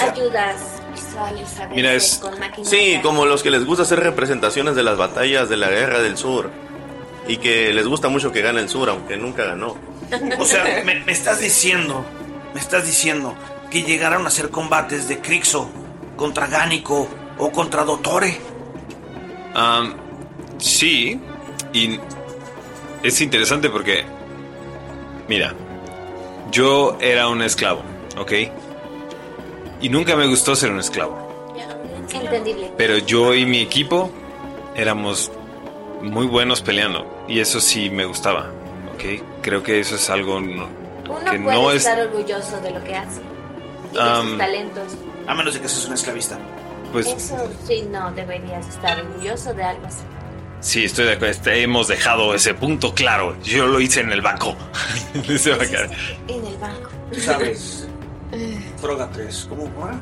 ayudas visuales a veces Mira, es- Este, con maquinaria. Sí, como los que les gusta hacer representaciones de las batallas de la guerra del sur. Y que les gusta mucho que gane el sur, aunque nunca ganó. O sea, me, me estás diciendo, me estás diciendo que llegaron a hacer combates de Crixo contra Gánico o contra Dottore. Am, sí, y es interesante porque, mira, yo era un esclavo, ¿ok? Y nunca me gustó ser un esclavo, Entendible. pero yo y mi equipo éramos muy buenos peleando, y eso sí me gustaba, ¿ok? Creo que eso es algo no- Uno que puede no es... estar orgulloso de lo que hace, de sus am, talentos. A menos de que seas un esclavista. pues Eso sí, no deberías estar orgulloso de algo así. sí, estoy de acuerdo, este, hemos dejado ese punto claro, yo lo hice en el banco. Dice Bacari. En el banco. ¿Sabes? Frógates, ¿cómo va?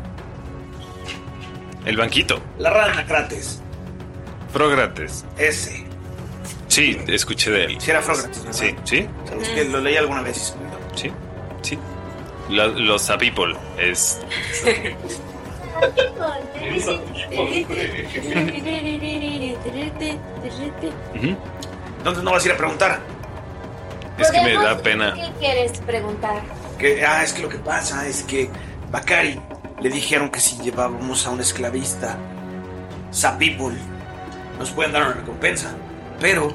el banquito, La rana Crates, Progrates. ese. Sí, escuché de él. Si era Frógates, ¿verdad? Sí, sí, Es que lo leí alguna vez. sí, sí. La- los Apipol es. Ujú. Entonces no vas a ir a preguntar. Es que me da Podemos- pena. ¿Qué quieres preguntar? Que, ah, es que lo que pasa es que Bakari le dijeron que si llevábamos a un esclavista, Sapipul, nos pueden dar una recompensa. Pero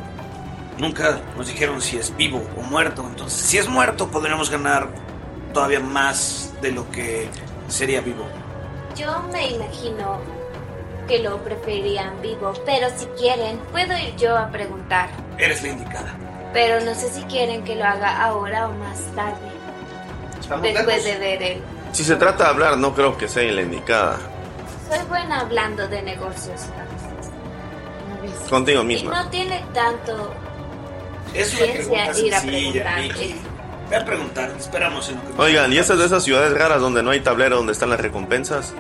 nunca nos dijeron si es vivo o muerto. Entonces, si es muerto, podríamos ganar todavía más de lo que sería vivo. Yo me imagino que lo preferirían vivo, pero si quieren, puedo ir yo a preguntar. Eres la indicada. Pero no sé si quieren que lo haga ahora o más tarde, después de ver él. Si se trata de hablar, no creo que sea la indicada. Soy buena hablando de negocios. Contigo Y misma. no tiene tanto Es una ciencia pregunta ir a sencilla, preguntar. Vicky. Ve a preguntar, te esperamos en lo que... Oigan, ¿y esas de esas ciudades raras donde no hay tablero, donde están las recompensas?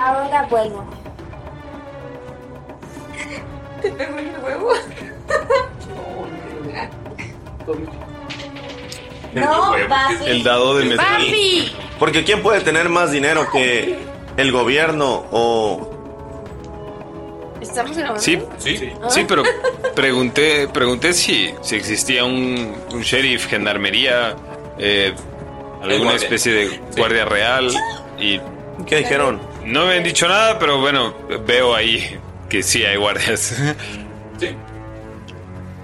Ahora vuelvo. Te pego en el huevo. No, papi. El dado de metal. ¡Papi! Porque ¿quién puede tener más dinero que el gobierno o... ¿Estamos grabando? Sí, sí, Ah. sí, pero pregunté, pregunté si, si existía un, un sheriff, gendarmería, eh, alguna guardia. especie de guardia real y. ¿Qué dijeron? No me han dicho nada, pero bueno, veo ahí que sí hay guardias.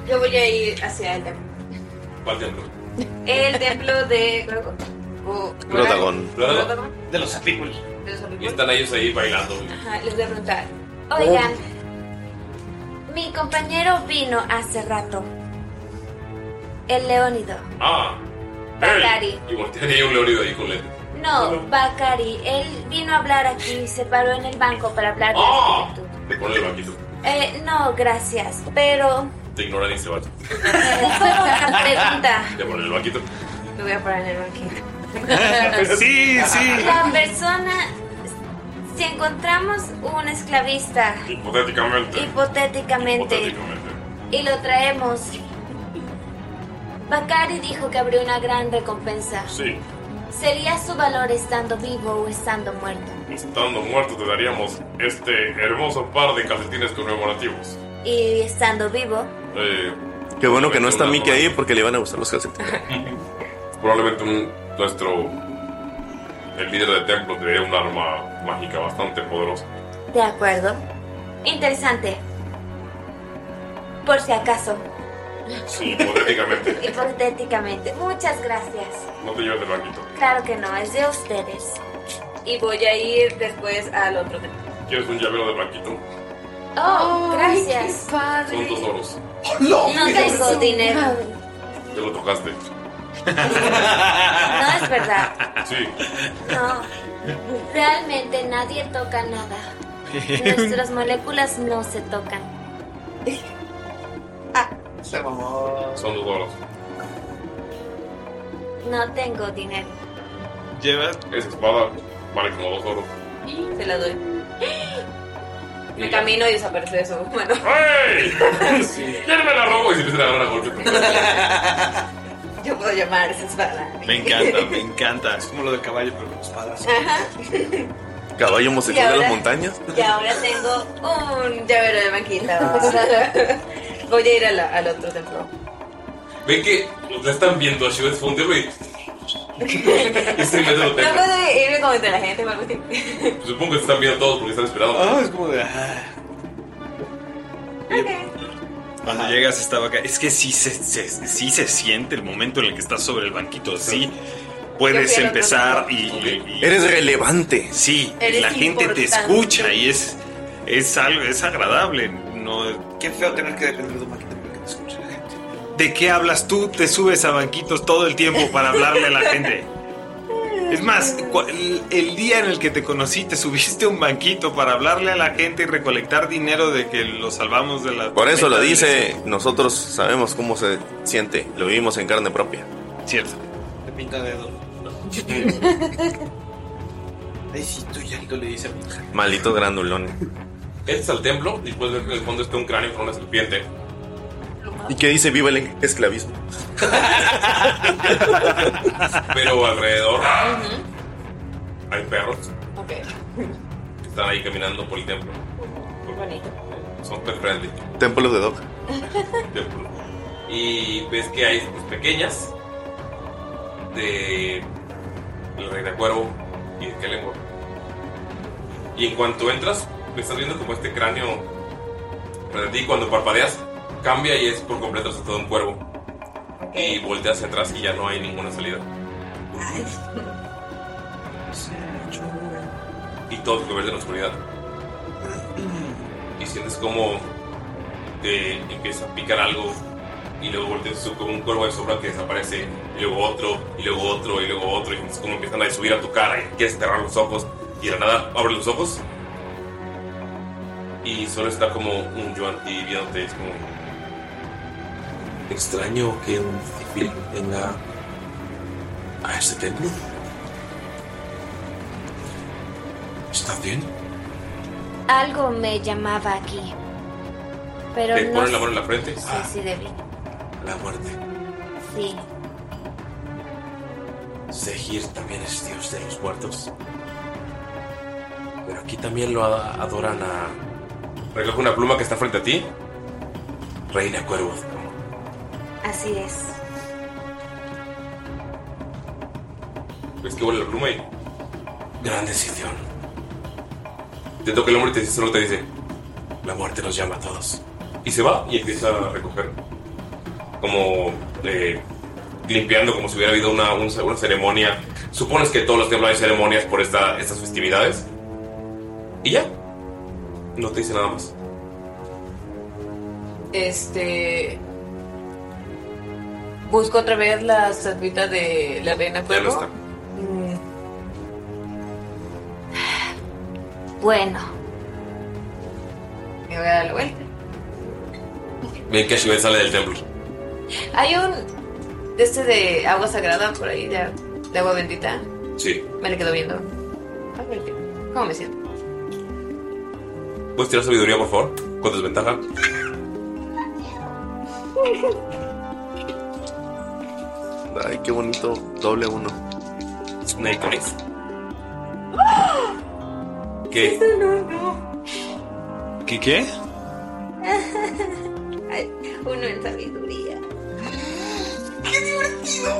Yo voy a ir hacia el templo. ¿Cuál templo? El templo de. Go- Grotagón. Claro. Grotagón, De los apícolas. de los Y Olivos. están ellos ahí bailando. Ajá, les voy a preguntar. Oigan, Oh. mi compañero vino hace rato. El Leónido. Ah. Bacari. Y voltearía un leónido ahí con lentes. No, Bacari. Él vino a hablar aquí y se paró en el banco para hablar de Oh. arquitectura. Le pone el banquito. Eh, no, gracias. Pero Te ignoran y se van. tengo una pregunta. Le pone el banquito. Lo voy a parar en el banquito. sí, La persona. Si encontramos un esclavista, Hipotéticamente. hipotéticamente, y lo traemos. Bakari dijo que habría una gran recompensa. Sí. ¿Sería su valor estando vivo o estando muerto? Estando muerto te daríamos este hermoso par de calcetines conmemorativos. Y estando vivo, Eh, Qué bueno que no está Mickey ahí porque le iban a gustar los calcetines. probablemente un- nuestro... El líder del templo te dé un arma mágica bastante poderosa. de acuerdo. Interesante. Por si acaso, Sí, hipotéticamente. hipotéticamente. Muchas gracias. No te lleves el banquito. Claro que no, es de ustedes. Y voy a ir después al otro templo. ¿Quieres un llavero del banquito? Oh, Ay, gracias. Son dos oros. No tengo dinero. Ya lo tocaste. No es verdad. Sí. No. Realmente nadie toca nada. Nuestras moléculas no se tocan. Se mamó. Son dos oros. No tengo dinero. Lleva. Esa espada vale como dos oros. Se la doy. Me camino y desaparece de su mano. ¡Ah! Ya no me la robo y se empieza a agarrar a pues. golpe. Yo puedo llamar esa espada. Me encanta, me encanta. Es como lo del caballo, pero con espadas. Ajá. Caballo Y homosexual ahora- de las montañas. Y ahora tengo un llavero de maquita. Voy a ir a la- al otro templo. Ven que la están viendo a Shivet Founder y. y se mete lo No tengo. puedo irme como entre la gente o algo así. Supongo que te están viendo todos porque están esperando. Ah, es como de. ah. Cuando llegas estaba acá. Es que sí se, se- sí se siente el momento en el que estás sobre el banquito. Sí Yo puedes fui a los empezar y, Eres relevante. Sí, Eres la gente importante. te escucha y es es algo es agradable. No, qué feo tener que depender de un banquito porque te escucha la gente. ¿De qué hablas tú? Te subes a banquitos todo el tiempo para hablarle a la gente. Es más, cu- el- el día en el que te conocí, te subiste a un banquito para hablarle a la gente y recolectar dinero de que lo salvamos de la. Por eso lo tormenta del dice, nosotros sabemos cómo se siente, lo vivimos en carne propia. Cierto. Te pinta dedo. Ay, sí, tú ya algo le dice a mi hija. Malditos grandulones. Entras al templo y puedes ver que en el fondo está un cráneo con una serpiente. ¿Y qué dice? Viva el esclavismo. Pero alrededor hay perros Ok. que están ahí caminando por el templo. Bonito. Son pet friendly. Templos de Doc. templo. Y ves que hay pues, pequeñas de el rey de cuervo y de qué lengua. Y en cuanto entras, estás viendo como este cráneo frente a ti cuando parpadeas cambia y es por completo hasta todo un cuervo. Y volteas hacia atrás y ya no hay ninguna salida. Y todo se convierte en oscuridad. Y sientes como te empieza a picar algo y luego volteas su- como un cuervo de sobra que desaparece y luego otro y luego otro y luego otro y es como empiezan a subir a tu cara y quieres cerrar los ojos y de la nada abres los ojos y solo está como un yo y viéndote es como Extraño que un civil venga a este templo. ¿Estás bien? Algo me llamaba aquí. Pero te no ponen la mano en la frente sé si debí. La muerte. Sí. Segir también es dios de los muertos. Pero aquí también lo ad- adoran a recoge una pluma que está frente a ti Reina Cuervo. Así es. ves que huele la pluma y Gran decisión. te toca el hombro y te dice, solo te dice la muerte nos llama a todos y se va y empieza a recoger como eh, limpiando como si hubiera habido una, un- una ceremonia supones que todos los templos hay ceremonias por esta, estas festividades y ya No te dice nada más. Este. Busco otra vez la estatuita de la Mm. reina Ya no Cuervo. está. Bueno. Me voy a dar la vuelta. Ven que Ashibet sale del templo. Hay un. de este de agua sagrada por ahí, de, de agua bendita. Sí. Me le quedo viendo. A ver, ¿Cómo me siento? ¿Puedes tirar sabiduría, por favor? Con desventaja. Ay, qué bonito. Doble uno. Snake Eyes. ¿Qué? No, no. ¿Qué qué? Ay, Uno en sabiduría. ¡Qué divertido!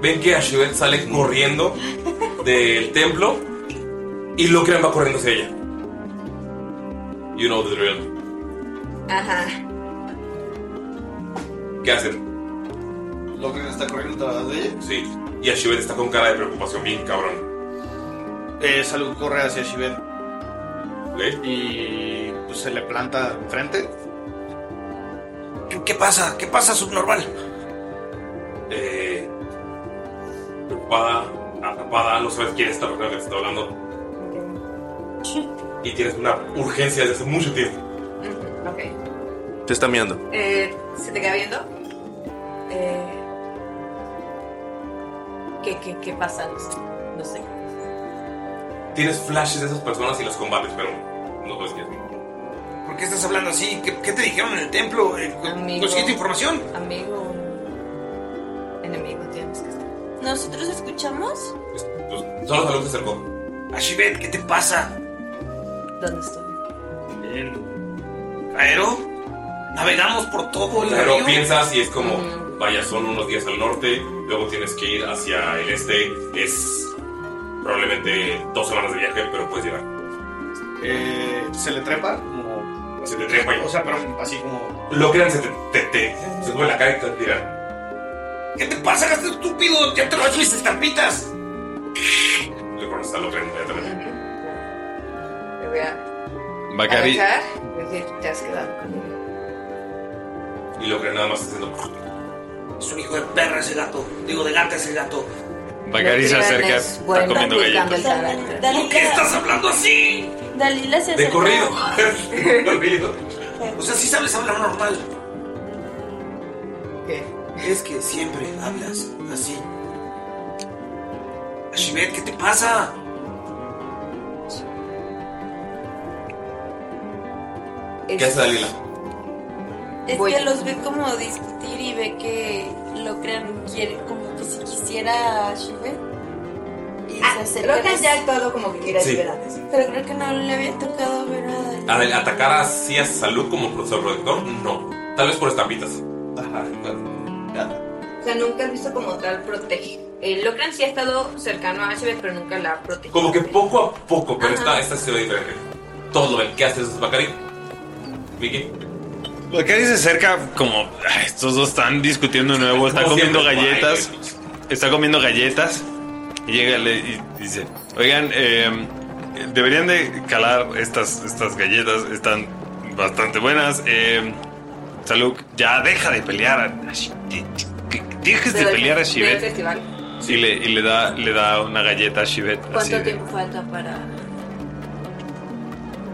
Ven que Ashibet sale corriendo del templo y Locran va corriendo hacia ella. You know the drill. Ajá. ¿Qué hacen? ¿Locran está corriendo atrás de ella? Sí. Y Ashibet está con cara de preocupación bien cabrón. Eh, Salud corre hacia Shiven. Y pues se le planta enfrente. ¿Qué, qué pasa? ¿Qué pasa, subnormal? Eh, preocupada, atrapada, no sabes quién es esta persona que te está hablando. Y tienes una urgencia desde hace mucho tiempo. Ok. Te está mirando. Eh, ¿Se te queda viendo? Eh, ¿qué, qué, ¿Qué pasa? No sé. No sé. Tienes flashes de esas personas y las combates, pero no sabes quién es. ¿Por qué estás hablando así? ¿Qué, qué te dijeron en el templo? Eh, ¿con- Amigo. ¿Conseguiste información? Amigo. Enemigo, tienes que estar. ¿Nosotros escuchamos? Solo Salud se acercó. Ashibet, ¿qué te pasa? ¿Dónde estoy? ¿Aero? Navegamos por todo el Pero río. piensas y es como, vaya, son unos días al norte, luego tienes que ir hacia el este, es probablemente dos semanas de viaje, pero puedes llegar. Eh, se le trepa como. pues, Se te trepa y- O sea, pero así como. Lo crean, se te, te, te- se sube la cara y te tira. ¿Qué te pasa, gasto estúpido? ¡Ya te lo he hecho mis estampitas! Le conoces a lo crean inmediatamente. Me voy a Bacari- agachar y decir, te has quedado conmigo. Y lo crean nada más haciendo. Es un hijo de perra ese gato. Digo, de gata ese gato. Bacari se acerca, está comiendo galletas. ¿Por qué estás hablando así? Dalila se acerca. o sea, sí sabes hablar normal. Es que siempre hablas así. Ashibet, ¿qué te pasa? ¿Qué hace Dalila? Es que los ve como discutir y ve que lo crean quiere como que si quisiera a Shubet. Y Ah, se acerca. Logan ya ha actuado como que Sí. Shubet Pero creo que no le había tocado ver a Dalila. A ver, ¿Atacar así a salud como profesor protector? No. Tal vez por estampitas. Ajá, claro. O sea, nunca has visto como tal protege. Eh, Locran sí ha estado cercano a Ashbeth, pero nunca la protege. Como que poco a poco, pero esta, esta sí se ve diferente. Todo lo ven. ¿Qué haces, Bacari? Vicky. Bacari se acerca como "Ah, estos dos están discutiendo de nuevo, está Como comiendo siempre, galletas, está comiendo galletas y llega le- y dice, oigan, eh, deberían de calar estas, estas galletas, están bastante buenas. Eh, Saluk, ya deja de pelear, dejes de Pero el- pelear a del Shivet. festival. Y le, y le da, le da una galleta a Shivet. así ¿Cuánto de- tiempo falta para.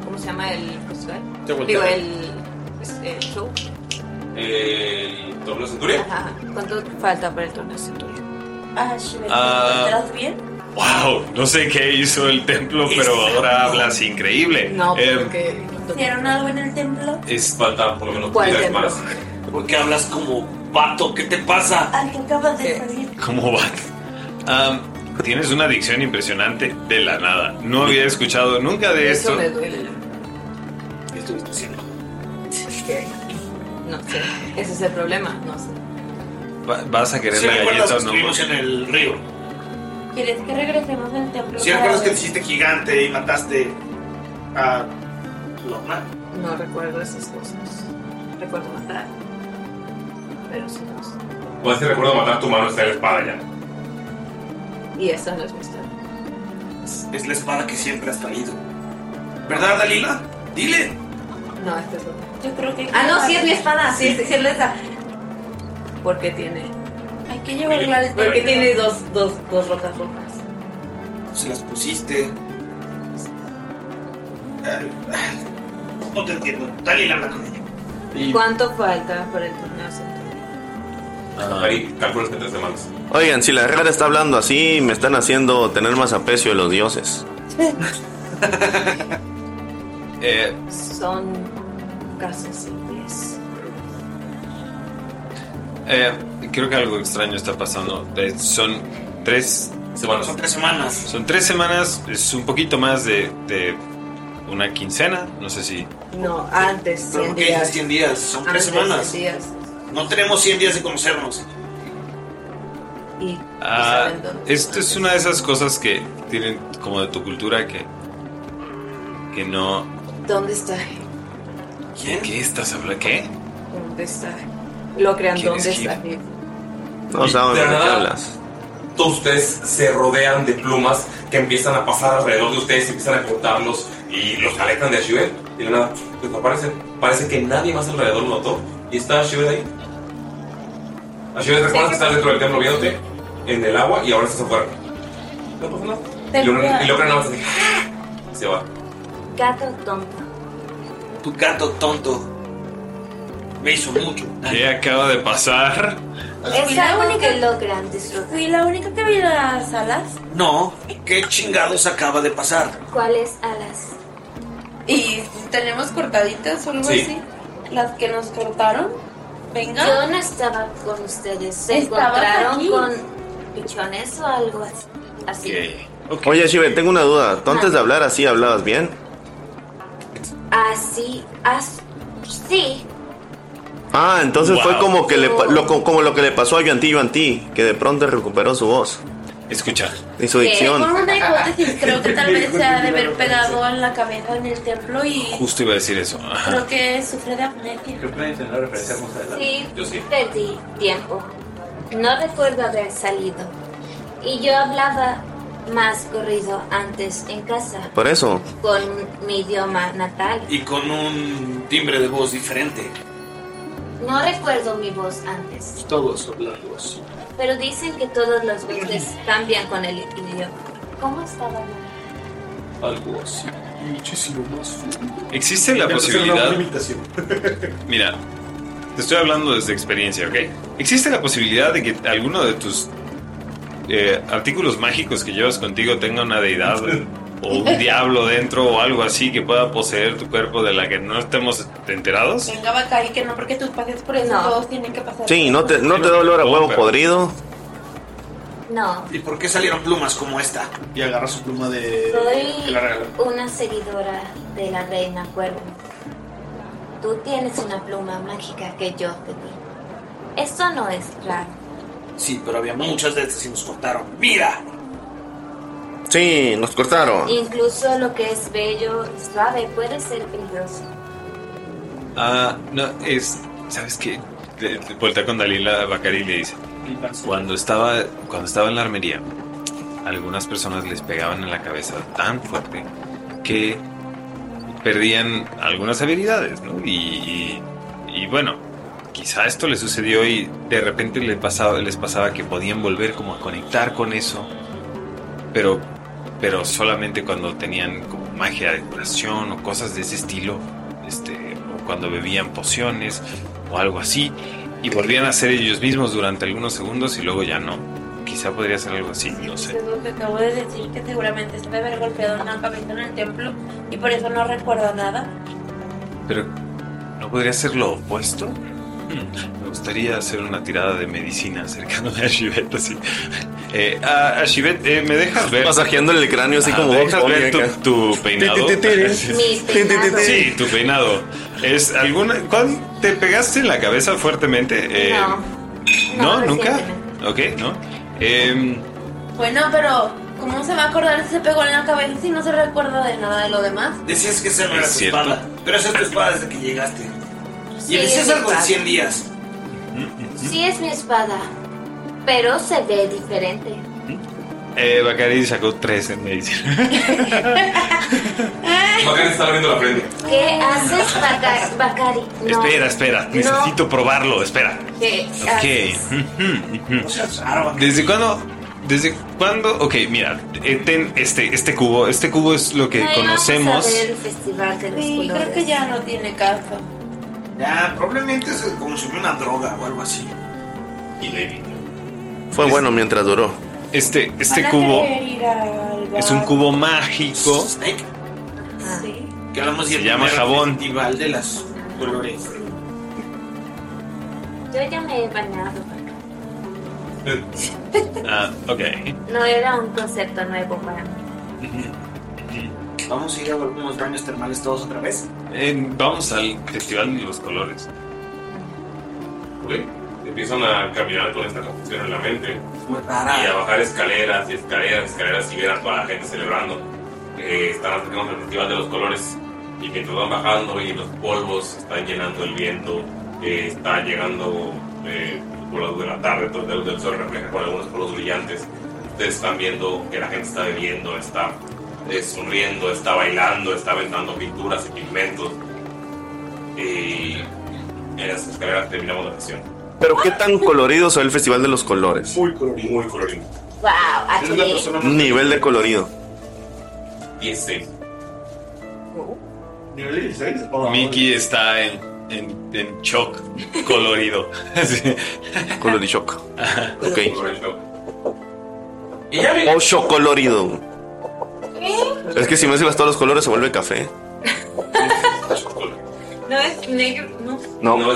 ¿Cómo se llama el festival? Te volteo. Digo, el, es- el show. Eh, ¿El torneo centurión? Ajá. ¿Cuánto falta para el torneo centurial? Ah, Shibet, Ah. ¿estás bien? Wow, no sé qué hizo el templo, pero ahora habla así increíble. No, pues, Eh, porque. ¿Hicieron algo en el templo? Es falta por lo menos ¿Cuál tres templo? más. ¿Por qué hablas como vato? ¿Qué te pasa? Al que acaba de salir. ¿Cómo va? Am, tienes una adicción impresionante de la nada. No había escuchado nunca Ah, de Eso esto. me duele. Esto es posible. No sé. Ese es el problema. No sé. Va- ¿Vas a querer Sí, la recuerdas galleta o que no? estuvimos en el río. ¿Quieres que regresemos al templo? Si recuerdas que te hiciste gigante y mataste a Lorna. No recuerdo esas cosas. Recuerdo matar. Pero sí, no sé. Pues te recuerdo matar tu mano está en la espada ya. Y esa no es mi historia. Es la espada que siempre has traído. ¿Verdad, Dalila? Dile. No, esta es otra. Yo creo que. Ah, no, sí es mi espada. Sí, Sí. sí, sí es la esa. Porque tiene. Hay que llevarla al Porque tiene dos, dos, dos rocas rojas. Si las pusiste. Ay, ay, No te entiendo. Dalila habla con ella. ¿Cuánto falta para el torneo central? Ahí calculas que tres semanas. Ah. Oigan, si la herrera está hablando así, me están haciendo tener más aprecio de los dioses. Eh, Son casos simples. Eh, creo que algo extraño está pasando. Eh, son tres semanas. Son tres semanas. Son tres semanas, es un poquito más de, de una quincena. No sé si. No, antes Pero 100 ¿por qué dices días. 100 días? Son tres Antes semanas. 100 días. No tenemos 100 días de conocernos. Y Ah, esto es una de esas cosas que tienen como de tu cultura que. que no. ¿Dónde está? ¿Quién? ¿Qué estás hablando? ¿Qué? ¿Dónde está? Lo crean, ¿Quién es ¿dónde está? No saben de de la qué nada, hablas. Todos ustedes se rodean de plumas que empiezan a pasar alrededor de ustedes y empiezan a cortarlos y los alejan de Ashivet. Y de nada, desaparecen. Parece que nadie más alrededor lo notó. Y está Ashivet ahí. Ashivet, recuerdas que estás dentro del templo viéndote en el agua y ahora estás afuera. No pasa nada. Y Locran- Y Locran nada más así, ¡ah! se va. Gato tonto. Tu gato tonto me hizo mucho. ¿Qué acaba de pasar? Es la única que logran disfrutar. Fui la única que vio las alas. No, ¿qué chingados acaba de pasar? ¿Cuáles alas? ¿Y tenemos cortaditas o algo Sí. así? Las que nos cortaron. Venga. Yo no estaba con ustedes. ¿Se Estabas encontraron aquí. con pichones o algo así? así? Oye, Shive, tengo una duda. ¿Tú antes de hablar así hablabas bien? Así, así. Sí. Ah, entonces Wow. fue como que le, pa- lo, co- como lo que le pasó a Yuanti Yuanti, que de pronto recuperó su voz. Escucha. Y su Que dicción. Por una hipótesis, creo que tal vez se ha de haber pegado en la cabeza en el templo y Justo iba a decir eso. creo que sufre de amnesia. Creo que la referencia más adelante. Sí, Yo sí. perdí tiempo. No recuerdo haber salido. Y yo hablaba más corrido antes en casa, Por eso. con mi idioma natal. Y con un timbre de voz diferente. No recuerdo mi voz antes, Todos hablando así. pero dicen que todos los voces cambian con el idioma. ¿Cómo estaba yo? Algo así. Muchísimo más fluido. Existe la Ya empezó una posibilidad. buena imitación. Mira, te estoy hablando desde experiencia, ¿ok? ¿Existe la posibilidad de que alguno de tus eh, artículos mágicos que llevas contigo tenga una deidad o un diablo dentro o algo así que pueda poseer tu cuerpo de la que no estemos enterados? Venga, Bacari, que no porque tus pases por eso todos tienen que pasar. Sí, no te, no te da olor a Oh, huevo podrido. No, ¿Y por qué salieron plumas como esta? Y agarra su pluma de. soy una seguidora de la reina cuervo. Tú tienes una pluma mágica que yo te di. Esto no es raro. Sí, pero había muchas de estas y nos cortaron. ¡Mira! Sí, nos Ah. cortaron. Incluso lo que es bello, suave, puede ser peligroso. Ah, no, es. ¿Sabes qué? Le- le- Voltea con Dalila Bacari y le dice: cuando estaba, cuando estaba en la armería, algunas personas les pegaban en la cabeza tan fuerte que perdían algunas habilidades, ¿no? Y, y- y bueno, quizá esto les sucedió y de repente les pasaba, les pasaba que podían volver como a conectar con eso, pero, pero solamente cuando tenían como magia de curación o cosas de ese estilo, este, o cuando bebían pociones o algo así, y volvían a ser ellos mismos durante algunos segundos y luego ya no. Quizá podría ser algo así, no sé. Es lo que acabo de decir, que seguramente se debe haber golpeado una cabeza en el templo y por eso no recuerdo nada. Pero, ¿no podría ser lo opuesto? Hmm, Me gustaría hacer una tirada de medicina acercándome a Shivet así. Eh, a, a Shivet, eh, ¿me dejas ver? Masajeándole el cráneo así Ah, como ¿me Bob dejas Esponja ver acá? tu, tu peinado? Ti, ti, ti, ti. Mi peinado. Sí, tu peinado. ¿Es alguna, ¿cuál te pegaste en la cabeza fuertemente? Eh, No. ¿No? ¿Nunca? Ok, ¿no? Em, Bueno, pero ¿cómo se va a acordar si se pegó en la cabeza si no se recuerda de nada de lo demás? Decías que esa no ¿Es era tu cierto? espada. Pero esa es tu espada desde que llegaste. Sí, y decías es algo de verdad. 100 días. Sí es mi espada, pero se ve diferente. eh, Bacari sacó tres en medicina. Bacán está abriendo la frente. ¿Qué haces, Baca- Bacari? No. Espera, espera. No. Necesito probarlo. Espera. ¿Qué Ok. haces? Ujú, ujú. ¿Desde cuándo? ¿Desde cuándo? Ok, mira, eh, ten este, este cubo. Este cubo es lo que Ay, vamos a conocemos. ver. El festival de los Sí, creo que ya no tiene caso. Ya, probablemente se consumió una droga o algo así. Y le Fue bueno mientras duró. Este, este Van a cubo querer ir al es un bar. cubo mágico. Sí. Que vamos a ir Se llama primero al jabón. Festival de las colores. Ah, Yo ya me he bañado. Ah, ok. No era un concepto nuevo para mí. Vamos a ir a unos baños termales todos otra vez. Eh, vamos al Festival de los Colores. Ok. Empiezan a caminar con esta confusión en la mente. rara. Y a bajar escaleras y escaleras, escaleras y ver a toda la gente celebrando. Eh, están acercándose al Festival de los Colores. Y mientras van bajando y los polvos están llenando el viento, eh, está llegando eh, por la luz de la tarde, todo la luz del sol refleja con algunos polvos brillantes. Ustedes están viendo que la gente está bebiendo, está eh, sonriendo, está bailando, está aventando pinturas y pigmentos. Y en las escaleras terminamos la sesión. Pero qué tan colorido fue el Festival de los Colores. Muy colorido. Muy colorido. Wow, Eres la persona más- Nivel de colorido. 16. Mickey está en, en, en shock colorido. Colorishock. Ok. Y ya vi- Ocho colorido. ¿Eh? Es que si mezclas todos los colores se vuelve café. No es negro, no. No.